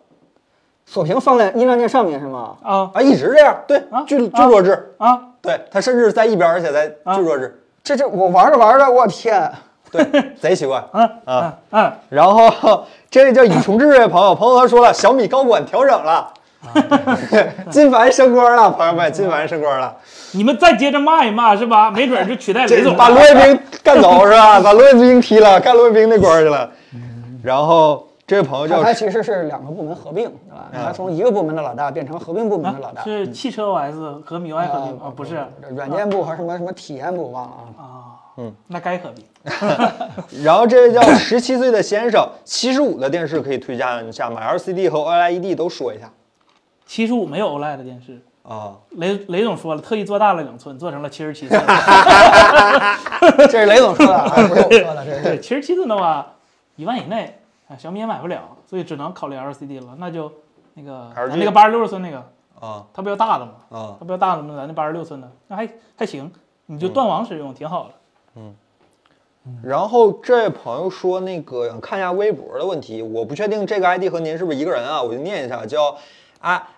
锁屏放在音量键上面是吗？啊啊，一直这样，对，巨巨弱智，啊，对，它甚至在一边，而且在巨弱智，这这我玩着玩着，我天， 对，贼奇怪。嗯嗯啊嗯，然后这位叫以琼志的朋友，彭和说了，小米高管调整了， 金凡升官了，朋友们，金凡升官了，你们再接着骂一骂是吧？没准就取代雷 这总把了。啊罗卫兵干走是吧？把罗卫兵踢了，干罗卫兵那官去了。然后这位朋友它叫它其实是两个部门合并，对啊吧？它从一个部门的老大变成合并部门的老大，嗯呃是汽车 OS 和米 UI 合并啊？不是，软件部和什么什么体验部忘了 啊。那该合并。然后这位叫 十七岁的先生，七十五的电视可以推荐一下吗？LCD 和 OLED 都说一下七十五没有 OLED 电视，啊。雷雷总说了，特意做大了两寸，做成了七十七寸。这是雷总说 的啊，不是我说的，这对，是七十七寸的话，一万以内，啊，小米也买不了，所以只能考虑 LCD 了。那就那个咱 LG 那个八十六寸那个，啊它不要大的吗？啊，它不要大的吗？咱那八十六寸的，那还还行，你就断网使用，挺好的。然后这位朋友说，那个想看一下微博的问题，我不确定这个 ID 和您是不是一个人啊，我就念一下，叫啊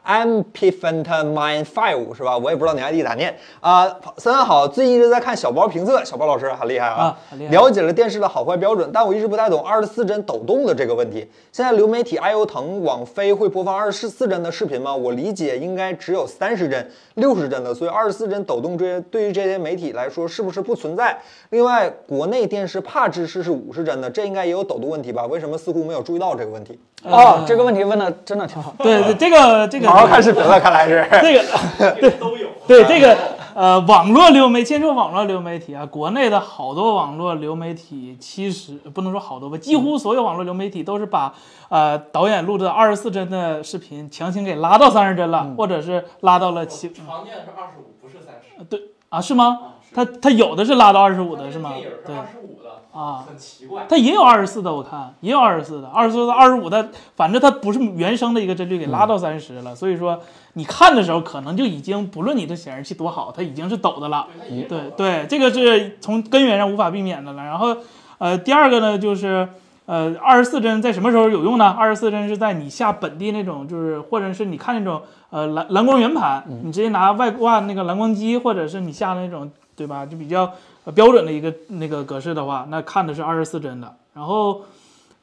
Ampifantamine Five 是吧？我也不知道你 ID 咋念啊。三三好，最近一直在看小包评测，小包老师很厉害啊很厉害了解了电视的好坏标准，但我一直不太懂二十四帧抖动的这个问题。现在流媒体爱优腾、网飞会播放二十四帧的视频吗？我理解应该只有三十帧、六十帧的，所以二十四帧抖动这些对于这些媒体来说是不是不存在？另外，国内电视帕支持是五十帧的，这应该也有抖动问题吧？为什么似乎没有注意到这个问题？哦，这个问题问的真的挺好。啊对对，这个这个嗯好好看视频了，看来是。这个这个都有。对这个呃，网络流媒，先说网络流媒体啊，国内的好多网络流媒体，其实不能说好多吧，几嗯乎所有网络流媒体都是把呃导演录制的二十四帧的视频强行给拉到三十帧了，嗯或者是拉到了七嗯常见是二十五，不是三十。啊是吗？啊，是它它有的是拉到二十五的是是吗电影？对是二十五的，啊，很奇怪。它也有二十四的，我看也有二十四的，二十四的、二十五的，反正它不是原生的一个帧率给拉到三十了，所以说你看的时候可能就已经不论你的显示器多好，它已经是抖的了。对，它也有嗯对啊对，这个是从根源上无法避免的了。然后，呃，第二个呢，就是呃，二十四帧在什么时候有用呢？二十四帧是在你下本地那种，就是或者是你看那种呃蓝蓝光圆盘，嗯你直接拿外挂那个蓝光机，或者是你下那种对吧，就比较呃标准的一个那个格式的话，那看的是二十四帧的。然后，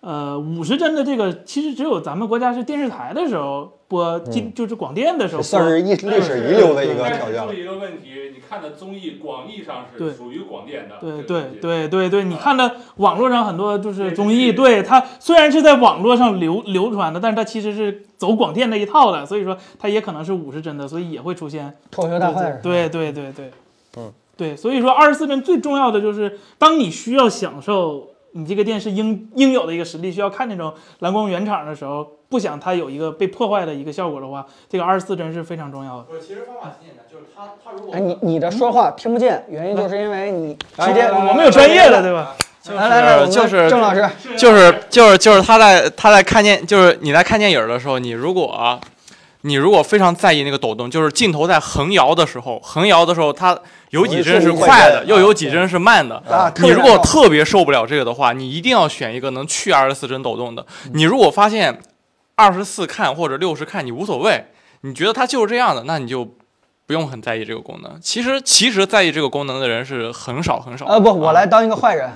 呃，五十帧的这个其实只有咱们国家是电视台的时候播，进就是广电的时候播，嗯算是一历史遗留的一个但条件是了注。意一个问题，你看的综艺广义上对是属于广电的，对这个对东西，对对对，你啊看的网络上很多就是电视综艺，剧对它虽然是在网络上流流传的，但是它其实是走广电那一套的，所以说它也可能是五十帧的，所以也会出现。脱口秀大会是吧，对对对对，嗯，对，所以说二十四帧最重要的就是，当你需要享受你这个电视应应有的一个实力，需要看那种蓝光原厂的时候，不想它有一个被破坏的一个效果的话，这个二十四帧是非常重要的。不是，其实方法挺简单，就是他他如果哎，你你的说话听不见，原因就是因为嗯你来直接来来哎我们有啊专业的，对吧？来来来，我们就是郑老师，就是就是就是他在他在看电，就是你在看电影的时候，你如果你如果非常在意那个抖动，就是镜头在横摇的时候，横摇的时候，它有几帧是快的，又有几帧是慢的。啊，特你别如果好特别受不了这个的话，你一定要选一个能去二十四帧抖动的。你如果发现二十四看或者六十看你无所谓，你觉得它就是这样的，那你就不用很在意这个功能。其实其实在意这个功能的人是很少很少的。呃不，我来当一个坏 人，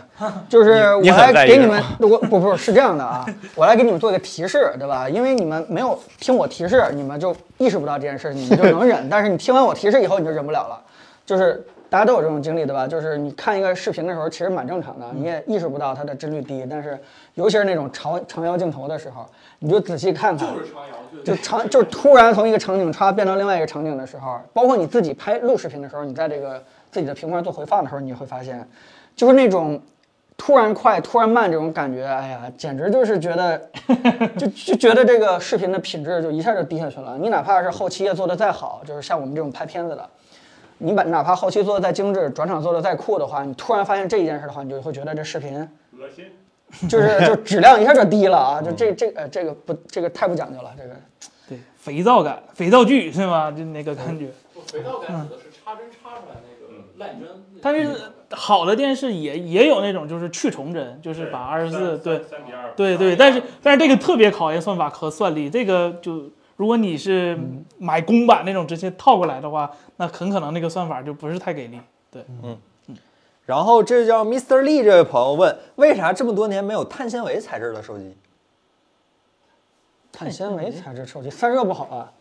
就是我啊你你很来在意给你是们，我不不是这样的啊，我来给你们做一个提示，对吧？因为你们没有听我提示，你们就意识不到这件事，你们就能忍。但是你听完我提示以后，你就忍不了了。就是大家都有这种经历，对吧？就是你看一个视频的时候，其实蛮正常的，你也意识不到它的帧率低，但是尤其是那种长长腰镜头的时候，你就仔细看看，就是长摇，就场 就是突然从一个场景歘变到另外一个场景的时候，包括你自己拍录视频的时候，你在这个自己的屏幕上做回放的时候，你会发现，就是那种突然快、突然慢这种感觉，哎呀，简直就是觉得 就就觉得这个视频的品质就一下就低下去了。你哪怕是后期也做得再好，就是像我们这种拍片子的，你把哪怕后期做得再精致，转场做得再酷的话，你突然发现这一件事的话，你就会觉得这视频恶心。就是就质量一下就低了啊！就这这呃这个不这个太不讲究了，这个。对，肥皂感、肥皂剧是吧？就那个嗯感觉。我肥皂感指的是插针插出来那个烂针。但是好的电视也也有那种就是去重帧，就是把二十四对三比二，对对，但是但是这个特别考验算法和算力，这个就如果你是嗯买公版那种直接套过来的话，那很可能那个算法就不是太给力。对，然后这叫 Mr. Lee 这位朋友问，为啥这么多年没有碳纤维材质的手机？碳纤维材质手机散热不好啊？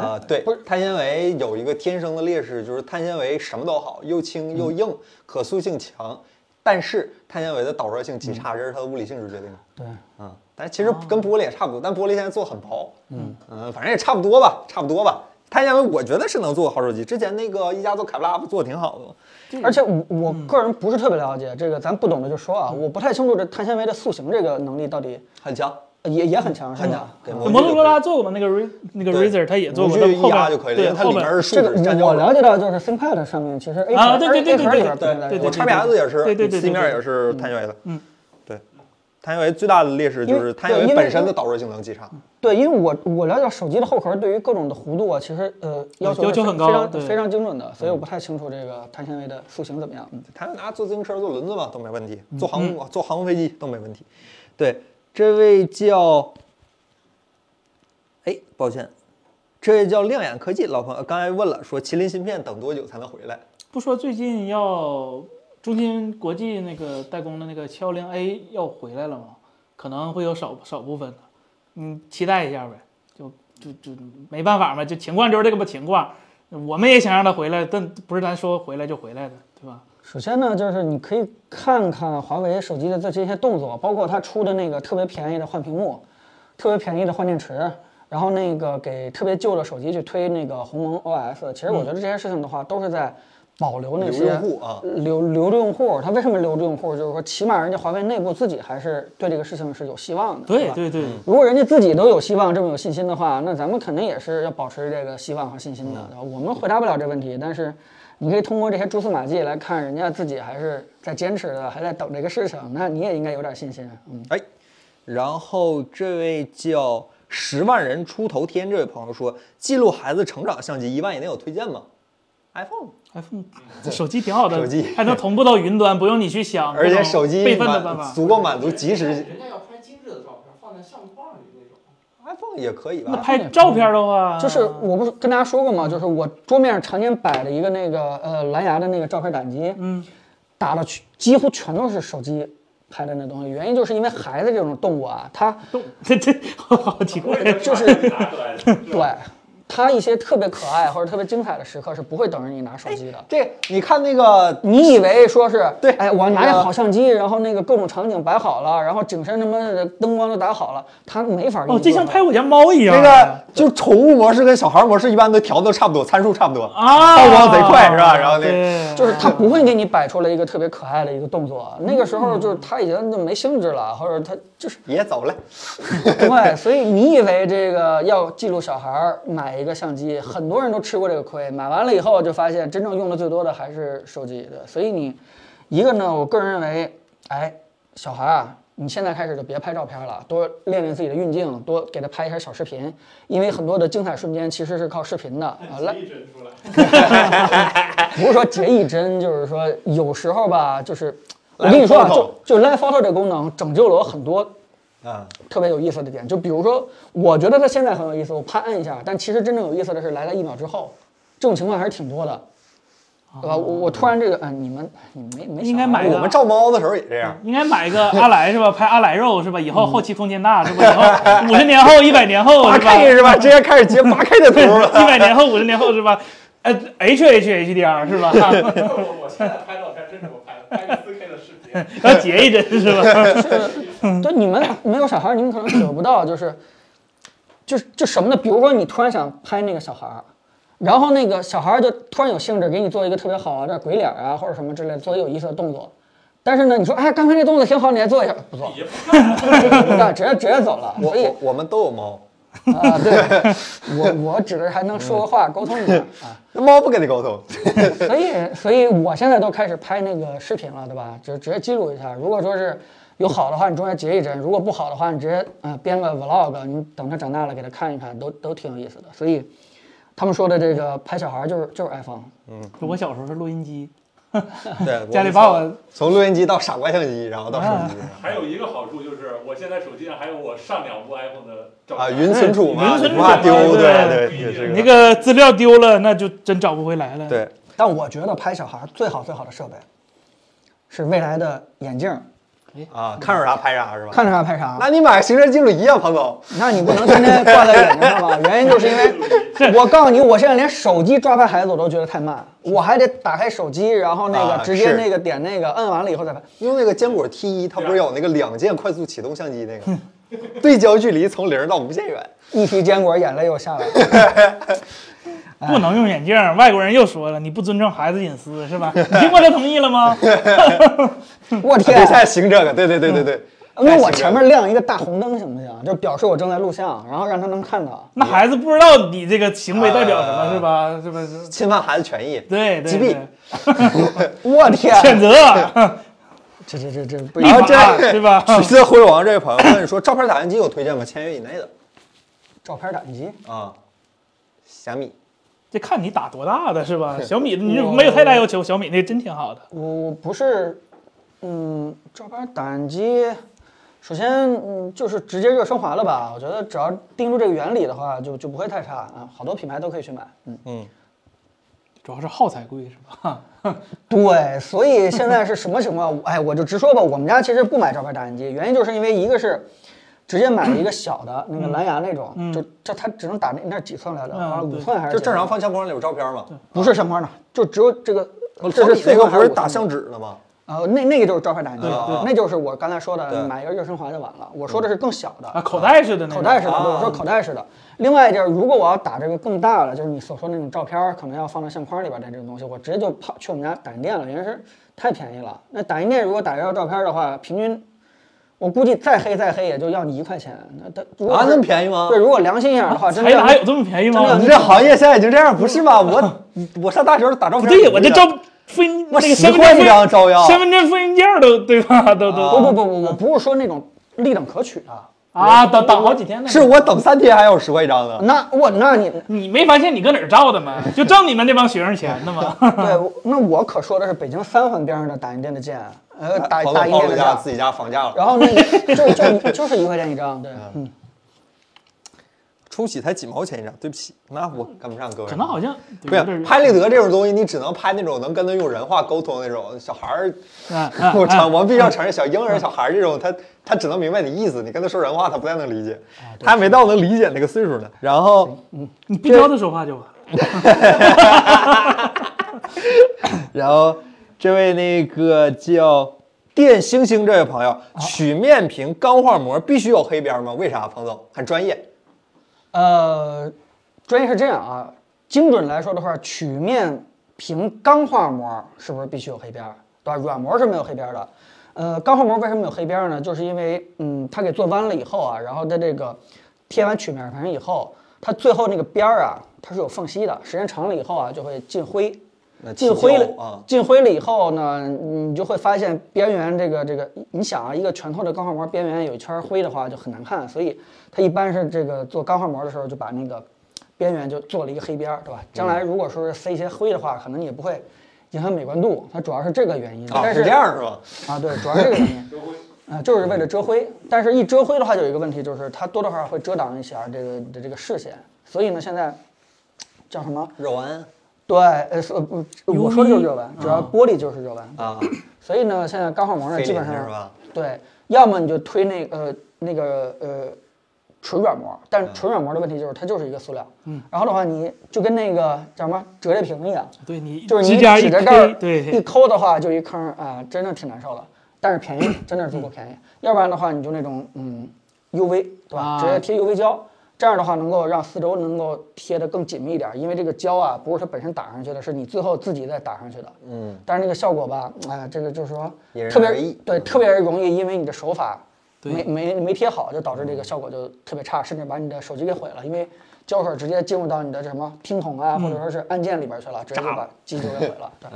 啊、对，不是碳纤维有一个天生的劣势，就是碳纤维什么都好，又轻又硬，可塑性强，但是碳纤维的导热性极差，这是它的物理性质决定的。对，嗯，但其实跟玻璃也差不多，但玻璃现在做很薄，嗯反正也差不多吧，差不多吧。碳纤维我觉得是能做个好手机，之前那个一加做凯布拉不做得挺好的吗？而且我我嗯个人不是特别了解这个，咱不懂的就说啊，我不太清楚这碳纤维的塑形这个能力到底很强，呃也也很强，嗯是很强吧？。对那摩托罗拉做过的那个 Ra 那个对 Razer，它也做过，模具但后一压边就可以了，因对为它里后面边是树这脂粘个胶我的。了解到，就是 ThinkPad 上面其实 A 啊 A 对对对 A 对盒里边对并没对有我我叉 P S 也是，对对对对 C 面对也是碳纤维的，嗯，对，碳纤维最大的劣势就是碳纤因维为本身的导热性能极差，嗯对，因为我我了解到手机的后壳对于各种的弧度啊，其实呃要嗯求要求是很高非常对非常精准的，所以我不太清楚这个碳纤维的塑形怎么样。嗯他拿坐自行车、坐轮子嘛都没问题，嗯坐航空、坐航空飞机都没问题。对，这位叫，哎，抱歉，这叫亮眼科技。老朋友刚才问了，说麒麟芯片等多久才能回来？不说最近要中芯国际那个代工的那个七幺零 A 要回来了吗？可能会有少少部分的，嗯，期待一下呗。就就就没办法嘛，就情况就是这个吧，情况。我们也想让它回来，但不是咱说回来就回来的，对吧？首先呢，就是你可以看看华为手机的这些动作，包括它出的那个特别便宜的换屏幕，特别便宜的换电池，然后那个给特别旧的手机去推那个鸿蒙 OS。其实我觉得这些事情的话，都是在保留那些留用户啊留留住用户。它为什么留住用户？就是说，起码人家华为内部自己还是对这个事情是有希望的，对吧？对对，嗯如果人家自己都有希望，这么有信心的话，那咱们肯定也是要保持这个希望和信心的。对吧我们回答不了这问题，但是你可以通过这些蛛丝马迹来看，人家自己还是在坚持的，还在等这个事情，那你也应该有点信心。嗯，哎，然后这位叫十万人出头天这位朋友说，记录孩子成长相机一万以内有推荐吗？iPhone， iPhone 手机挺好的，手机还能同步到云端，不用你去想而这且啊种手机备份的办满法。足够满足即时人家要拍精致的照片，放在相框里那种。 ，iPhone 也可以那吧？拍照片的话，就是我不是跟大家说过吗？就是我桌面上常年摆着一个那个呃蓝牙的那个照片打机，嗯，打的全几乎全都是手机拍的那东西。原因就是因为孩子这种动物啊，他。动，这这好奇怪。就是拿出来的，对，它一些特别可爱或者特别精彩的时刻是不会等着你拿手机的。这你看那个你以为说是对哎，我拿那啊个着好相机，然后那个各种场景摆好了，然后景深什么的灯光都打好了，它没法给你哦，这像做拍我家猫一样。那个就宠物模式跟小孩模式一般都调的都差不多，参数差不多。啊，曝光贼快是吧然后那对就是它不会给你摆出来一个特别可爱的一个动作，那个时候嗯就是它已经就没兴致了，或者它就是也走了，对，所以你以为这个要记录小孩儿买一个相机，很多人都吃过这个亏，买完了以后就发现真正用的最多的还是手机的。所以你一个呢，我个人认为，哎，小孩啊，你现在开始就别拍照片了，多练练自己的运镜，多给他拍一下小视频，因为很多的精彩瞬间其实是靠视频的。啊，来，一帧出来， 不是说截一帧，就是说有时候吧，就是我来跟你说啊， photo 就就 Live Photo 这功能拯救了我很多啊，特别有意思的点，就比如说，我觉得它现在很有意思，我啪按一下，但其实真正有意思的是来了一秒之后，这种情况还是挺多的，对吧？我我突然这个，嗯、你们你们哦没没应该小孩买儿个我们照猫的时候也这样。应该买一个阿莱是吧？拍阿莱肉是吧？以后后期空间大是吧？以后五十年后、一百年后八嗯是吧？ K 是吧？直接开始截八 K 的图了。 一百年后、五十年后是吧？呃，H H H D R 是吧？我我现在拍照片真是我拍的，拍个四 K 的视频。然后截一帧是吧？对，你们没有小孩儿，你们可能体会不到，就是，就是就什么呢？比如说你突然想拍那个小孩儿，然后那个小孩儿就突然有兴致给你做一个特别好玩的鬼脸儿啊，或者什么之类的，做一个有意思的动作。但是呢，你说哎，刚才那动作挺好，你来做一下，不 做，不干，直接直接走了。我所以我我们都有猫，啊，对， 我我指着还能说个话，沟通一下啊。那猫不跟你 沟通。 所以，所以我现在都开始拍那个视频了，对吧？直直接记录一下。如果说是有好的话，你中间截一帧；如果不好的话，你直接呃编个 vlog，你等他长大了给他看一看，都都挺有意思的。所以他们说的这个拍小孩就是就是 iPhone，我小时候是录音机，对，家里们把我啊从录音机到傻瓜相机，然后到手机还有一个好处就是，我现在手机上还有我上两部 iPhone 的照片啊，云存储嘛，哎云存储你不怕丢，对对对，对这你那个个资料丢了，那就真找不回来了。，对。但我觉得拍小孩最好最好的设备是未来的眼镜，啊，看着啥拍啥是吧？看着啥拍啥。那你买行车记录仪啊，彭总。那你不能天天挂在眼睛上吧？原因就是因为，我告诉你，我现在连手机抓拍孩子我都觉得太慢，我还得打开手机，然后那啊个直接是那个点那个，摁完了以后再拍。用那个坚果 T 一，它不是有那个两键快速启动相机那个， 对焦距离从零到无限远。一提坚果，眼泪又下来了。 不能用眼镜。外国人又说了，你不尊重孩子隐私是吧？你经过他同意了吗？我啊别天！再行这个，对对对对对。那嗯我太行这个前面亮一个大红灯行不行？就表示我正在录像，然后让他能看到。那孩子不知道你这个行为代表什么是吧？是不是？侵犯孩子权益，对对击毙对，我天！ 谴责。这这这这不立行！这法对吧？取自辉煌这位朋友问说，照片打印机有推荐吗？千元以内的照片打印机，啊，小米。这看你打多大的是 吧？小米，你就没有太大要求，小米那真挺好的。嗯我我不是，嗯，照片打印机。首先，嗯，就是直接热升华了吧？我觉得只要盯住这个原理的话，就就不会太差啊。好多品牌都可以去买。嗯，主要是耗材贵是吧？对，所以现在是什么情 况？哎，我就直说吧，我们家其实不买照片打印机，原因就是因为一个是直接买了一个小的那个蓝牙那种，就这它只能打那那几寸来着？嗯啊，五对寸还是嗯就几正常寸？放相框里有照片吗？不是相框的，就只有这个。我这瞅是你四哦那寸还个不是是五打寸相纸了吗？啊，那那个就是照片打印机，对那就是我刚才说的啊对，嗯买一个热升华就完了。我说的是更小的啊，口袋式的那口种袋式的，啊我说口袋式的。另外一件，如果我要打这个更大了，就是你所说那种照片儿，可能要放到相框里边的这种东西，我直接就跑去我们家打印店了，原来是太便宜了。那打印店如果打一张照片的话，平均我估计再黑再黑也就要你一块钱。那它如果啊，是那么便宜吗对，？如果良心一点的话，真的才要哪啊有这么便宜吗？你这行业现在已经这样，不是吗？我我上大学时候打照不片，对，我这照分我那个十身份证块一张照要，身份证复印件都对啊吧？都啊不都不不不，我不是说那种立等可取的。啊，等等好几天呢。是我等三天还有十块一张呢。那我那你你没发现你搁哪儿照的 吗？就挣你们这帮学生钱呢吗？对，我那我可说的是北京三环边上的打印店的价，呃，打房打东印暴店露的一价，下自己家房价了，然后那个就就就是一块钱一张，对，嗯，冲洗才几毛钱一张，对不起，那我跟不上各位。可能好像不对有点是拍立得这种东西，你只能拍那种能跟他用人话沟通的那种小孩儿。啊啊我承，啊我们必须要承认，小婴儿、小孩儿这种，他他只能明白你意思，你跟他说人话，他不太能理解，啊他还没到能理解那个岁数呢。然后，你别教他说话就完了。 然后这位那个叫电星星这位朋友，啊曲面屏钢化膜必须有黑边吗？为啥，彭总很专业？呃，专业是这样啊，精准来说的话，曲面屏钢化膜是不是必须有黑边儿，对吧？软膜是没有黑边儿的。呃，钢化膜为什么有黑边儿呢？就是因为，嗯，它给做弯了以后啊，然后它这个贴完曲面屏以后，它最后那个边儿啊，它是有缝隙的，时间长了以后啊，就会进灰。那进灰气球啊了，，进灰了以后呢，你就会发现边缘这个这个，你想啊，一个拳头的钢化膜边缘有一圈灰的话就很难看，所以它一般是这个做钢化膜的时候就把那个边缘就做了一个黑边儿，对吧？将嗯来如果说是塞一些灰的话，可能也不会影响美观度，它主要是这个原因。啊但是这样是吧？啊，对，主要是这个原因。啊、就是为了遮灰，但是一遮灰的话，就有一个问题，就是它多多少少会遮挡一下这个这这个视线，所以呢，现在叫什么？肉丸对，呃，是呃不我说的就是热纹，主嗯要玻璃就是热纹。 啊，所以呢，现在钢化膜呢，飞基本林上是吧？对，要么你就推那个呃那个呃纯软膜，但嗯是纯软膜的问题就是它就是一个塑料，嗯，然后的话你就跟那个叫什么折叠屏一样，对你就是指你甲一指着这儿推，对一抠的话就一坑啊，真的挺难受的。但是便宜，真的是足够便宜。要不然的话，你就那种嗯 UV 对吧？啊直接贴 UV 胶，这样的话能够让四周能够贴得更紧密一点，因为这个胶啊不是它本身打上去的，是你最后自己再打上去的。嗯，但是那个效果吧，哎、呀，这个就是说因人特别而异对，特别容易因为你的手法对没没没贴好，就导致这个效果就特别差，甚至把你的手机给毁了，因为胶水直接进入到你的这什么听筒啊，或者说是按键里边去了，直接就把机就给毁了。对，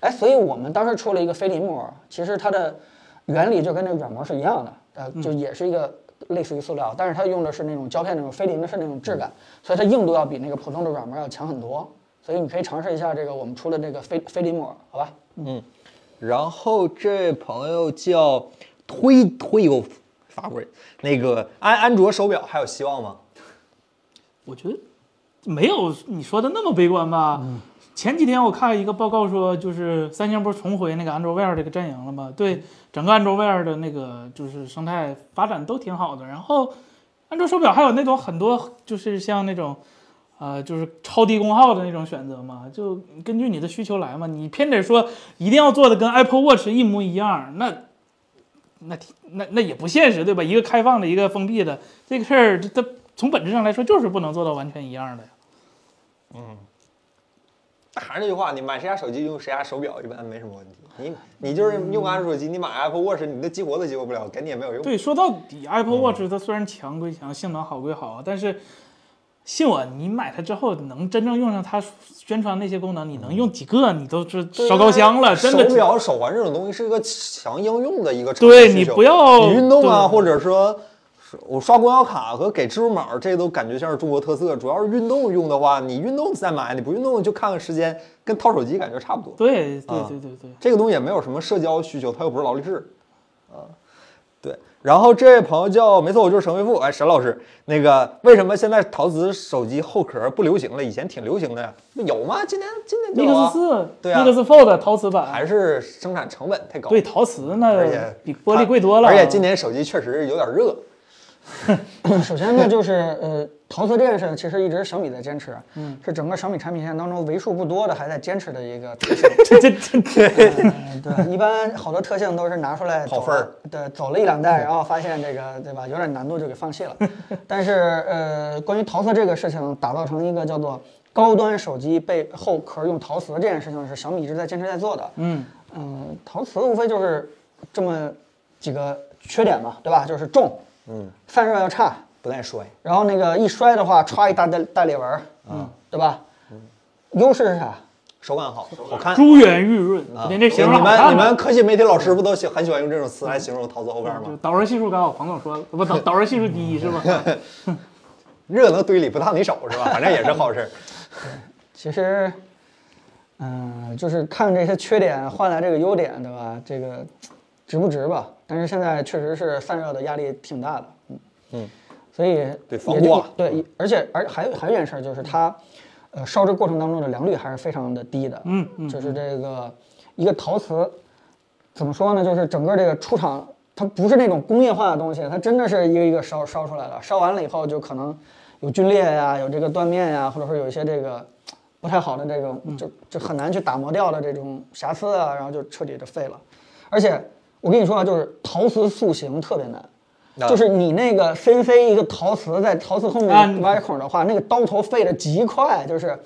哎，所以我们当时出了一个菲林膜，其实它的原理就跟那软膜是一样的，呃，就也是一个类似于塑料，但是它用的是那种胶片那种菲林的是那种质感，所以它硬度要比那个普通的软膜要强很多。所以你可以尝试一下这个我们出的这个菲菲林膜，好吧？然后这位朋友叫推推给我法国人，那个安安卓手表还有希望吗？我觉得没有你说的那么悲观吧。前几天我看一个报告说，就是三星不是重回那个安卓 Wear 这个阵营了吗？对，整个安卓 Wear 的那个就是生态发展都挺好的。然后安卓手表还有那种很多呃就是像那种。呃，就是超低功耗的那种选择嘛，就根据你的需求来嘛。你偏得说一定要做的跟 Apple Watch 一模一样，那那挺那那也不现实，对吧？一个开放的，一个封闭的，这个事儿它它从本质上来说就是不能做到完全一样的呀。那还是那句话，你买谁家手机用谁家手表，一般没什么问题。你你就是用安卓手机，你买 Apple Watch，你的激活都激活不了，给你也没有用。对，说到底，Apple 嗯 Watch 它虽然强归强，性能好归好，但是信我，你买它之后能真正用上它宣传那些功能，你能用几个，你都是烧高香了，真的嗯啊手。表、手环这种东西是一个强应用的一个场景对需你求不要你运动啊，对或者说是我刷公交卡和给支付宝，这都感觉像是中国特色。主要是运动用的话，你运动再买，你不运动就看看时间，跟掏手机感觉差不多。对对啊对对对，这个东西也没有什么社交需求，它又不是劳力士，啊，对，然后这位朋友叫没错，我就是沈维富，哎，沈老师，那个为什么现在陶瓷手机后壳不流行了？以前挺流行的呀，有吗？今年今年就有 Mix 啊，四、对啊 Mix Fold 陶瓷版，还是生产成本太高，对，陶瓷那而且比玻璃贵多了。而且今年手机确实有点热，首先呢，就是呃，陶瓷这件事儿其实一直是小米在坚持，嗯，是整个小米产品线当中为数不多的还在坚持的一个特 性。这这这嗯 对，一般好多特性都是拿出来跑走分儿了对，走了一两代，然后发现这个对吧，有点难度就给放弃了。但是呃，关于陶瓷这个事情，打造成一个叫做高端手机背后壳用陶瓷这件事情，是小米一直在坚持在做的。嗯嗯，陶瓷无非就是这么几个缺点嘛，对吧？就是重，嗯，散热要差，不耐摔。然后那个一摔的话，歘一大大大裂纹啊儿，嗯，对吧？优势是啥？手感好，好看。珠圆玉润，啊您这形容你好看们吗你们科技媒体老师不都喜很喜欢用这种词来形容陶瓷后盖就吗？导热系数高，黄总说不导导热系数低是吧？热能堆里不烫你手是吧？反正也是 好事儿。其实，嗯、就是看这些缺点换来这个优点，对吧？这个值不值吧？但是现在确实是散热的压力挺大的，嗯嗯，所以也对防就刮啊对，也而且而还有还有一件事儿就是它，呃，烧制过程当中的良率还是非常的低的，嗯嗯就是这个一个陶瓷怎么说呢？就是整个这个出厂，它不是那种工业化的东西，它真的是一个一个烧烧出来的。烧完了以后，就可能有皲裂呀、有这个断面呀、或者说有一些这个不太好的这种，就就很难去打磨掉的这种瑕疵啊，然后就彻底的废了。而且我跟你说啊，就是陶瓷塑形特别难，就是你那个深塞一个陶瓷在陶瓷后啊面你挖一孔的话，那个刀头废的极快，就是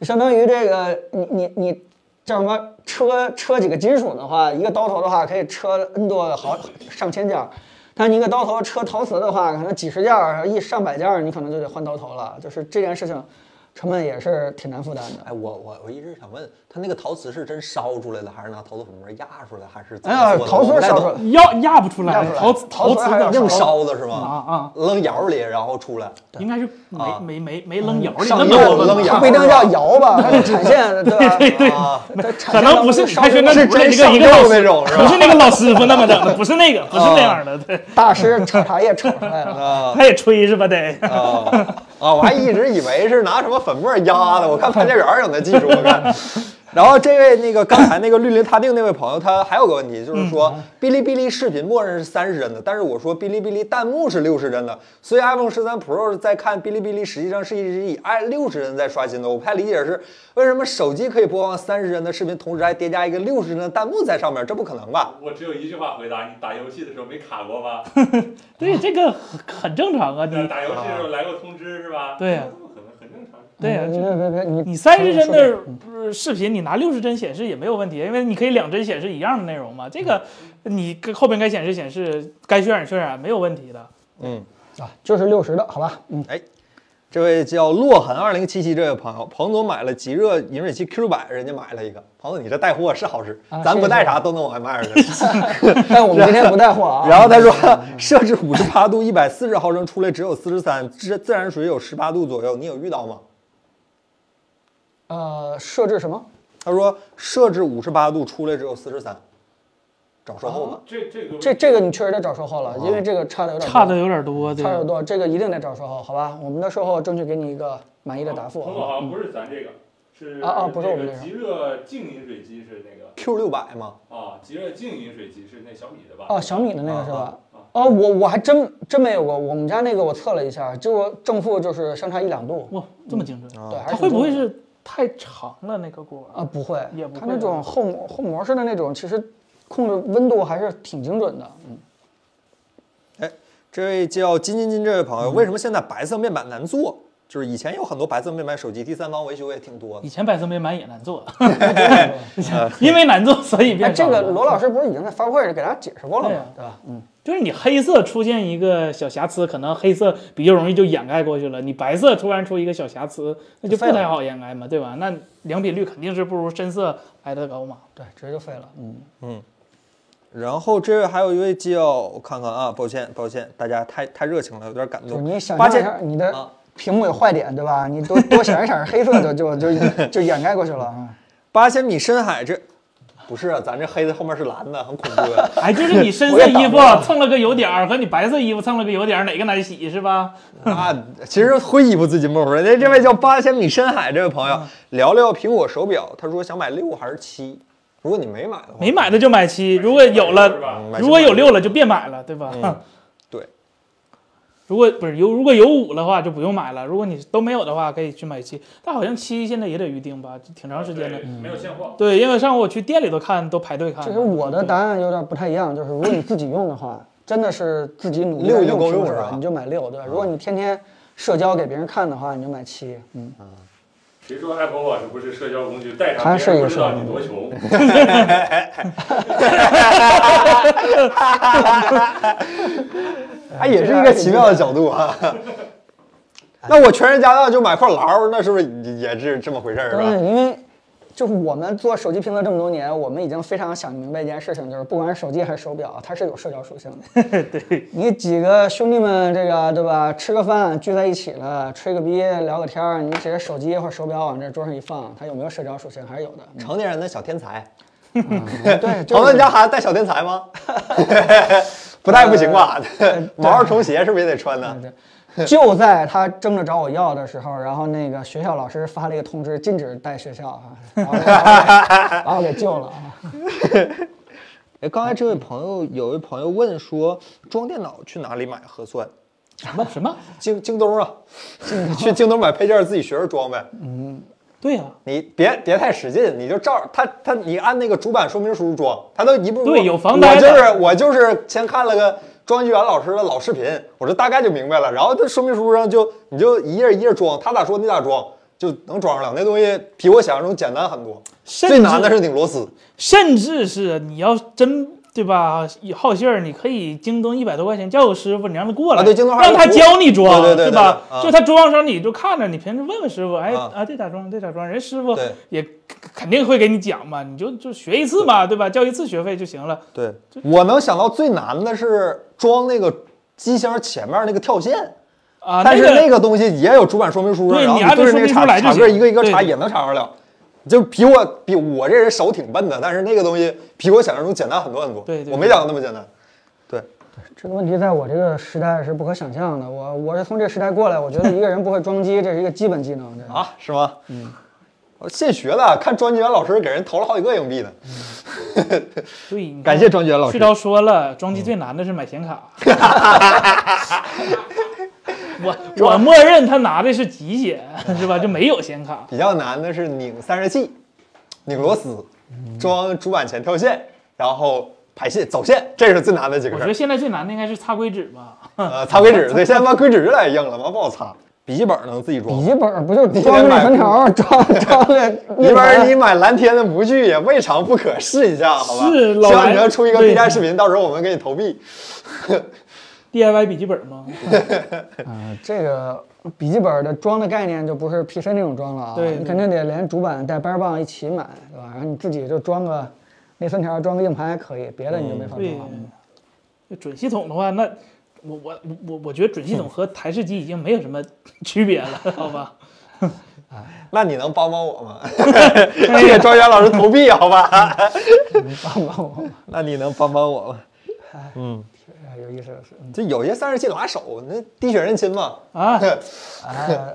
相当于这个你你你叫什么车车几个金属的话，一个刀头的话可以车 N 多好上千件儿，但你一个刀头车陶瓷的话，可能几十件儿一上百件儿，你可能就得换刀头了。就是这件事情，成本也是挺难负担的。哎，我我我一直想问，他那个陶瓷是真烧出来的，还是拿陶瓷粉末压出来，还是怎哎呀么，做的？陶瓷我不太烧出懂来， 压压不出压来不出，来陶瓷陶瓷瓷还的要硬硬烧的是吗？啊啊，扔窑里然后出来，应该是没啊没没没扔窑里上那么釉多扔吧窑它不一定要摇吧，它得 产线对吧？对啊，它可产线能不是当中你烧开学出那来是不是真那个上一个老釉那师，种是不吧？是那个老师傅那么整的，不是那个，不是那样的，对，大师炒茶叶炒出来的。啊他也吹是吧？得，啊啊！我还一直以为是拿什么粉末压的，我看潘家园有那技术，我看。然后这位那个刚才那个绿林他定那位朋友，他还有个问题，就是说哔哩哔哩视频默认是三十帧的，但是我说哔哩哔哩弹幕是六十帧的，所以 iPhone 十三 Pro 在看哔哩哔哩实际上是一直以按六十帧在刷新的。我不太理解是为什么手机可以播放三十帧的视频，同时还叠加一个六十帧的弹幕在上面，这不可能吧？我只有一句话回答你：打游戏的时候没卡 过吗？ 对，这个很很正常啊，嗯你打游戏的时候来过通知是吧？对啊呀怎么可能很正常。 对嗯啊，别这别别别，你你三十帧说的呃视频，你拿六十帧显示也没有问题，因为你可以两帧显示一样的内容嘛。这个你跟后边该显示显示，该渲染渲染没有问题的。嗯。啊，就是六十的好吧？嗯，这位叫洛痕二零七七这位朋友，彭总买了极热饮水机 Q 版，人家买了一个。彭总，你这带货是好事，啊咱谢不谢带啥都能往外 卖出去。但我们今天不带 货啊。 然后他说，设置五十八度一百四十毫升，出来只有四十三，自自然水有十八度左右，你有遇到吗？呃，设置什么？他说设置五十八度，出来只有四十三，找售啊后吧。这这个这这个你确实得找售后了，啊因为这个差的有点多差的有点多，对差点多，这个一定得找售后，好吧？我们的售后争取给你一个满意的答复。嗯彭总好像不是咱这个，是啊啊不是我们那个这个极热净饮水机是那个 Q 六百吗？啊，极热净饮水机是那小米的吧？哦，小米的那个是吧啊？哦，我我还真真没有过，我们家那个我测了一下，结果正负就是相差一两度。哇，这么精准，啊对，还它是会不会挺正是太长了那个锅？啊？不会也不，它会那种后模后模式的那种，其实控制温度还是挺精准的。嗯，这位叫金金金这位嗯朋友，为什么现在白色面板难做？就是以前有很多白色面板手机，第三方维修也挺多的以。前白色面板也难做， 哎，因为难做所以变这长了。个罗老师不是已经在发布会上给大家解释过了对吗啊？对吧？嗯，就是你黑色出现一个小瑕疵，可能黑色比较容易就掩盖过去了。你白色突然出一个小瑕疵，那就就废不了太好掩盖嘛，对吧？那良品率肯定是不如深色来的 高嘛。对，直接就废了。嗯，然后这位还有一位叫我看看啊，抱歉抱歉，大家太太热情了，有点感就是动。你想八象一千下你的啊屏幕有坏点，对吧？你多多想一想黑色的就就就就掩盖过去了啊。八千米深海这，不是，啊咱这黑的后面是蓝的，很恐怖啊 的。哎，就是你深色衣服蹭了个油点儿，和你白色衣服蹭了个油点儿，哪个难洗是吧？啊，其实挥一步自及门户。那这位叫八千米深海这位朋嗯友，聊聊苹果手表，他说想买六还是七？如果你没买的话，没买的就买七，如果有是了，吧？嗯买如果就买有六了就别买了，对吧？嗯对。如果不是有，如果有五的话就不用买了。如果你都没有的话，可以去买七。但好像七现在也得预定吧，挺长时间的嗯对。没有现货。对，因为上回我去店里头看，都排队看。这跟我的答案有点不太一样，就是如果你自己用的话，真的是自己努力六地就够用用是是吧吧？你就买六，对吧？如果你天天社交给别人看的话，你就买七。嗯，谁说 Apple Watch 不是社交工具？带它上是别人一个不知道社交你多穷。 哎，也是一个奇妙的角度啊。 那我全身家当就买块劳，那是不是也是这么回事儿，是但吧？是因为就是我们做手机评测这么多年，我们已经非常想明白一件事情，就是不管是手机还是手表，它是有社交属性的。 对，你几个兄弟们这个对吧？吃个饭聚在一起了，吹个逼聊个天儿，你直接手机或者手表往这桌上一放，它有没有社交属性还是有的。 成年人的小天才，嗯 对，就鹏是鹏你家孩子带小天 才吗？不带不行吧？毛毛虫鞋是不是也得穿呢？呃对，就在他争着找我要的时候，然后那个学校老师发了一个通知，禁止带学校啊，然后把我给把我给救了啊。哎，刚才这位朋友有位朋友问说，装电脑去哪里买合算？什么什么？京京东 啊，去京东买配件儿自己学着装呗。对呀、你别嗯别太使劲，你就照他他你按那个主板说明书装，他都一步步。对有防呆我的就是我就是先看了个庄菊元老师的老视频，我这大概就明白了。然后他说明书上就你就一页一页装，他咋说你咋装，就能装上了。那东西比我想象中简单很多，甚最难的至是拧螺丝。甚至是你要真对吧，好信儿，你可以京东一百多块钱叫个师傅，你让他过来，啊对京东还有让他教你装，对对对对吧？对啊就他装上你就看着，你平时问问师傅，哎啊啊，这咋装，这咋装，人师傅对也肯定会给你讲嘛，你就就学一次嘛，对吧？交一次学费就行了。对，我能想到最难的是装那个机箱前面那个跳线。啊，但是那那个东西也有主板说明书，对然后你按对着着那说个明书查来就查个行一个一个对查对也能查着了。就比我比我这人手挺笨的，但是那个东西比我想象中简单很多很多。对对对我没想到那么简单。对，这个问题在我这个时代是不可想象的。我我是从这个时代过来，我觉得一个人不会装机，这是一个基本技能。这个啊，是吗？嗯，我现学的，看庄元老师给人投了好几个硬币呢。嗯对，你看感谢庄元老旭师。嗯钊说了，装机最难的是买显卡。 我我默认他拿的是极显，是吧？就没有显卡。比较难的是拧散热器、拧螺丝、嗯装主板前跳线，然后排线走线，这是最难的几个我事觉儿得。现在最难的应该是擦龟纸吧。呃，擦硅纸，对，现在妈硅纸越来越硬了，妈不好擦。笔记本能自己装吗笔记本不就是装内存条，装装那一那般盘你买蓝天的模具也未尝不可试一下，好吧？是老希望蓝你能出一个对 B 站视频，到时候我们给你投币。 DIY 笔记本吗？啊，这个笔记本的装的概念就不是 PC 那种装了啊，对对你肯定得连主板带班儿棒一起买，对吧？然后你自己就装个内存条，装个硬盘还可以，别的你就没法装对了。嗯，就准系统的话，那我我我我觉得准系统和台式机已经没有什么 区别了，好吧？那你能帮帮 我吗？那给庄园老师投币，好吧？ 帮帮我，那你能帮帮我吗？嗯，哎有意思的是，嗯就有些散热器拉手，那滴血认亲嘛。啊，哎，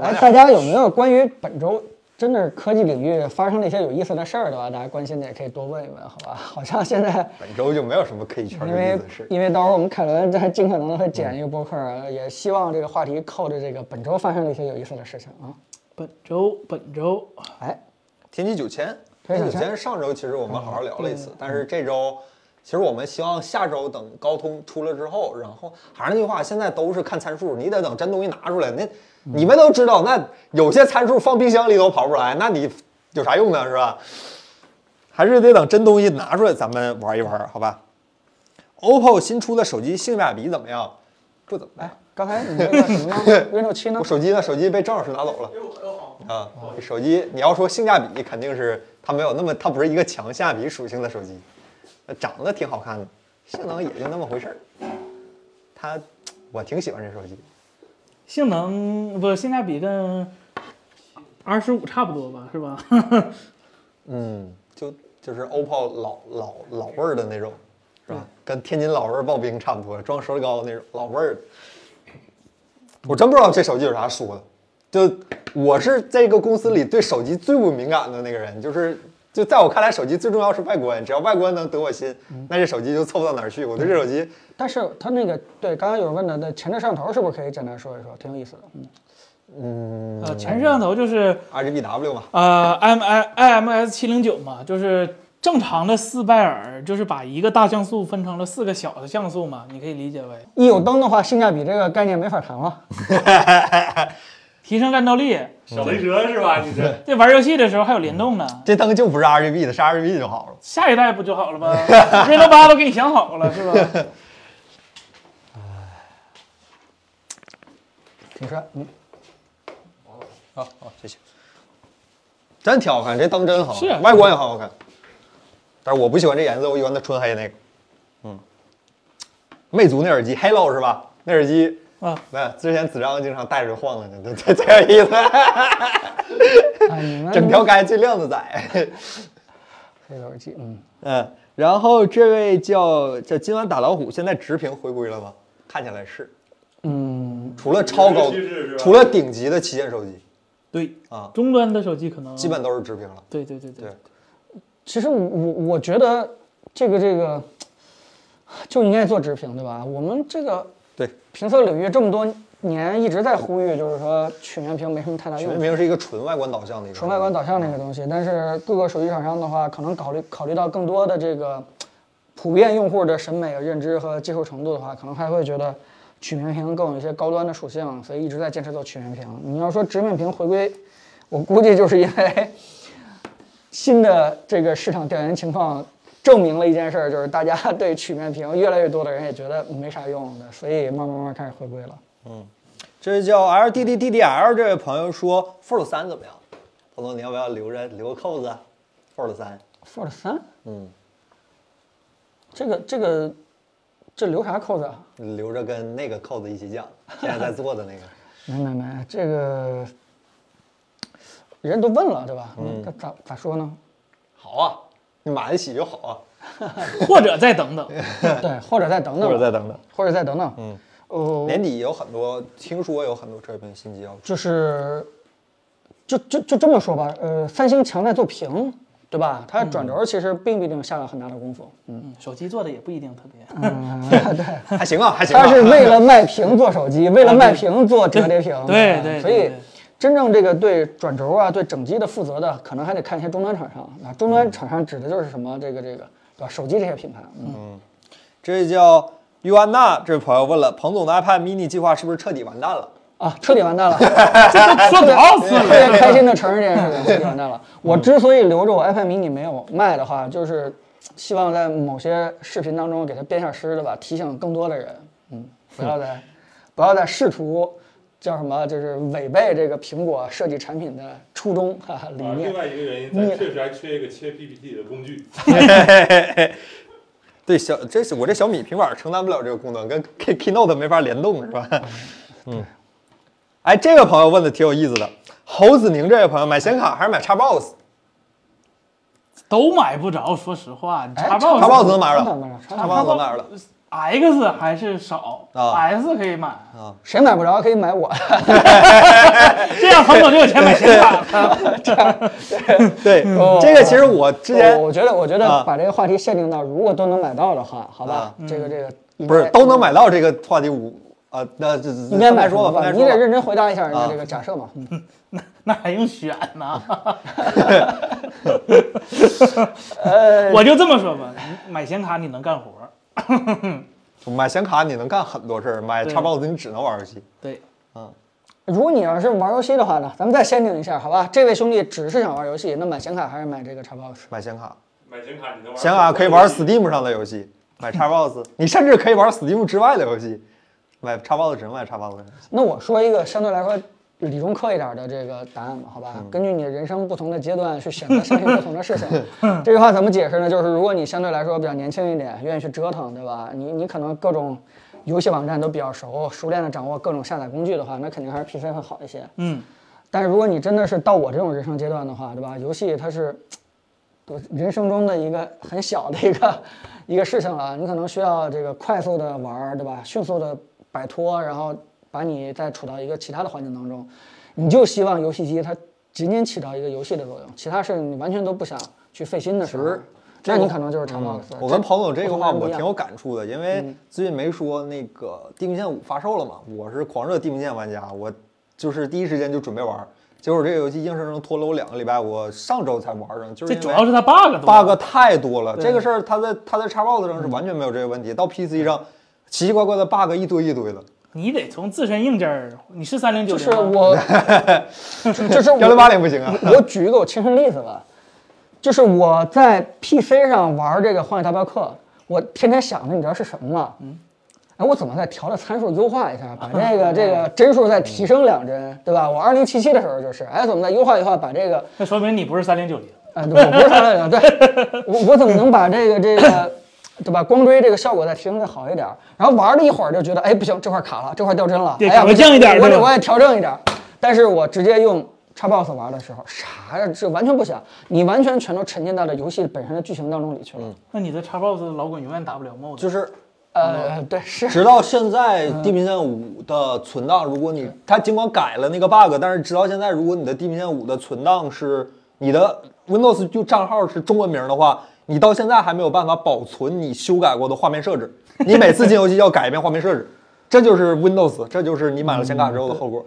哎大家有没有关于本周真的科技领域发生了一些有意思的事儿的话，大家关心的也可以多问一问，好吧？好像现在。本周就没有什么可以圈因的意为思的事。因为到时候我们凯伦在尽可能的会剪一个播客啊，也希望这个话题扣着这个本周发生的一些有意思的事情啊。本周本周哎，天玑九千，嗯天天玑玑九9000千上周其实我们好好聊了一次，但是这周其实我们希望下周等高通出了之后，然后还是那句话，现在都是看参数，你得等真东西拿出来。那你们都知道，那有些参数放冰箱里都跑不出来，那你有啥用呢？是吧？还是得等真东西拿出来，咱们玩一玩，好吧？OPPO 新出的手机性价比怎么样？不怎么样。刚才你那个什么 呢？Reno 七呢我？手机呢？手机被郑老师拿走了。啊，手机你要说性价比，肯定是它没有那么，它不是一个强性价比属性的手机，呃长得挺好看的，性能也就那么回事儿。它，我挺喜欢这手机。性能不性价比跟二十五差不多吧，是吧？嗯，就就是 OPPO 老老老味儿的那种，是吧？跟天津老味儿刨冰差不多，装石膏那种老味儿的。我真不知道这手机有啥说的，就我是这个公司里对手机最不敏感的那个人，就是就在我看来，手机最重要是外观，只要外观能得我心，那这手机就凑不到哪儿去。我对这手机但是它那个对，刚刚有人问的，那前置摄像头是不是可以简单说一说？挺有意思的。嗯， 呃，前摄像头就是 RGBW 嘛，呃 M I I M S 七零九嘛，就是正常的四拜耳，就是把一个大像素分成了四个小的像素嘛，你可以理解为一有灯的话，性价比这个概念没法谈了。提升战斗力。小雷蛇是吧？你这这玩游戏的时候还有联动呢，这灯就不是 RGB 的，是 RGB 就好了。下一代不就好了吗？Reno 八都给你想好了是吧？挺帅，嗯，好好，谢谢。真挺好看，这灯真好，啊是外观也好好看。但是我不喜欢这颜色，我喜欢它纯黑那个。嗯，魅族那耳机 Hello 是吧？那耳机啊，那之前子章经常戴着晃荡的， 这这这意思。啊，你们整条街最靓的仔。黑耳机，嗯， 嗯，然后这位叫叫今晚打老虎，现在直屏回归了吗？看起来是，嗯，除了超高有这个趋势是吧，除了顶级的旗舰手机，对啊终端的手机可能基本都是直屏了。对对对对对，其实我我我觉得这个这个就应该做直屏，对吧？我们这个对，评测领域这么多年一直在呼吁，就是说曲面屏没什么太大用全处。屏是一个纯外观导向的一个，纯外观导向那个东西，但是各个手机厂商的话，可能考虑考虑到更多的这个普遍用户的审美认知和接受程度的话，可能还会觉得曲面屏更有一些高端的属性，所以一直在坚持做曲面屏。你要说直面屏回归，我估计就是因为 新的这个市场调研情况证明了一件事儿，就是大家 对曲面屏越来越多的人也觉得没啥用的，所以慢慢慢慢开始回归了。这位叫 L D D D D L 这位朋友说 Fold 三怎么样？彭总，你要不要留着留个扣子？Fold 三， Fold 三，嗯，这个这个这留啥扣子啊？留着跟那个扣子一起 讲，现在在做的那个。没没没，这个人都问了，对吧？嗯，那咋咋说呢？好啊，你买得起就好啊。或者再等等，对，或者再等等，或者再等等，或者再等等。嗯，呃，年底有很多，听说有很多这边新机要出。就是就就就这么说吧，呃，三星强在做屏，对吧？它转轴其实并不一定下了很大的功夫。嗯，嗯，手机做的也不一定特别。 嗯还行啊，还行、啊。它是为了卖屏做手机，为了卖屏做折叠屏。啊对吧对对所以对真正这个对转轴啊、对整机的负责的，可能还得看一些终端厂商啊。终端厂商指的就是什么？这个这个，对吧？手机这些品牌，嗯。这位叫尤安娜这位朋友问了，彭总的 iPad mini 计划是不是彻底完蛋了？啊，彻底完蛋 了！说多少次了特别开心的承认这件事情，彻底完蛋了。嗯我之所以留着我 iPad mini 没有卖的话，就是希望在某些视频当中给它编下诗，对吧？提醒更多的人，嗯，不要再，不要再试图叫什么，就是违背这个苹果设计产品的初衷哈哈理啊，念另。外一个原因，咱确实还缺一个切 PPT 的工具。对，小这是我这小米平板承担不了这个功能，跟 K Keynote 没法联动，是吧？嗯。哎，这位朋友问的挺有意思的，侯子宁这位朋友买显卡还是买 Xbox？都买不着，说实话，你哎叉 Xbox 能买买着了， ？Xbox 能买着 X 还是少、啊 s 可以买，谁买不着可以买 我。这样彭总就有钱买显卡了。 对，哦这个其实我之前我我觉得，我觉啊得把这个话题限定到，如果都能买到的话，好吧啊，这嗯个这个不是都能买到这个话题五啊，那这应该买说吧，分开你说得吧。认真回答一下人啊家这个假设嘛。嗯那还用选呢？ 我就这么说吧，你买显卡你能干活儿，买显卡你能干很多事儿，买对 Xbox 你只能玩游戏。对，如果你要是玩游戏的话呢，咱们再限定一下，好吧？这位兄弟只是想玩游戏，那买显卡还是买这个 Xbox？买显卡，买显卡你能玩？显卡可以玩 Steam 上的游戏，买 Xbox 你甚至可以玩 Steam 之外的游戏，买 Xbox 只能买 Xbox 的游戏。那我说一个相对来说理中客一点的这个答案吧，好吧？根据你人生不同的阶段去选择相信不同的事情。这句话怎么解释呢？就是如果你相对来说比较年轻一点，愿意去折腾，对吧？你你可能各种游戏网站都比较熟，熟练的掌握各种下载工具的话，那肯定还是 PC 会好一些。嗯，但是如果你真的是到我这种人生阶段的话，对吧？游戏它是我人生中的一个很小的一个一个事情了。你可能需要这个快速的玩儿，对吧？迅速的摆脱，然后把你再处到一个其他的环境当中，你就希望游戏机它仅仅起到一个游戏的作用，其他事情你完全都不想去费心的时候，那你可能就是长 box 了。嗯我跟这彭总这个话不我一样嗯挺有感触的，因为最近没说那个《地平线五》发售了嘛，我是狂热《地平线》玩家，我就是第一时间就准备玩儿，结果这个游戏硬生生拖了我两个礼拜，我上周才玩上，就是这因主为要是它 bug 多 bug 太多了。这个事儿它在它在 Xbox 上是完全没有这个问题，到 PC 上嗯奇奇怪怪的 bug 一堆一堆的。你得从自身硬件儿，你是三零啊九就是我， 就是我幺零八零不行啊， 我举一个我亲身例子吧，就是我在 PC 上玩这个《荒野大镖客》，我天天想的你知道是什么吗？嗯，哎，我怎么再调调参数优化一下，把这 个这个帧数再提升两帧，对吧？我二零七七的时候就是，哎，怎么再优化优化，把这个那说明你不是三零九零。啊，对，我不是三六零，对我我怎么能把这个这个，对吧？光追这个效果再提升的好一点儿，然后玩了一会儿就觉得，哎，不行，这块儿卡了，这块儿掉帧了，得哎呀，调降一点儿我是得吧我得调整一点儿。但是我直接用 Xbox 玩的时候，啥呀？这完全不想，你完全全都沉浸到了游戏本身的剧情当中里去了。那你的 Xbox 的老滚永远打不了 mod，就是呃，对，是直到现在，《地平线五》的存档，如果你它尽管改了那个 bug，但是直到现在，如果你的《地平线五》的存档是你的 Windows 就账号是中文名的话，你到现在还没有办法保存你修改过的画面设置。你每次进游戏要改一遍画面设置， 这就是 Windows，这就是你买了显卡之后的后果。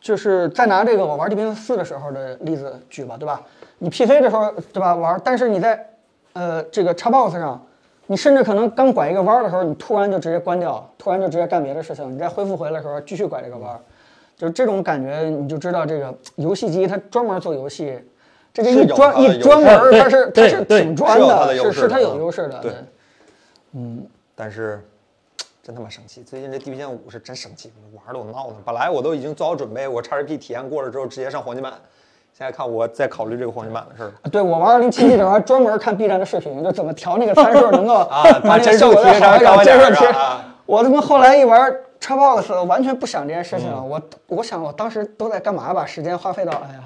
就是再拿这个我玩《地平线四》的时候的例子举吧，对吧？你 PC 的时候，对吧？玩，但是你在呃这个 Xbox 上，你甚至可能刚拐一个弯儿的时候，你突然就直接关掉，突然就直接干别的事情，你再恢复回来的时候继续拐这个弯儿，就这种感觉，你就知道这个游戏机它专门做游戏，这个是一有专它的一专门儿，优势它是它对是对挺专是有它的优是势是的它有嗯优势的，对但是真他妈生气，最近这《地平线五》是真生气，玩的我闹腾。本来我都已经做好准备，我 XGP 体验过了之后直接上黄金版，现在看我在考虑这个黄金版的事儿。对我玩二零七七的时候，还专门看 B 站的视频，就怎么调那个 参数能够啊把把这个帧效数果再提升好一点，高一帧点数提是吧啊。我他妈后来一玩 Xbox，我完全不想这件事情嗯了。我我想我当时都在干嘛，把时间花费到哎呀，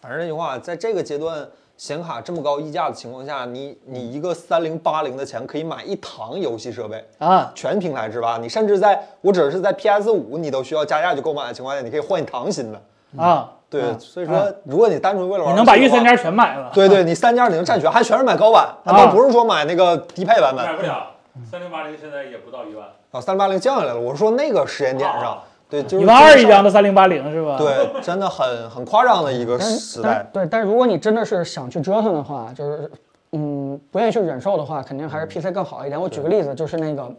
反正那句话，在这个阶段，显卡这么高溢价的情况下，你你一个三零八零的钱可以买一堂游戏设备啊，全平台制霸。你甚至在我只是在 PS 五你都需要加价去购买的情况下，你可以换一堂新的。啊，对，所以说，如果你单纯为了玩，你能把御三。家全买了。对对，你三家你能占全，还全是买高版，那啊倒不是说买那个低配版本买不了。三零八零现在也不到一万，啊，三零八零降下来了。我是说那个时间点上啊，对，就是一万二这个一事儿张的三零八零是吧？，对，真的很很夸张的一个但时是代但。对，但是如果你真的是想去折腾的话，就是嗯不愿意去忍受的话，肯定还嗯是 PC 更好一点。我举个例子，就是那个，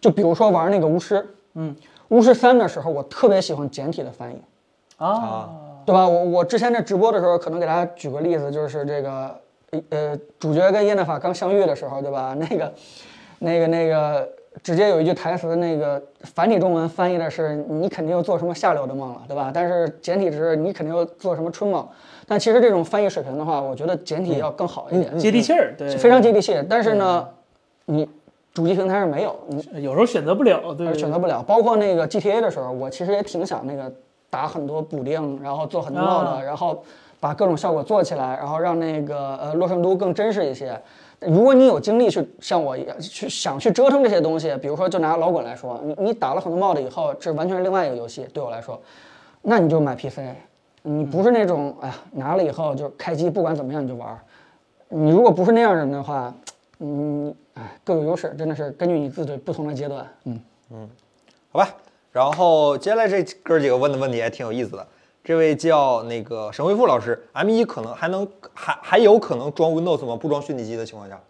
就比如说玩那个巫师，嗯，巫师三的时候，我特别喜欢简体的翻译。啊，对吧？我我之前在直播的时候，可能给大家举个例子，就是这个，呃，主角跟耶纳法刚相遇的时候，对吧？ 那个，那个，那个，直接有一句台词，那个繁体中文翻译的是“你肯定又做什么下流的梦了”，对吧？但是简体是“你肯定又做什么春梦”。但其实这种翻译水平的话，我觉得简体要更好一点，嗯嗯接地气儿，对，非常接地气。但是呢，你主机平台上没有，你有时候选择不了，对，而选择不了。包括那个 GTA 的时候，我其实也挺想那个打很多补丁，然后做很多 mod，、啊然后把各种效果做起来，然后让那个呃洛圣都更真实一些。如果你有精力去像我一样去想去折腾这些东西，比如说就拿老滚来说，你你打了很多 mod 以后，这完全是另外一个游戏，对我来说，那你就买 PC，你不是那种哎呀拿了以后就开机，不管怎么样你就玩儿。你如果不是那样人的话，嗯，哎，各有优势，真的是根据你自己不同的阶段，嗯。好吧。然后接下来这哥几个问的问题还挺有意思的。这位叫那个沈恢复老师，M 1可能还能还还有可能装 Windows 吗？不装虚拟机的情况下，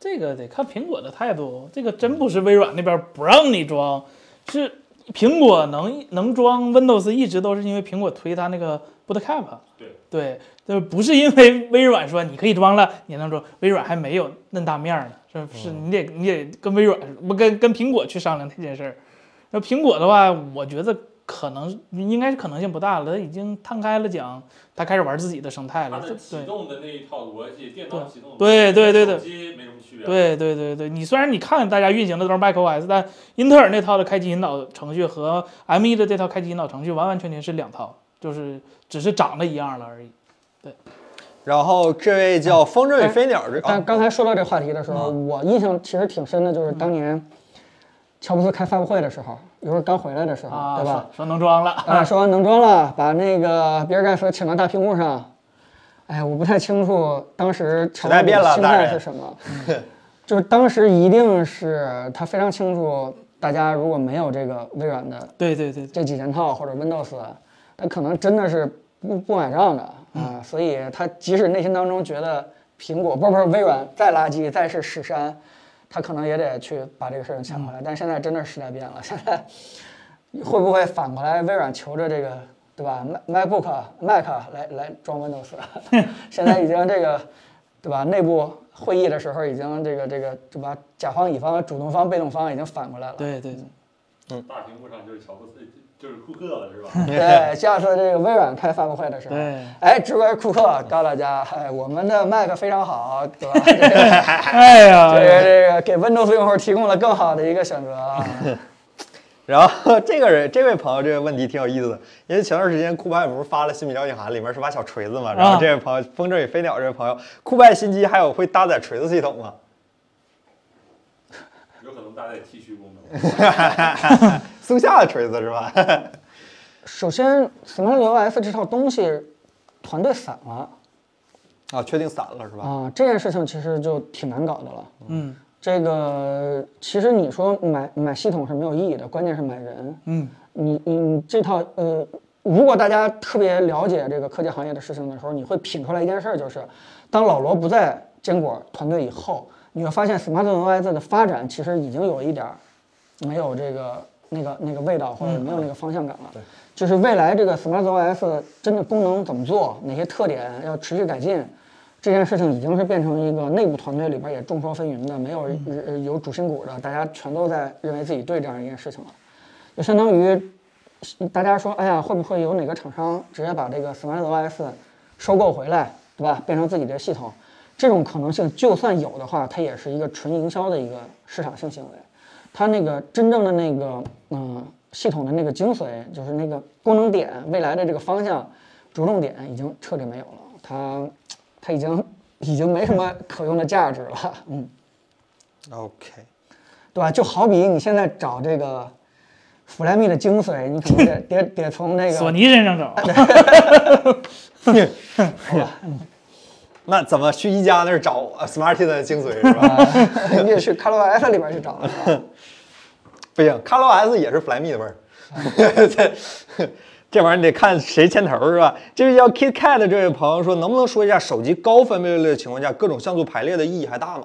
这个得看苹果的态度，哦这个真不是微软那边不让你装，是苹果能能装 Windows 一直都是因为苹果推它那个 Boot Camp，对对，就不是因为微软说你可以装了，你能装，微软还没有嫩大面儿呢，是不哦是？你得你得跟微软不跟跟苹果去商量这件事儿。那苹果的话，我觉得可能应该是可能性不大了，它已经摊开了讲，它开始玩自己的生态它了，的启哎对。动的那一套逻辑，电脑启动对对对对跟手机没什么区别。，啊啊对对对对，你虽然你看大家运行的都是 macOS，但英特尔那套的开机引导程序和 M1 的这套开机引导程序完完全全是两套，就是只是长得一样了而已。对，然后这位叫风筝与飞鸟这但啊，刚才说到这个话题的时候，嗯我印象其实挺深的，就是当年乔布斯开发布会的时候，有时候刚回来的嗯时候，啊，对吧说？说能装了啊，说能装了，把那个比尔盖茨请到大屏幕上。哎，我不太清楚当时乔布斯时代变了心大嗯态人是什么，就是当时一定是他非常清楚，大家如果没有这个微软的对对对对，这几件套或者 Windows，他可能真的是不不买账的啊、所以他即使内心当中觉得苹果不是不是微软再垃圾再是屎山，他可能也得去把这个事情抢回来。但现在真的时代变了，现在会不会反过来微软求着这个对吧 Mac MacBook Mac 来来装 Windows？现 在已经这个对吧内部。会议的时候已经这个这个对吧？甲方乙方、主动方、被动方已经反过来了。对对对，嗯大屏幕上就是乔布斯，就是库克了，是吧？ 对，下次呃这个微软开发布会的时候， 对哎，直播库克告诉大家，哎，我们的 Mac 非常好，对 吧？这个哎呀，这个这个给 Windows 用户提供了更好的一个选 择啊。然后这个人这位朋友这个问题挺有意思的，因为前段时间酷派不是发了新品交易函，里面是把小锤子嘛，然后这位朋友风筝与飞鸟这位朋友，酷派新机还有会搭载锤子系统吗？有可能搭载剃须功能。 松下的锤子是吧？ 首先，SmartOS 这套东西团队散了啊，确定散了是吧？啊，这件事情其实就挺难搞的了。嗯这个其实你说买买系统是没有意义的，关键是买人。嗯，你你这套呃，如果大家特别了解这个科技行业的事情的时候，你会品出来一件事儿，就是当老罗不在坚果团队以后，你会发现 SmartOS 的发展其实已经有一点儿没有这个那个那个味道，或者没有那个方向感了。就是未来这个 SmartOS 真的功能怎么做，哪些特点要持续改进。这件事情已经是变成一个内部团队里边也众说纷纭的，没有呃有主心骨的，大家全都在认为自己对这样一件事情了。就相当于大家说，哎呀，会不会有哪个厂商直接把这个 SmartOS 收购回来，对吧？变成自己的系统，这种可能性就算有的话，它也是一个纯营销的一个市场性行为。它那个真正的那个嗯、呃系统的那个精髓，就是那个功能点，未来的这个方向着重点已经彻底没有了，它它已经已经没什么可用的价值了，嗯。 OK，对吧？就好比你现在找这个弗莱密的精髓，你可能 得得得从那个 索尼身上 找，那怎么去一加那儿找 Smartisan 的精髓是吧？你得去 ColorOS 里边去找了。是吧不行，ColorOS 也是 Flyme 的味儿， 这这玩意儿你得看谁牵头是吧？这位叫 KitKat 的这位朋友说，能不能说一下手机高分辨率的情况下，各种像素排列的意义还大吗？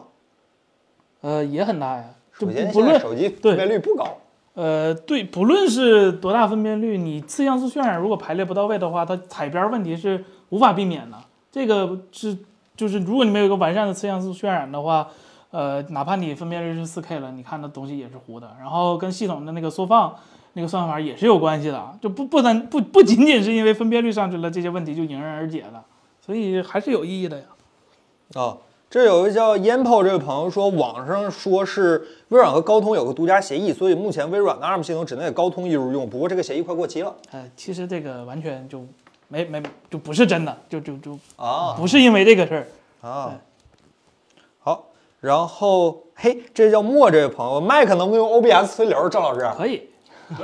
呃，也很大呀。就首不先，不现在论手机分辨对，率不高，呃，对，不论是多大分辨率，你次像素渲染如果排列不到位的话，它彩边问题是无法避免的。这个是就是如果你没有一个完善的次像素渲染的话，呃，哪怕你分辨率是 4K 了，你看的东西也是糊的。然后跟系统的那个缩放那个算法也是有关系的，就不不单不不仅仅是因为分辨率上去了，这些问题就迎刃而解了，所以还是有意义的呀。啊。这有一个叫 Yampo 这位朋友说，网上说是微软和高通有个独家协议，所以目前微软的 ARM 系统只能给高通一路用。不过这个协议快过期了呃，其实这个完全就没没就不是真的，就就就啊不是因为这个事儿。啊！好，然后嘿，这叫莫这位朋友，Mac 能不能用 OBS 推流？赵老师，可以，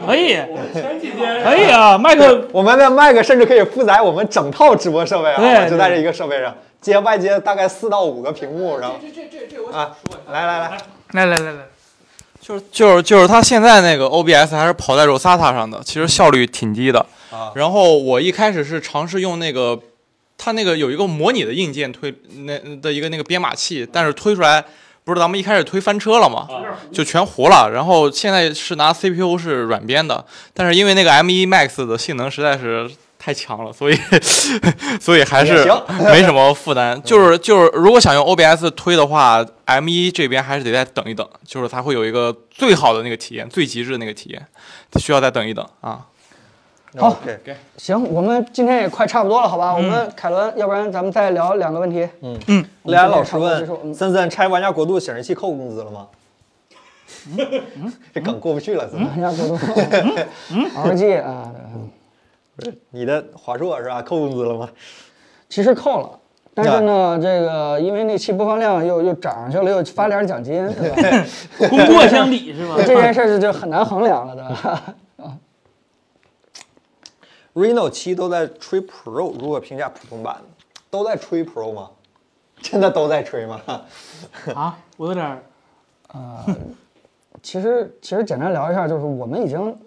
可以，我们前几天可以啊，麦克，我们的 Mac 甚至可以负载我们整套直播设备啊，对就在这一个设备上接外接大概四到五个屏幕，然后这这这这我啊想说一下，来来来，来来来来，就是就是就是它现在那个 OBS 还是跑在 Rosata 上的，其实效率挺低的。啊然后我一开始是尝试用那个，它那个有一个模拟的硬件推那的一个那个编码器，但是推出来不是咱们一开始推翻车了吗？啊就全糊了。然后现在是拿 CPU 是软编的，但是因为那个 M1 Max 的性能实在是太强了，所以 所以还也是行 没什么负担。就是就是，如果想用 OBS 推的话，M1 这边还是得再等一等，就是它会有一个最好的那个体验，最极致的那个体验，需要再等一等啊。好 OK 行，我们今天也快差不多了，好吧？我嗯们凯伦，要不然咱们再聊两个问题。 雷安老师我们这个差不多结束问嗯森森拆玩家国度显示器扣工资了吗？这梗过不去了，森森，玩家国度嗯 ，RG 啊，你的华硕是吧？扣工资了吗？其实扣了。但是呢，这个因为那期播放量又又涨上去了，又发点 奖金，对吧？功过相比 是吧？这件事儿就很难衡量了，对吧？ Reno 七都在吹 Pro，如果评价普通版呢，都在吹 Pro 吗？真的都在吹吗？啊，我有点儿其实其实简单聊一下，就是我们已经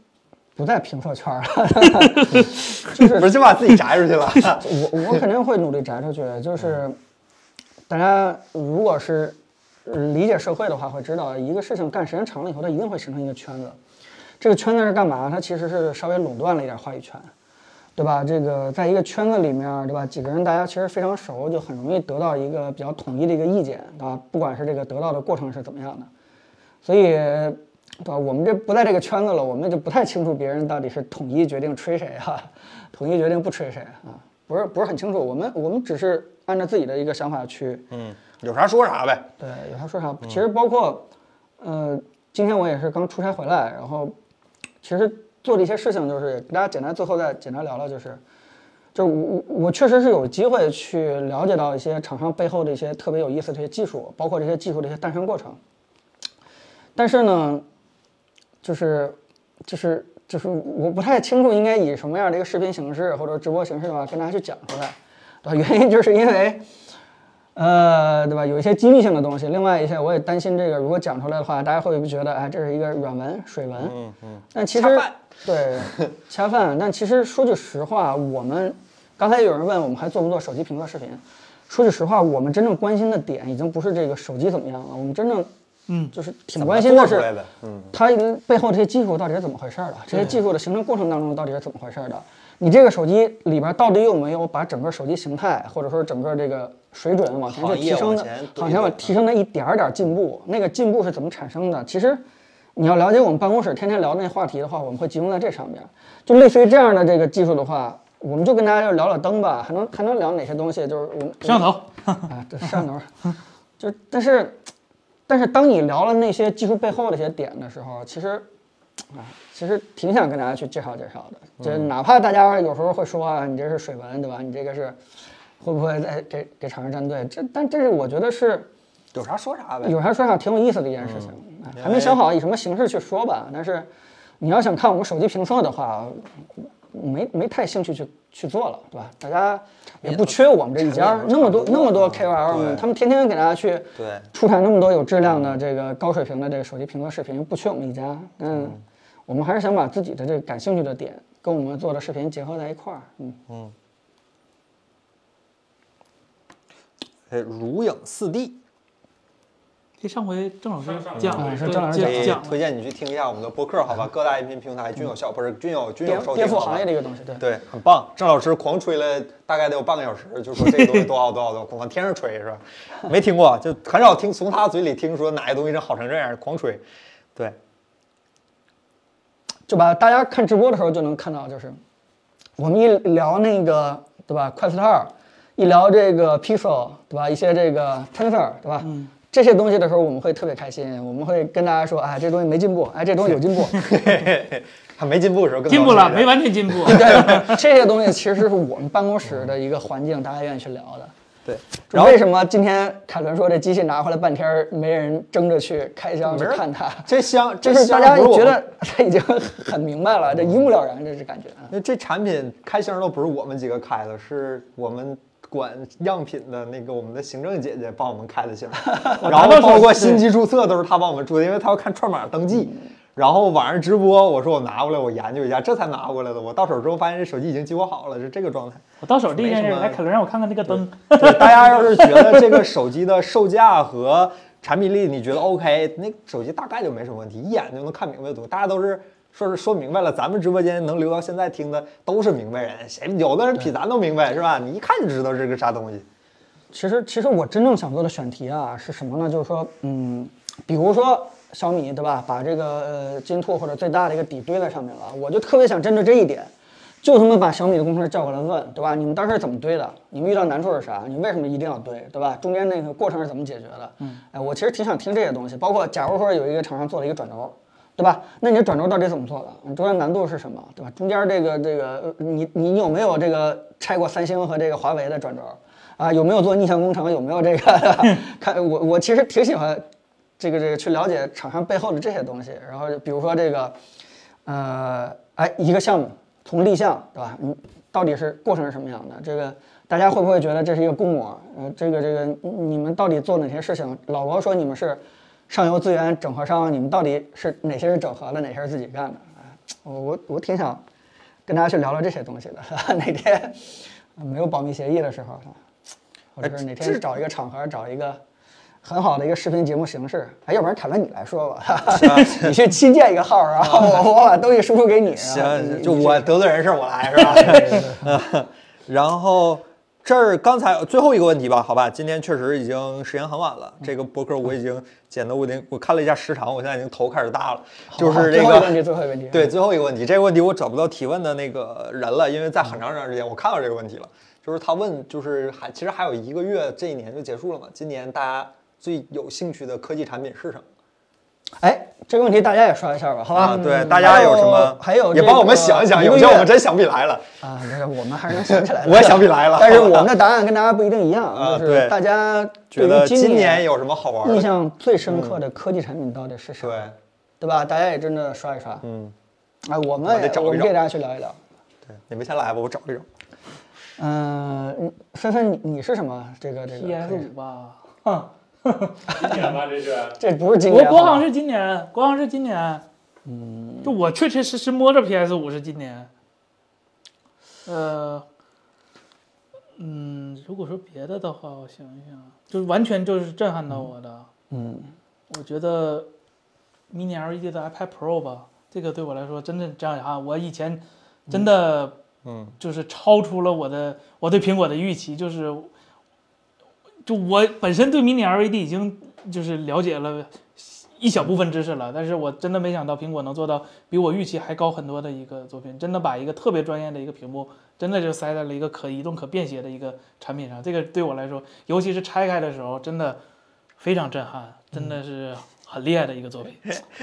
不在评测圈儿了，不是就把自己摘出去了？我我肯定会努力摘出去的。就是大家如果是呃理解社会的话，会知道一个事情干时间长了以后，它一定会形成一个圈子。这个圈子是干嘛？它其实是稍微垄断了一点话语权，对吧？这个在一个圈子里面，对吧？几个人大家其实非常熟，就很容易得到一个比较统一的一个意见，对吧？不管是这个得到的过程是怎么样的，所以，对吧？我们这不在这个圈子了，我们就不太清楚别人到底是统一决定吹谁啊，统一决定不吹谁啊，不是不是很清楚。我们我们只是按照自己的一个想法去，嗯，有啥说啥呗。对，有啥说啥。其实包括，呃，今天我也是刚出差回来，然后其实做的一些事情，就是给大家简单最后再简单聊聊，就是，就是我我我确实是有机会去了解到一些厂商背后的一些特别有意思的一些技术，包括这些技术的一些诞生过程。但是呢，就是就是就是我不太清楚应该以什么样的一个视频形式或者直播形式的话跟大家去讲出来，对吧？原因就是因为。呃，对吧？有一些激励性的东西，另外一些我也担心这个，如果讲出来的话，大家会不会觉得，哎，这是一个软文、水文？嗯嗯。但其实对恰饭，但其实说句实话，我们刚才有人问我们还做不做手机评测视频，说句实话，我们真正关心的点已经不是这个手机怎么样了，我们真正嗯就是挺关心的做是出来的嗯它背后这些技术到底是怎么回事儿的，这些技术的形成过程当中到底是怎么回事儿的，你这个手机里边到底有没有把整个手机形态或者说整个这个水准往前去行业提升的往前推，好像的往提升的一点儿点儿进步，那个进步是怎么产生的？其实。你要了解我们办公室天天聊那话题的话，我们会集中在这上面。就类似于这样的这个技术的话，我们就跟大家就聊聊灯吧，还能还能聊哪些东西？就是我们摄像头， 啊，对，摄像头，就但是，但是当你聊了那些技术背后的一些点的时候，其实，啊，其实挺想跟大家去介绍介绍的，就哪怕大家有时候会说啊，你这是水文对吧？你这个是会不会在给给厂商站队？这但这是我觉得是有啥说啥呗。有啥说啥挺有意思的一件事情，啊还没想好以什么形式去说吧。但是你要想看我们手机评测的话，没没太兴趣去去做了，对吧？大家也不缺我们这一家，那么多那嗯么多 KOL 们，对他们天天给大家去对出产那么多有质量的这个高水平的这个手机评测视频，不缺我们一家。嗯，我们还是想把自己的这个感兴趣的点跟我们做的视频结合在一块儿。嗯，哎，如影四 D，这上回郑老师上讲上了，是对郑老师讲讲哎讲了推荐你去听一下我们的播客，好吧？各大音频平台均有效，不是均有均有颠收听。颠覆好吧行业的一个东西，对。对，很棒。郑老师狂吹了大概得有半个小时，就说这个东西多好多好多好，往天上吹是吧？没听过，就很少听从他嘴里听说哪个东西真好成这样，狂吹。对， 就把大家看直播的时候就能看到，就是我们一聊那个对吧，快四二，一聊这个 Pixel 对吧，一些这个 Tensor 对吧，嗯这些东西的时候，我们会特别开心，我们会跟大家说，哎，这东西没进步，哎，这东西有 进步。他没进步的时候更进步了，高兴没完全进步。对，这些东西其实是我们办公室的一个环境，大家愿意去聊的。对，然后为什么今天凯伦说这机器拿回来半天儿没人争着去开箱去没人看它？这香，就这是香大家不是我觉们得 他已经很明白了，这一目了然，这是感觉啊。因为这产品开箱都不是我们几个开的，是我们管样品的那个我们的行政姐姐帮我们开的箱，然后包括新机注册都是她帮我们注的，因为她要看串码登记。然后晚上直播，我说我拿过来，我研究一下，这才拿过来的。我到手之后发现这手机已经激活好了，是这个状态。我到手第一件事没什，么来凯伦让我看看那个灯，对，大家要是觉得这个手机的售价和产品力你觉得 OK，那手机大概就没什么问题，一眼就能看明白的多。大家都是说是说明白了，咱们直播间能留到现在听的都是明白人，谁有的人比咱都明白是吧？你一看就知道是个啥东西。其实，其实我真正想做的选题啊是什么呢？就是说，嗯，比如说小米，对吧？把这个呃金兔或者最大的一个底堆在上面了，我就特别想针对这一点，就他妈把小米的工程师叫过来问，对吧？你们当时是怎么堆的？你们遇到难处是啥？你为什么一定要堆，对吧？中间那个过程是怎么解决的？嗯，哎，我其实挺想听这些东西，包括假如说有一个厂商做了一个转轴，对吧？那你的转轴到底怎么做的？你中间难度是什么，对吧？中间这个这个，呃你你有没有这个拆过三星和这个华为的转轴？啊，有没有做逆向工程？有没有这个？ 看我我其实挺喜欢这个这个去了解厂商背后的这些东西。然后就比如说这个，呃，哎，一个项目从立项，对吧？你到底是过程是什么样的？这个大家会不会觉得这是一个公模？呃，这个这个你们到底做哪些事情？老罗说你们是上游资源整合商，你们到底是哪些是整合的，哪些是自己干的？哎，我我我挺想跟大家去聊聊这些东西的。 哪天没有保密协议的时候，啊或者是哪天找一个场合，找一个很好的一个视频节目形式，哎，要不然凯文你来说吧， 你去新建一个号，然后我我把东西输出给你，然后行，你就你去我得罪人事儿我 来是吧？嗯然后这儿刚才最后一个问题吧，好吧，今天确实已经时间很晚了，这个博客我已经剪的我已经我看了一下时长，我现在已经头开始大了，就是这最后一个问题，个。最后一个问题，对，，最后一个问题，这个问题我找不到提问的那个人了，因为在很长很长时间我看到这个问题了，就是他问，就是还其实还有一个月，这一年就结束了嘛，今年大家最有兴趣的科技产品是什么？哎，这个问题大家也刷一下吧，好吧？嗯啊，对，大家有什么？还有也帮我们想一想，有些些我们真想不起 来了，啊，没事，我们还是能想起来的， 我也想不起来了。但是我们的答案跟大家不一定一样，啊就是对大家 觉对得于今年年有什么好玩印的？象最深刻的科技产品到底是什么？对，对吧？大家也真的刷一刷，嗯，哎，我我们得也找一我们找给大家去聊一聊。对，你们先来吧，我找一找。嗯，你芬芬，你你是什么？这个这个 PS 五吧，今年吧，这是。这不是今我年，国行是今年，国行是今年，嗯，就我确确实实摸着 PS 五是今年，呃，嗯，如果说别的的话，我想一想，就是完全就是震撼到我的，嗯，我觉得 Mini LED 的 iPad Pro 吧，这个对我来说真正这样哈，我以前真的嗯，就是超出了我的我对苹果的预期，就是就我本身对 Mini LED 已经就是了解了一小部分知识了，但是我真的没想到苹果能做到比我预期还高很多的一个作品，真的把一个特别专业的一个屏幕，真的就塞在了一个可移动可便携的一个产品上，这个对我来说，尤其是拆开的时候，真的非常震撼，真嗯的是很厉害的一个作 品。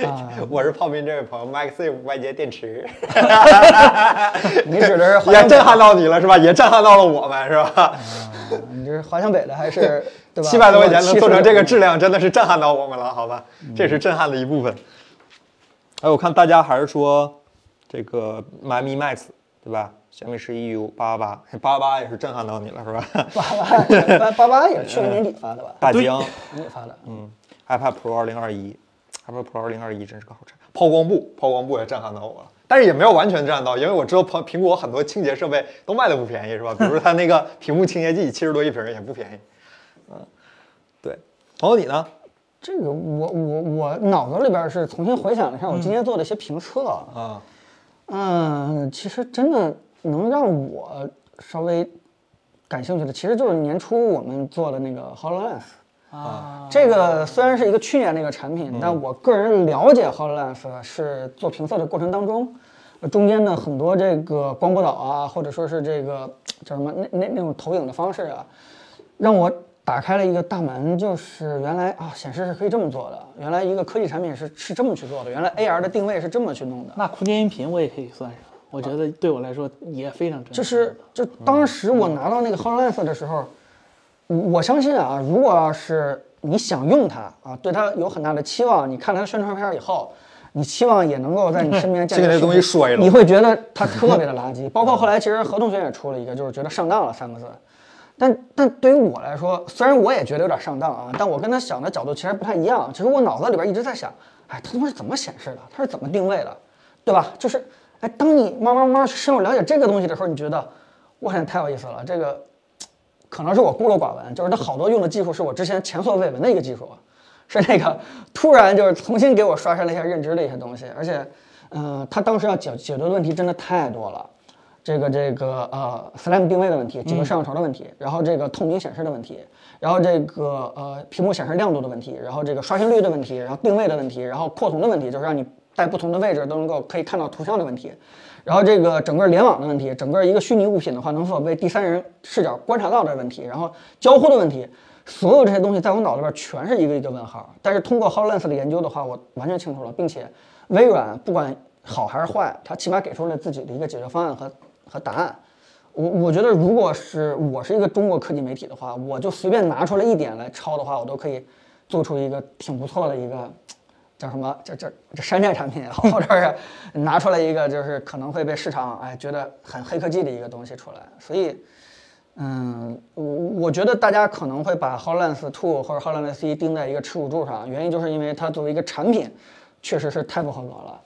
啊，我是胖斌这位朋友，Maxi 外接 电池，你指的是华也 强北震撼到你了是吧？也震撼到了我们是吧？的，你这是华强北的还 是对吧？七百多块钱嗯能做成这个76质量，真的是震撼到我们了，好吧？这是震撼的一部分。哎，我看大家还是说这个 m 咪 Max 对吧？小米十一 U 八八八八八也是震撼到你了是吧？八 八八八也是去年年底发的吧？大疆。年底发的，嗯， iPad Pro 二零二一，iPad Pro 二零二一真是个好产品。抛光布，抛光布也震撼到我了，但是也没有完全震撼到，因为我知道苹苹果很多清洁设备都卖的不便宜， 是吧？比如它那个屏幕清洁剂七十多一瓶也不便宜。嗯，对。朋友你呢？这个我我我脑子里边是重新回想了一下我今天做的一些评测啊，啊，嗯，其实真的能让我稍微感兴趣的，其实就是年初我们做的那个 HoloLens。啊，这个虽然是一个去年的一个产品，但我个人了解 HoloLens 是做评测的过程当中，呃中间呢很多这个光波导啊，或者说是这个叫什么那那那种投影的方式啊，让我打开了一个大门，就是原来啊显示是可以这么做的，原来一个科技产品是是这么去做的，原来 AR 的定位是这么去弄的。那空间音频我也可以算上，我觉得对我来说也非常震撼。就是就当时我拿到那个 HoloLens 的时候，我我相信啊，如果要是你想用它啊，对它有很大的期望，你看它的宣传片以后，你期望也能够在你身边见 这个到东西摔了你会觉得它特别的垃圾。包括后来其实何同学也出了一个，就是觉得上当了三个字。但但对于我来说，虽然我也觉得有点上当啊，但我跟他想的角度其实不太一样。其实我脑子里边一直在想，哎，它东西怎么显示的？它是怎么定位的？对吧？就是，哎，当你慢慢慢慢去深入了解这个东西的时候，你觉得，哇塞，太有意思了！这个可能是我孤陋寡闻，就是它好多用的技术是我之前前所未闻的一个技术，啊是那个突然就是重新给我刷新了一下认知的一些东西，而且，嗯，他当时要解解决的问题真的太多了。这个这个呃，SLAM 定位的问题，几个摄像头的问题，然后这个透明显示的问题，然后这个呃屏幕显示亮度的问题，然后这个刷新率的问题，然后定位的问题，然后扩容的问题，就是让你在不同的位置都能够可以看到图像的问题，然后这个整个联网的问题，整个一个虚拟物品的话能否被第三人视角观察到的问题，然后交互的问题，所有这些东西在我脑子里边全是一个一个问号。但是通过 HoloLens 的研究的话，我完全清楚了，并且微软不管好还是坏，它起码给出了自己的一个解决方案和和答案。我我觉得，如果是我是一个中国科技媒体的话，我就随便拿出来一点来抄的话，我都可以做出一个挺不错的一个叫什么？这这这山寨产品也好，或者是 拿出来一个就是可能会被市场哎觉得很黑科技的一个东西出来。所以，嗯，我我觉得大家可能会把 Hololens Two 或者 Hololens 一定在一个耻辱柱上，原因就是因为它作为一个产品，确实是太不合格了。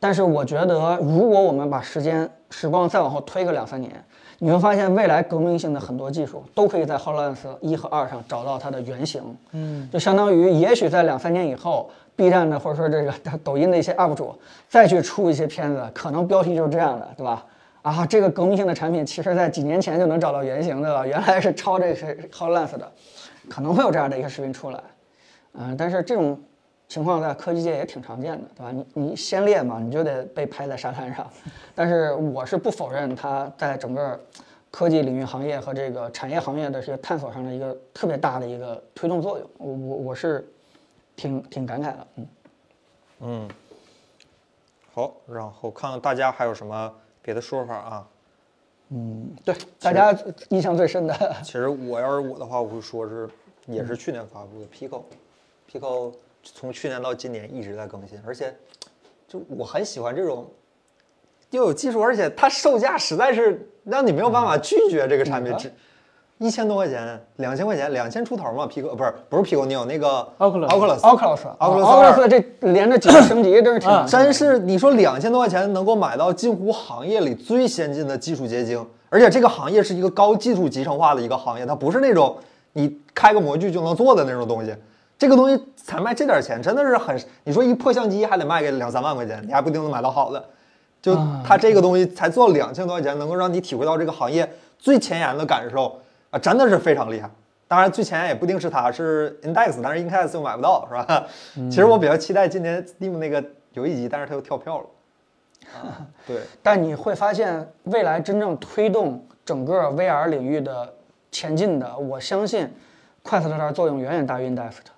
但是我觉得，如果我们把时间时光再往后推个两三年，你会发现未来革命性的很多技术都可以在 Hololens 一和二上找到它的原型。嗯，就相当于也许在两三年以后，B 站的或者说这个抖音的一些 UP 主再去出一些片子，可能标题就是这样的，对吧？啊，这个革命性的产品，其实在几年前就能找到原型，对吧？ 原来是抄这个是 Hololens 的，可能会有这样的一个视频出来。嗯、但是这种情况在科技界也挺常见的，对吧？你你先烈嘛，你就得被拍在沙滩上。但是我是不否认它在整个科技领域行业和这个产业行业的这个探索上的一个特别大的一个推动作用。我我我是挺挺感慨的，嗯。好，然后看看大家还有什么别的说法啊？对，大家印象最深的其实我要是我的话，我会说是也嗯是去年发布的 Pico，Pico 从去年到今年一直在更新，而且就我很喜欢这种又有技术，而且它售价实在是让你没有办嗯法拒绝这个产品，只一千多块钱，两千块钱，两千出头嘛，Pico 不是不是 Pico，你有那个 Oculus Oculus Oculus 哦嗯 Oculus 啊，Oculus 这连着几个升 级，真是挺难的真嗯是你说两千多块钱能够买到近乎行业里最先进的技术结晶，而且这个行业是一个高技术集成化的一个行业，它不是那种你开个模具就能做的那种东西。这个东西才卖这点钱，真的是很，你说一破相机还得卖个两三万块钱，你还不一定能买到好的。就它这个东西才做两千多块钱，能够让你体会到这个行业最前沿的感受啊，真的是非常厉害。当然，最前沿也不一定是它，是 Index，但是 Index 又买不到，是吧？其实我比较期待今年 Steam 那个游戏机，但是它又跳票了。 啊，对，但你会发现，未来真正推动整个 VR 领域的前进的，我相信快速这儿作用远远大于 Index 的。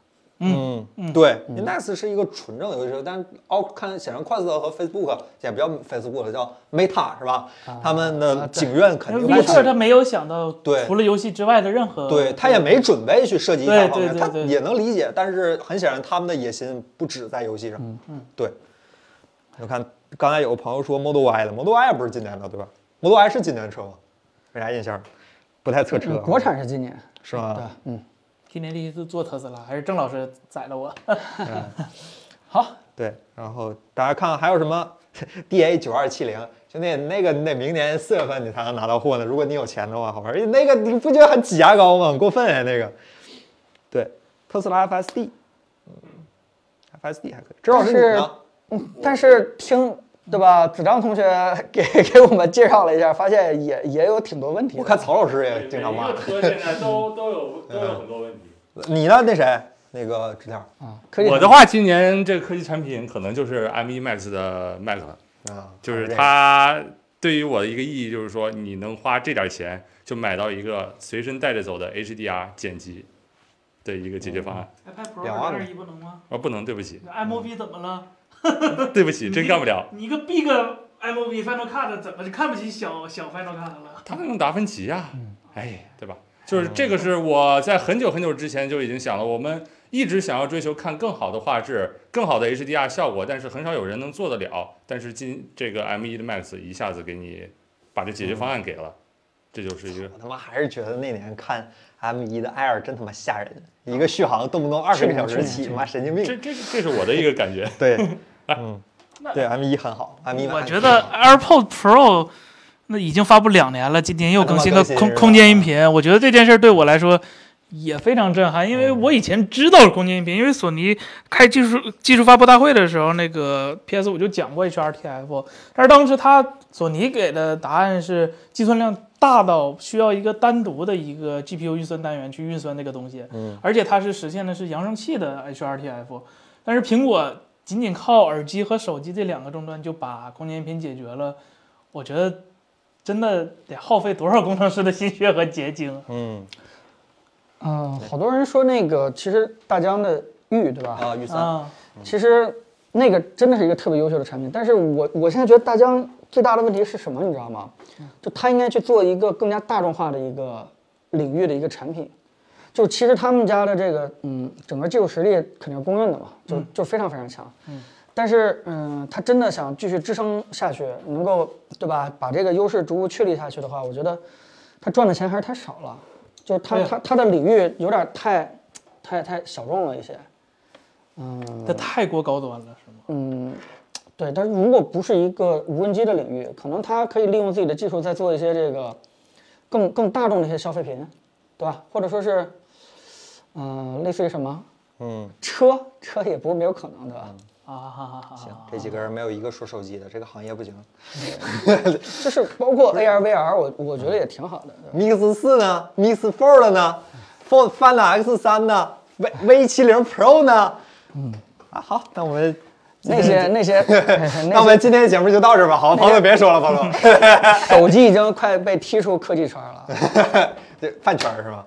嗯，对，Index 是一个纯正的游戏机，但是奥看显然快速和 Facebook 也不叫 Facebook 了，叫 Meta 是吧？他们的景院肯定因为 V 会社起他没有想到对除了游戏之外的任何，对他也没准备去涉及一呃对下方对面，对他对也能理解，但是很显然他们的野心不止在游戏上。嗯，对。我看刚才有个朋友说 Model Y 的，Model Y 不是今年的对吧？Model Y 是今年的车吗？没啥印象，不太测车。嗯啊国产是今年，是吗？对，嗯，今年第一次坐特斯拉，还是郑老师宰了我。好，对，然后大家看看还有什么 DA 九二七零，兄弟，那个你得明年四月份你才能拿到货呢。如果你有钱的话，好玩。哎那个你不觉得很挤牙膏吗？很过分哎，那个。对，特斯拉 FSD，嗯，FSD 还可以。周老师你但是呢？但是听对吧？子章同学 给给我们介绍了一下，发现也也有挺多问题的。我看曹老师每也一经常骂个。车现在都都有都有很多问题。你呢？那谁？那个纸条科技 我的话，今年这个科技产品可能就是 M1 Max 的 Mac 了，啊，就是这个。它对于我的一个意义就是说，你能花这点钱就买到一个随身带着走的 HDR 剪辑的一个解决方案。 iPad Pro 两万二点一不能吗啊，不能，对不起， ？MOV 怎么了？ 对不起，真干不了。你一个 big MOV Final Cut 怎么就看不起小小 Final Cut 了？他们用达芬奇呀、嗯哎，对吧？就是这个是我在很久很久之前就已经想了，我们一直想要追求看更好的画质、更好的 HDR 效果，但是很少有人能做得了。但是今这个 M1 的 Max 一下子给你把这解决方案给了，这就是一个我他妈还是觉得那年看 M 1的 Air 真他妈吓人，一个续航动不动二十个小时起，妈神经这病。这这是我的一个感觉。对，嗯，对 M 1很好，M 1我觉得 AirPods Pro 那已经发布两年了，今年又更新个还他妈空更新空间音频，我觉得这件事儿对我来说也非常震撼，因嗯为我以前知道空间音频，因为索尼开技术技术发布大会的时候，那个 PS 五就讲过 HRTF，但是当时它索尼给的答案是计算量大到需要一个单独的一个 GPU 运算单元去运算那个东西，嗯而且它是实现的是扬声器的 HRTF，但是苹果仅仅靠耳机和手机这两个终端就把空间音频解决了，我觉得真的得耗费多少工程师的心血和结晶啊。嗯嗯，好多人说那个，其实大疆的玉对吧？啊，预算啊，其实那个真的是一个特别优秀的产品。但是我我现在觉得大疆最大的问题是什么，你知道吗？就它应该去做一个更加大众化的一个领域的一个产品。就其实他们家的这个，嗯，整个技术实力肯定是公认的嘛，就就非常非常强。嗯。但是，嗯，他真的想继续支撑下去，能够对吧？把这个优势逐步确立下去的话，我觉得他赚的钱还是太少了，就是他他他的领域有点太太太小众了一些。嗯它太过高端了，是吗？对，但是如果不是一个无人机的领域，可能它可以利用自己的技术再做一些这个更更大众的一些消费品，对吧？或者说是，嗯、类似于什么嗯，车，车也不是没有可能，对吧？啊哈哈哈！行，这几个人没有一个说手机的，这个行业不行。就是包括 AR、VR，我我觉得也挺好的。嗯对吧 Mix 四呢？Mix Four 了呢？Phone Find X 三呢？V V 七零 Pro 呢？嗯，啊好，那我们那 些那些那我 那们些今天的节目就到这儿吧。好，彭总别说了，彭总，手机已经快被踢出科技圈了，这饭圈儿是吗？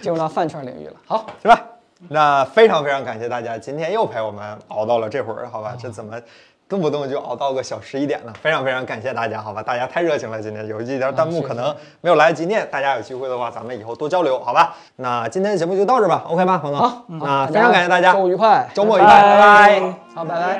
进入到饭圈领域了。好，是吧？那非常非常感谢大家，今天又陪我们熬到了这会儿，好吧？这怎么动不动就熬到个小十一点了？非常非常感谢大家，好吧？大家太热情了，今天有一条弹幕可能没有来得及念，大家有机会的话，咱们以后多交流，好吧？那今天的节目就到这儿吧，OK 吧，彭总？好，那非常感谢大家，周五愉快，周末愉快，拜拜拜拜好，拜拜。